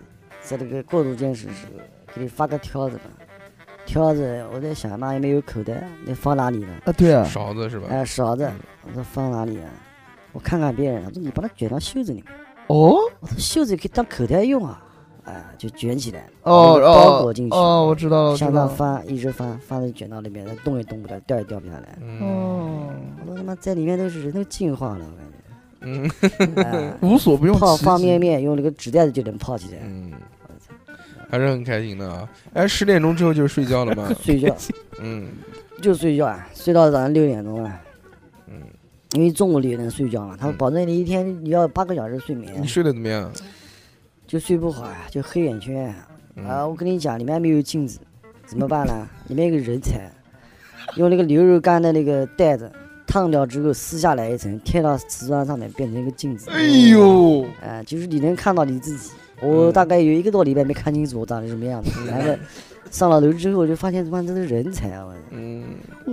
Speaker 3: 在那个过渡间时时给你发个条子吧，条子我在想那有没有口袋，你放哪里了？
Speaker 2: 啊，对啊，
Speaker 1: 勺子是吧？
Speaker 3: 哎，勺子，我说放哪里啊？我看看别人，他说你把它卷到袖子里面，
Speaker 2: 哦
Speaker 3: 我说袖子可以当口袋用啊，啊，就卷起来，
Speaker 2: 哦
Speaker 3: 把那个包裹
Speaker 2: 哦
Speaker 3: 进去，
Speaker 2: 哦，我知道了，我知
Speaker 3: 向
Speaker 2: 道
Speaker 3: 上
Speaker 2: 了。
Speaker 3: 翻，一直翻，翻到卷到里面，它动也动不了，掉也掉不下来。
Speaker 1: 嗯
Speaker 2: 哦，
Speaker 3: 我说他妈在里面都是人都进化了，我
Speaker 1: 嗯
Speaker 3: 感觉，哎
Speaker 2: 无所不用
Speaker 3: 泡
Speaker 2: 其
Speaker 3: 方
Speaker 2: 极
Speaker 3: 便面用那个纸袋子就能泡起来，
Speaker 1: 嗯，还是很开心的啊。哎，十点钟之后就是睡觉了吗？
Speaker 3: 睡觉
Speaker 1: 嗯
Speaker 3: 就睡觉啊，睡到早上六点钟啊，
Speaker 1: 嗯，
Speaker 3: 因为中午六点钟睡觉嘛，他们
Speaker 1: 嗯
Speaker 3: 保证你一天你要八个小时睡眠
Speaker 1: 你，睡得怎么样？
Speaker 3: 就睡不好啊，就黑眼圈啊，
Speaker 1: 嗯
Speaker 3: 啊，我跟你讲，里面没有镜子，怎么办呢？里面有个人才，用那个牛肉干的那个袋子烫掉之后撕下来一层，贴到瓷砖上面变成一个镜子。
Speaker 2: 哎呦，
Speaker 3: 啊，就是你能看到你自己。我
Speaker 1: 嗯
Speaker 3: 大概有一个多礼拜没看清楚我长得什么样子， 然后上了楼之后就发现他妈这是人才啊！我
Speaker 1: 嗯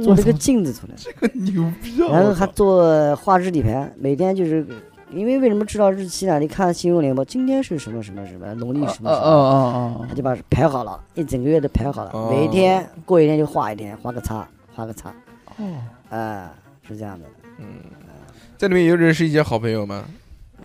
Speaker 3: 做了
Speaker 2: 这
Speaker 3: 个
Speaker 2: 个
Speaker 3: 镜子出来，
Speaker 2: 牛逼啊！
Speaker 3: 然后
Speaker 2: 我
Speaker 3: 还
Speaker 2: 操
Speaker 3: 做画质底盘，每天就是。因为为什么知道日期呢？你看新闻联播，今天是什么什么什么，农历什么
Speaker 2: 啊
Speaker 3: 什
Speaker 2: 啊，
Speaker 3: 么
Speaker 2: 啊啊
Speaker 3: 他！就把排好了，一整个月都排好了，
Speaker 1: 哦
Speaker 3: 每一天过一天就画一天，画个叉，画个叉，
Speaker 2: 哦，
Speaker 3: 啊、是这样的，
Speaker 1: 嗯，在里面有认识一些好朋友吗？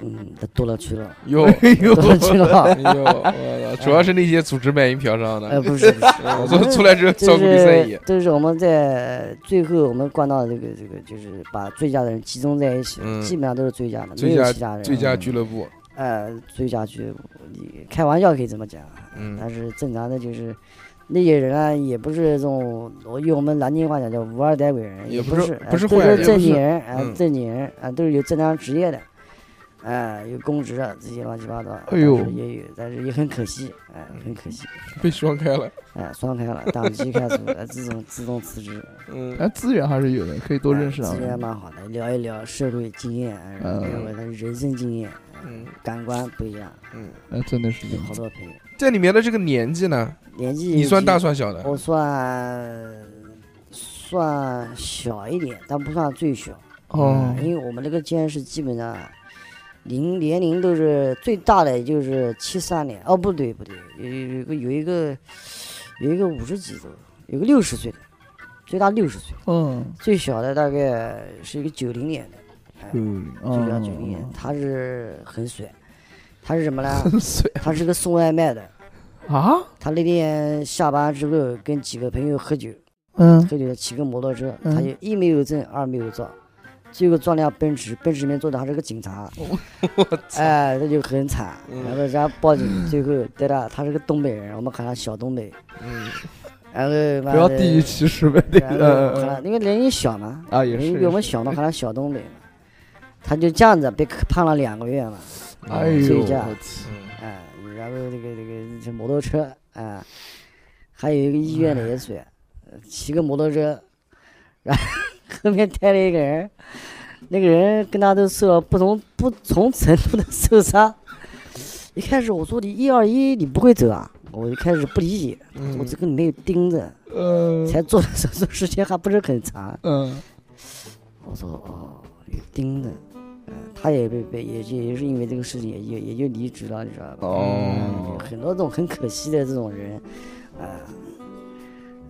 Speaker 3: 嗯，都多了 去了，
Speaker 1: 有。
Speaker 2: 哎呦
Speaker 3: 多，了去 了
Speaker 1: 哎，呦，我操！主要是那些组织买淫嫖娼
Speaker 3: 呃，
Speaker 1: 的，
Speaker 3: 不是，不是
Speaker 1: 我说出来之后照
Speaker 3: 就
Speaker 1: 顾你生意
Speaker 3: 是。就是我们在最后我们灌到这个这个，就是把最佳的人集中在一起，
Speaker 1: 嗯
Speaker 3: 基本上都是最佳的，
Speaker 1: 最
Speaker 3: 没
Speaker 1: 佳
Speaker 3: 有其他人，
Speaker 1: 最佳俱乐部，
Speaker 3: 呃，最佳俱乐部，你开玩笑可以这么讲，
Speaker 1: 嗯
Speaker 3: 但是正常的就是。那些人啊，也不是这种，我用我们南京话讲叫无二代鬼人，
Speaker 1: 也不
Speaker 3: 不
Speaker 1: 是
Speaker 3: 是，
Speaker 1: 不是
Speaker 3: 呃都
Speaker 1: 坏人
Speaker 3: 是
Speaker 1: 也不
Speaker 3: 正经
Speaker 1: 是
Speaker 3: 人，啊
Speaker 1: 嗯，
Speaker 3: 正经人啊，都是有正当职业的，啊，有公职的，这些乱七八糟，
Speaker 2: 哎呦
Speaker 3: 但是也有，但是也很可惜，哎，很可惜，
Speaker 1: 被双开了，
Speaker 3: 哎，双开了，党籍开除，呃自动自动辞职，哎
Speaker 1: 嗯
Speaker 2: 哎，资源还是有的，可以多认识啊
Speaker 3: 资。源蛮好的，聊一聊社会经验，
Speaker 2: 嗯
Speaker 3: 聊一聊人生经验，
Speaker 1: 嗯
Speaker 3: 感官不一样，
Speaker 1: 嗯，
Speaker 2: 哎，真的是
Speaker 3: 有好多朋友，
Speaker 1: 在里面的这个年纪呢，
Speaker 3: 年纪
Speaker 1: 你算
Speaker 3: 已经
Speaker 1: 大算小的，
Speaker 3: 我算算小一点，但不算最小。嗯
Speaker 2: 哦
Speaker 3: 因为我们这个监视基本上零年龄都是最大的，也就是七三年。哦，不对不对，有有一个有一个有一个五十几的，有个六十岁的，最大六十岁，
Speaker 2: 嗯，
Speaker 3: 最小的大概是一个九零年的，
Speaker 2: 嗯，
Speaker 3: 最小九零年，他是很水，他是什么呢？
Speaker 2: 很水
Speaker 3: 他是个送外卖的。
Speaker 2: 啊，
Speaker 3: 他那天下班之后跟几个朋友喝酒，
Speaker 2: 嗯，
Speaker 3: 黑就骑个摩托车，
Speaker 2: 嗯
Speaker 3: 他就一没有证，二没有照，最后撞辆奔驰，奔驰里面坐的还是个警察，
Speaker 2: 哦
Speaker 3: 哎，这就很惨。
Speaker 1: 嗯
Speaker 3: 然后人家报警，最后带他，他是个东北人，我们喊他小东北。
Speaker 1: 嗯
Speaker 3: 然后
Speaker 2: 不要地域
Speaker 3: 域，
Speaker 2: 歧视呗，这
Speaker 3: 然后喊
Speaker 2: 个
Speaker 3: 他，因为人家小嘛，
Speaker 2: 呃啊也
Speaker 3: 人
Speaker 2: 是
Speaker 3: 家比我们小嘛，喊他小东北嘛。他就这样子被判了两个月嘛，
Speaker 2: 哎
Speaker 3: 所
Speaker 2: 呦，
Speaker 3: 以这样
Speaker 2: 我操
Speaker 1: 嗯
Speaker 3: 哎，然后这个这个这摩托车啊，还有一个医院
Speaker 2: 哎
Speaker 3: 里的水，呃骑个摩托车，然后 后面带了一个人，那个人跟他都受了不同不同程度的受伤。一开始我说你一二一你不会走啊，我一开始不理解，
Speaker 1: 嗯
Speaker 3: 我这个里面有钉子，
Speaker 2: 呃
Speaker 3: 才做的手术时间还不是很长。
Speaker 2: 嗯
Speaker 3: 我说哦，有钉子，嗯、他也被被也就也是因为这个事情也也也就离职了，你知道吧？嗯
Speaker 2: 哦
Speaker 3: 很多这种很可惜的这种人，啊、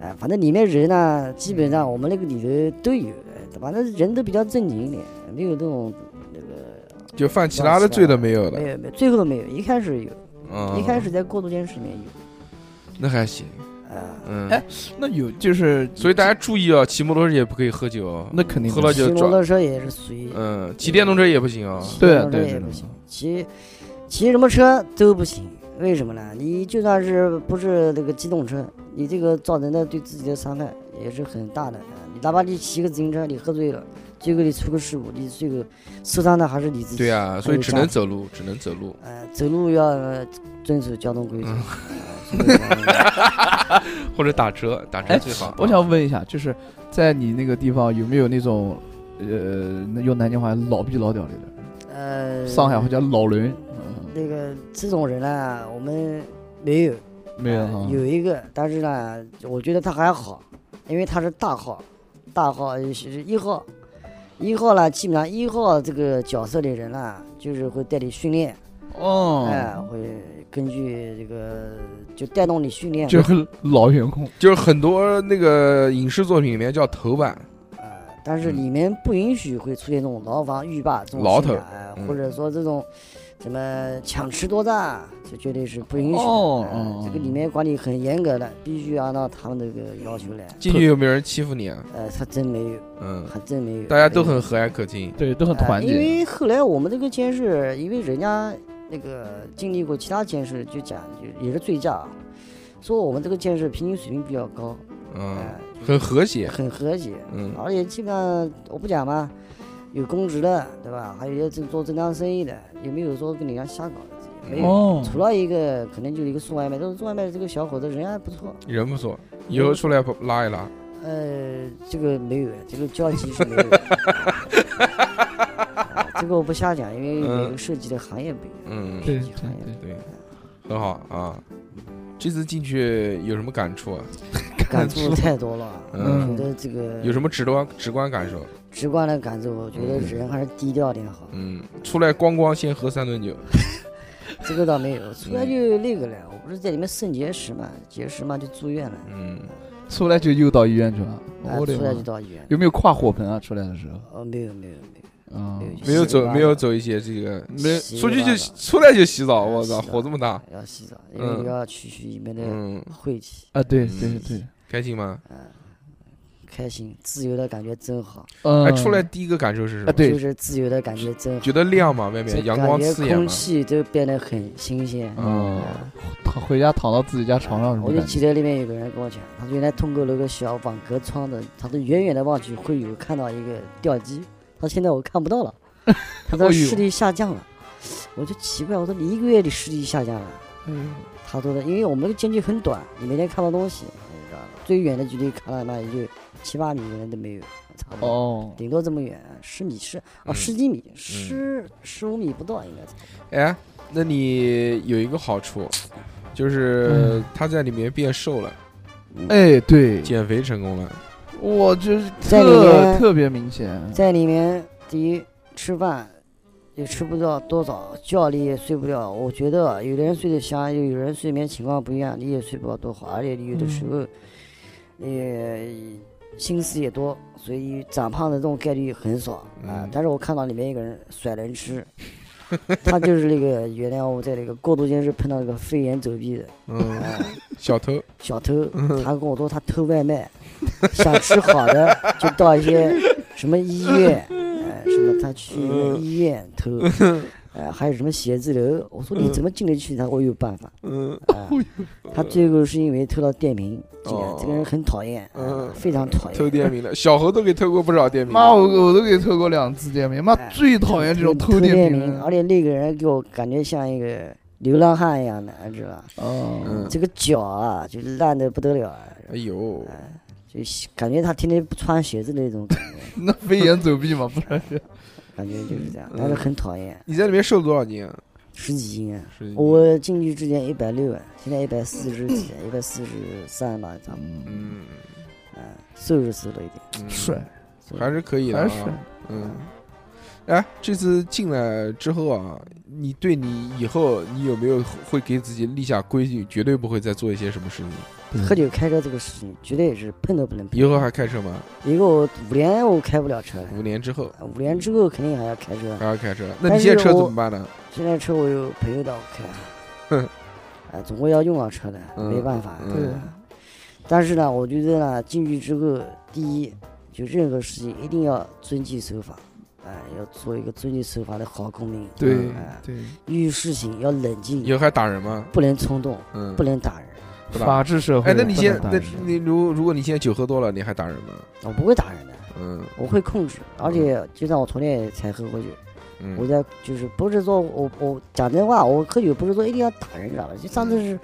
Speaker 3: 啊、反正里面人呢，基本上我们那个里头都有，呃反正人都比较正经一点，没有那种那个
Speaker 1: 就犯其他的罪的没有
Speaker 3: 没
Speaker 1: 了，
Speaker 3: 有没有，最后都没有，一开始有，
Speaker 1: 嗯
Speaker 3: 一开始在过渡间室里面有，
Speaker 1: 那还行，
Speaker 3: 啊、啊，
Speaker 1: 嗯，
Speaker 2: 哎那有就是，
Speaker 1: 所以大家注意啊，骑摩托车也不可以喝酒哦，
Speaker 2: 那肯定
Speaker 1: 喝了
Speaker 2: 的
Speaker 1: 就
Speaker 3: 骑摩
Speaker 1: 撞
Speaker 3: 托车也是属于
Speaker 1: 嗯，骑电动车也不行啊，
Speaker 3: 骑
Speaker 2: 对
Speaker 3: 摩托车
Speaker 2: 对
Speaker 3: 也
Speaker 2: 对
Speaker 3: 不
Speaker 2: 对
Speaker 3: 行，骑骑什么车都不行，为什么呢？你就算是不是那个机动车，你这个造成的对自己的伤害也是很大的。啊你哪怕你骑个自行车，你喝醉了，最后你出个事故，你这个受伤的还是你自己。
Speaker 1: 对啊，所以只能
Speaker 3: 还有家庭
Speaker 1: 走路，只能走路。
Speaker 3: 呃，走路要呃遵守交通规
Speaker 1: 嗯
Speaker 3: 则。啊是这样的
Speaker 1: 或者打车，打车
Speaker 2: 哎
Speaker 1: 最好。
Speaker 2: 我想问一下，就是在你那个地方有没有那种，呃，那用南京话老逼老屌的人？
Speaker 3: 呃，
Speaker 2: 上海话叫老人，
Speaker 3: 那个这种人呢，我们没有，
Speaker 2: 没有
Speaker 3: 呃
Speaker 2: 哈？
Speaker 3: 有一个，但是呢，我觉得他还好，因为他是大号，大号呃是是一号，一号呢，基本上一号这个角色的人呢，就是会带你训练，哎、
Speaker 2: 哦，
Speaker 3: 会根据这个就带动你训练，
Speaker 2: 就很老员工，
Speaker 1: 就是很多那个影视作品里面叫头板，
Speaker 3: 呃，但是
Speaker 1: 嗯
Speaker 3: 里面不允许会出现这种牢房浴霸这种
Speaker 1: 牢
Speaker 3: 现
Speaker 1: 头
Speaker 3: 象哎
Speaker 1: 嗯
Speaker 3: 或者说这种什么抢吃夺占，这绝对是不允许的。
Speaker 2: 哦
Speaker 3: 哎
Speaker 2: 哦
Speaker 3: 这个里面管理很严格的，必须按照他们这个要求来。
Speaker 1: 进去有没有人欺负你啊？
Speaker 3: 呃，他真没有，
Speaker 1: 嗯，
Speaker 3: 还真没有。
Speaker 1: 大家都很和蔼可亲。
Speaker 2: 对，都很
Speaker 3: 哎
Speaker 2: 团
Speaker 3: 因
Speaker 2: 结。
Speaker 3: 为后来我们这个监视，因为人家那个经历过其他监视，就讲就也是醉驾啊，说我们这个监视平均水平比较高，
Speaker 1: 嗯
Speaker 3: 哎，
Speaker 1: 很和谐。
Speaker 3: 很和谐。
Speaker 1: 嗯，
Speaker 3: 而且基本上我不讲嘛，有公职的，对吧？还有一些做正当生意的，也没有说跟人家瞎搞的，没有。
Speaker 1: 嗯
Speaker 2: 哦，
Speaker 3: 除了一个，可能就一个送外卖，但是送外卖这个小伙子人还不错，
Speaker 1: 人不错，以后出来拉一拉。
Speaker 3: 呃，这个没有，这个交集是没有的。啊这个我不瞎讲，因为每个涉及的行业不一样。
Speaker 1: 嗯，
Speaker 2: 对
Speaker 3: 嗯
Speaker 2: 对对，
Speaker 1: 对，很好啊。这次进去有什么感触啊？
Speaker 3: 感触太多了，
Speaker 1: 嗯
Speaker 3: 我觉得这个
Speaker 1: 有什么直观直观感受？
Speaker 3: 直观的感受，我觉得
Speaker 1: 嗯
Speaker 3: 人还是低调点好。
Speaker 1: 嗯，出来咣咣先喝三顿酒。
Speaker 3: 这个倒没有，出来就那个了，我不是在里面肾结石嘛，结石嘛就住院了，
Speaker 1: 嗯，
Speaker 2: 出来就又到医院去了。
Speaker 3: 啊，
Speaker 2: 我的
Speaker 3: 出来
Speaker 2: 妈
Speaker 3: 就！到医院。
Speaker 2: 哦有没有跨火盆啊？出来的时候，
Speaker 3: 哦，没有没有没有，
Speaker 2: 嗯，
Speaker 1: 没有
Speaker 3: 洗个
Speaker 1: 走
Speaker 3: 澡
Speaker 1: 没有走一些这个，没
Speaker 3: 洗
Speaker 1: 出去就
Speaker 3: 个澡
Speaker 1: 出来就洗澡，我
Speaker 3: 洗
Speaker 1: 操，
Speaker 3: 澡
Speaker 1: 火这么大。
Speaker 3: 要洗澡，因
Speaker 1: 嗯
Speaker 3: 为要去去里面的
Speaker 1: 嗯，
Speaker 3: 晦气，
Speaker 2: 啊，对对对，
Speaker 1: 开心吗？
Speaker 3: 开心自由的感觉真好，
Speaker 2: 嗯，
Speaker 1: 哎，出来第一个感受是什么
Speaker 2: 啊？对
Speaker 3: 就是自由的感觉真好，
Speaker 1: 觉得亮吗？外
Speaker 3: 这
Speaker 1: 面阳光
Speaker 3: 感觉
Speaker 1: 刺眼哦
Speaker 3: 空
Speaker 1: 吗？
Speaker 3: 气都变得很新鲜。嗯
Speaker 2: 嗯，躺回家躺到自己家床上什么
Speaker 3: 我就
Speaker 2: 感
Speaker 3: 记
Speaker 2: 觉？
Speaker 3: 得那边有个人跟我讲，他说原来通过那个小网格窗的，他说远远的望去会有看到一个吊机，他说现在我看不到了，他
Speaker 2: 哎
Speaker 3: 说
Speaker 2: 呦
Speaker 3: 视力下降了，我就奇怪，我说你一个月的视力下降了，
Speaker 2: 嗯，
Speaker 3: 他说的，因为我们那个间距很短，你每天看不到东西，你知道吧？最远的距离看了那也就七八米，可能都没有，差不多。
Speaker 2: 哦，
Speaker 3: 顶多这么远，十米是哦，
Speaker 1: 嗯
Speaker 3: 十几米，十十五米不到应该是。
Speaker 1: 哎，那你有一个好处，就是他在里面变瘦了，
Speaker 2: 哎，对，
Speaker 1: 减肥成功了。
Speaker 2: 我就是
Speaker 3: 在里
Speaker 2: 特
Speaker 3: 面
Speaker 2: 特别明显，
Speaker 3: 在里面，第一吃饭也吃不到多少，觉里也睡不了。我觉得有的人睡得香，有有人睡眠情况不一样，你也睡不了多好，而且你有的时候，也心思也多，所以长胖的这种概率很少啊
Speaker 1: 嗯。
Speaker 3: 但是我看到里面一个人甩人吃。他就是那个原来我在那个过渡间是碰到那个飞檐走壁的，
Speaker 1: 嗯，
Speaker 3: 啊
Speaker 1: 小偷，
Speaker 3: 小偷，他跟我说他偷外卖， 想吃好的就到一些什么医院，哎，什么他去医院偷，哎，还有什么写字楼，我说你怎么进得去？他说我有办法，
Speaker 1: 嗯，
Speaker 3: 啊，他最后是因为偷到电瓶进来
Speaker 1: 哦，
Speaker 3: 这个人很讨厌，啊
Speaker 1: 嗯
Speaker 3: 非常讨厌，
Speaker 1: 偷电瓶的，小猴都给偷过不少电瓶。
Speaker 2: 妈，我我都给偷过两次电瓶，妈
Speaker 3: 哎
Speaker 2: 最讨厌这种
Speaker 3: 偷
Speaker 2: 电瓶
Speaker 3: 瓶
Speaker 2: 的
Speaker 3: 而。且那个人给我感觉像一个流浪汉一样的，知道吧？
Speaker 2: 嗯
Speaker 1: 嗯，
Speaker 3: 这个脚啊，就烂的不得了，
Speaker 1: 哎呦，
Speaker 3: 就感觉他天天不穿鞋子那种感觉。
Speaker 2: 那飞檐走壁嘛，不然是
Speaker 3: 感觉就是这样，但是
Speaker 1: 嗯
Speaker 3: 很讨厌，
Speaker 1: 你在里面瘦了多少斤啊？
Speaker 3: 十几斤啊！
Speaker 1: 是
Speaker 3: 我进去之前一百六啊，现在一百四十几，一百四十三吧，差不多。
Speaker 1: 嗯，
Speaker 3: 嗯，瘦是瘦了一点，
Speaker 1: 嗯
Speaker 2: 帅，
Speaker 3: 瘦
Speaker 1: 还
Speaker 3: 了
Speaker 1: 是可以的
Speaker 2: 还是帅
Speaker 1: 啊。。嗯，哎，这次进来之后啊，你对你以后你有没有会给自己立下规矩，绝对不会再做一些什么事情？
Speaker 3: 喝酒开车这个事情绝对是碰都不能碰。
Speaker 1: 以后还开车吗？
Speaker 3: 一个我五年我开不了车了，
Speaker 1: 五年之后
Speaker 3: 五年之后肯定还要开车。
Speaker 1: 还要开车，那
Speaker 3: 但
Speaker 1: 你
Speaker 3: 是
Speaker 1: 现在车怎
Speaker 3: 我
Speaker 1: 么办呢？
Speaker 3: 现在车我有朋友带我开，哎，总归要用到车的，
Speaker 1: 嗯
Speaker 3: 没办法。
Speaker 1: 嗯
Speaker 3: 对吧啊但是呢，我觉得呢，进去之后，第一，就任何事情一定要遵纪守法，哎、要做一个遵纪守法的好公民。
Speaker 2: 对
Speaker 3: 哎、
Speaker 2: 对，
Speaker 3: 遇事情要冷
Speaker 1: 以
Speaker 3: 静，
Speaker 1: 后还打人吗？
Speaker 3: 不能冲动，
Speaker 1: 嗯
Speaker 3: 不，能打人。
Speaker 1: 不打
Speaker 2: 法治社会。
Speaker 1: 哎，那你现
Speaker 2: 不能
Speaker 1: 那
Speaker 2: 打人
Speaker 1: 你如如果你现在酒喝多了，你还打人吗？
Speaker 3: 我不会打人的，
Speaker 1: 嗯
Speaker 3: 我会控制。而且就像我昨天也才喝过酒，我
Speaker 1: 嗯，
Speaker 3: 在就是不是说我我讲真话，我喝酒不是说一定要打人，知道吧？就上次是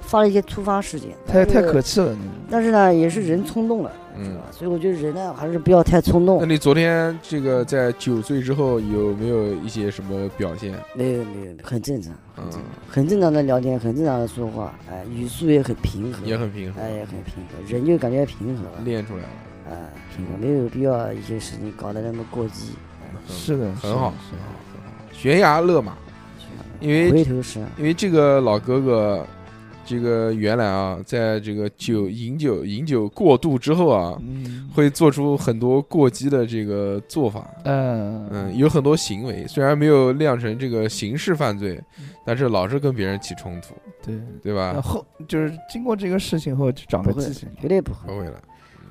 Speaker 3: 发了一些突发事件，
Speaker 2: 太
Speaker 3: 但是
Speaker 2: 太可气了，你
Speaker 3: 但是呢，也是人冲动了，
Speaker 1: 嗯
Speaker 3: 知道吧？所以我觉得人呢还是不要太冲
Speaker 1: 那
Speaker 3: 动。
Speaker 1: 你昨天这个在酒醉之后有没有一些什么表现？
Speaker 3: 没有没有，很正常，很
Speaker 1: 嗯
Speaker 3: 正常，，很正常的聊天，很正常的说话，哎、语速也很平和，
Speaker 1: 也很平
Speaker 3: 哎
Speaker 1: 衡，嗯
Speaker 3: 也很平和，人就感觉平和了，
Speaker 1: 练出来了，
Speaker 3: 啊、平和，没有必要一些事情搞得那么过激。
Speaker 1: 嗯
Speaker 2: 是的，
Speaker 1: 很好
Speaker 2: 是的是的
Speaker 1: 悬崖勒马，因为
Speaker 3: 回头是岸，啊
Speaker 1: 因为这个老哥哥，这个原来啊，在这个酒饮酒饮酒过度之后啊，
Speaker 2: 嗯，
Speaker 1: 会做出很多过激的这个做法，
Speaker 2: 嗯
Speaker 1: 嗯，有很多行为，虽然没有酿成这个刑事犯罪，
Speaker 3: 嗯
Speaker 1: 但是老是跟别人起冲突，
Speaker 2: 对。
Speaker 1: 对
Speaker 2: 然
Speaker 1: 吧？
Speaker 2: 后就是经过这个事情后，就长
Speaker 3: 不
Speaker 2: 个
Speaker 3: 会
Speaker 2: 记性。，
Speaker 3: 绝对不会。
Speaker 1: 啊不会了，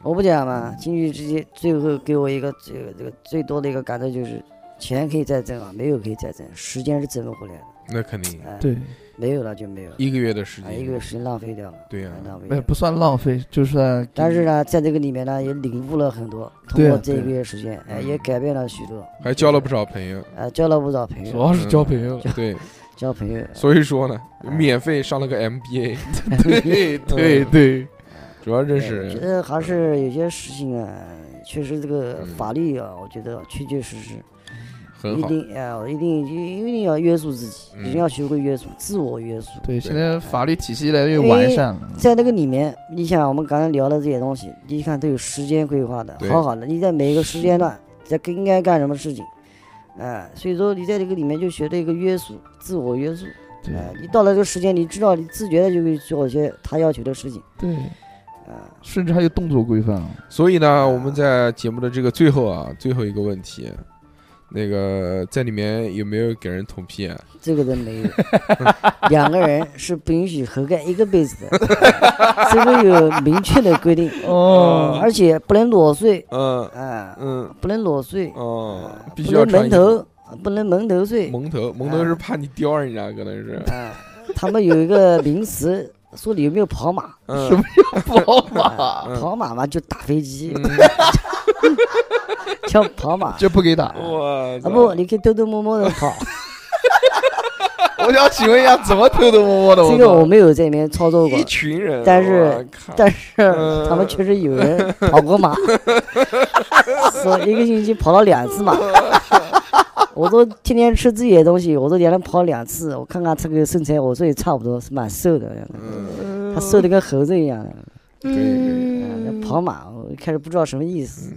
Speaker 3: 我不讲嘛，进去之前最后给我一个这个这个最多的一个感受就是，钱可以再挣啊，没有可以再挣，时间是挣不回来的，
Speaker 1: 那肯定
Speaker 3: 哎、，
Speaker 2: 对，
Speaker 3: 没有了就没有了，
Speaker 1: 一个嗯月的时
Speaker 3: 啊，一个
Speaker 1: 间
Speaker 3: 月，时间浪费掉了，
Speaker 1: 对呀
Speaker 3: 啊，浪费掉
Speaker 2: 那
Speaker 3: 了。
Speaker 2: 不算浪费，就算给
Speaker 3: 但是呢，在这个里面呢，也领悟了很多，通
Speaker 2: 对啊
Speaker 3: 过这一
Speaker 2: 对啊
Speaker 3: 个月时间，哎，
Speaker 1: 嗯
Speaker 3: 也改变了许多，
Speaker 1: 还交了不少朋友，
Speaker 3: 呃，交了不少朋
Speaker 2: 主
Speaker 3: 友，
Speaker 2: 要是嗯交朋友了。
Speaker 1: 对，
Speaker 3: 交朋友，
Speaker 1: 所以说呢，
Speaker 3: 嗯
Speaker 1: 免费上了个 MBA，对对 对，
Speaker 2: 对，
Speaker 1: 主要认
Speaker 3: 对
Speaker 1: 识
Speaker 3: 嗯我觉
Speaker 1: 人，
Speaker 3: 得还是有些事情啊，确实这个
Speaker 1: 嗯
Speaker 3: 法律啊，我觉得确确实实
Speaker 1: 很
Speaker 3: 一
Speaker 1: 好，
Speaker 3: 定啊，一定一定要约束自己，
Speaker 1: 嗯
Speaker 3: 一定要学会约束，自我约束。
Speaker 2: 对，现在法律体系越来越完善了。
Speaker 3: 在那个里面，你想我们刚才聊的这些东西，你看都有时间规划的
Speaker 1: 对，
Speaker 3: 好好的。你在每一个时间段，在应该干什么事情，哎、所以说你在这个里面就学了一个约束，自我约束。
Speaker 2: 对
Speaker 3: 哎、你到了这个时间，你知道，你自觉的就会做一些他要求的事情。
Speaker 2: 对，
Speaker 3: 啊、
Speaker 2: 甚至还有动作规范了。啊
Speaker 1: 所以呢，我们在节目的这个最后啊，最后一个问题，那个在里面有没有给人捅屁啊？
Speaker 3: 这个人没有， 两个人是不允许合盖一个被子的，这个有明确的规定，
Speaker 2: 哦，
Speaker 3: 而且不能裸睡，
Speaker 1: 嗯
Speaker 3: 啊、
Speaker 1: 嗯
Speaker 3: 不能裸睡，
Speaker 1: 哦
Speaker 3: 啊，
Speaker 1: 必须要
Speaker 3: 不
Speaker 1: 穿衣
Speaker 3: 能蒙
Speaker 1: 服
Speaker 3: 头，啊不能蒙头睡，
Speaker 1: 蒙头，蒙头是怕你叼人家，可能 是。
Speaker 3: 啊，他们有一个名词，说你有没有跑马？
Speaker 2: 什
Speaker 1: 嗯
Speaker 2: 么叫宝 马？
Speaker 3: 啊跑马嘛就打飞机，
Speaker 1: 嗯，
Speaker 3: 叫跑马。啊
Speaker 2: 这不给打。
Speaker 1: 我操
Speaker 3: 不，你可以偷偷摸摸的 跑。
Speaker 2: 我想请问一下，怎么偷偷摸摸的？
Speaker 3: 这个我没有在里面操作 过
Speaker 1: 一，群人，
Speaker 3: 但是
Speaker 1: 我靠
Speaker 3: 但是
Speaker 1: 嗯
Speaker 3: 他们确实有人跑过马，说一个星期跑了两次马。 我都天天吃自己的东西，我都连着跑两次。我看看这个身材，我说也差不多，是蛮瘦的，
Speaker 1: 嗯，
Speaker 3: 他瘦的跟猴子一样的。
Speaker 1: 可以可以，
Speaker 3: 嗯，跑马，我一开始不知道什么意思。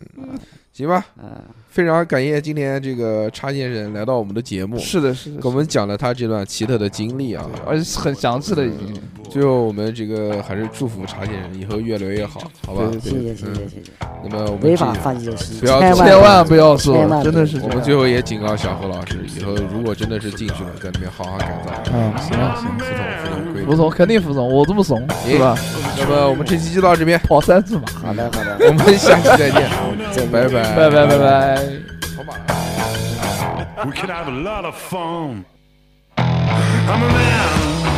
Speaker 1: 行吧，
Speaker 3: 嗯，
Speaker 1: 非常感谢今天这个叉先生来到我们的节目，
Speaker 2: 是的，是的，
Speaker 1: 给我们讲了他这段奇特的经历啊。
Speaker 2: 而且很详细了，已经。
Speaker 1: 最后，我们这个还是祝福叉先生以后越来越好，好吧嗯
Speaker 2: 对？
Speaker 3: 谢谢谢谢谢谢。
Speaker 1: 那么我们
Speaker 3: 违
Speaker 1: 这
Speaker 3: 法
Speaker 1: 个
Speaker 3: 犯罪的事情，
Speaker 1: 啊不要
Speaker 3: 千
Speaker 1: 做
Speaker 2: 千万不要做
Speaker 3: 千万，不要
Speaker 2: 真的是这
Speaker 1: 我
Speaker 2: 样
Speaker 1: 们最后也警告小何老师，以后如果真的是进去了，在里面好好改造，
Speaker 2: 嗯，行了行
Speaker 1: 服
Speaker 2: 了，
Speaker 1: 从服从规
Speaker 2: 服
Speaker 3: 嗯
Speaker 1: 定。
Speaker 2: 从肯定服从，我这么怂是吧？
Speaker 1: 那么我们这期就到这边，
Speaker 2: 跑三次嘛，
Speaker 3: 好的好的，
Speaker 1: 我们下期再见，
Speaker 3: 再见
Speaker 1: 拜拜
Speaker 2: 拜拜拜拜。
Speaker 1: 跑马了。
Speaker 4: We could have a lot of fun. I'm a man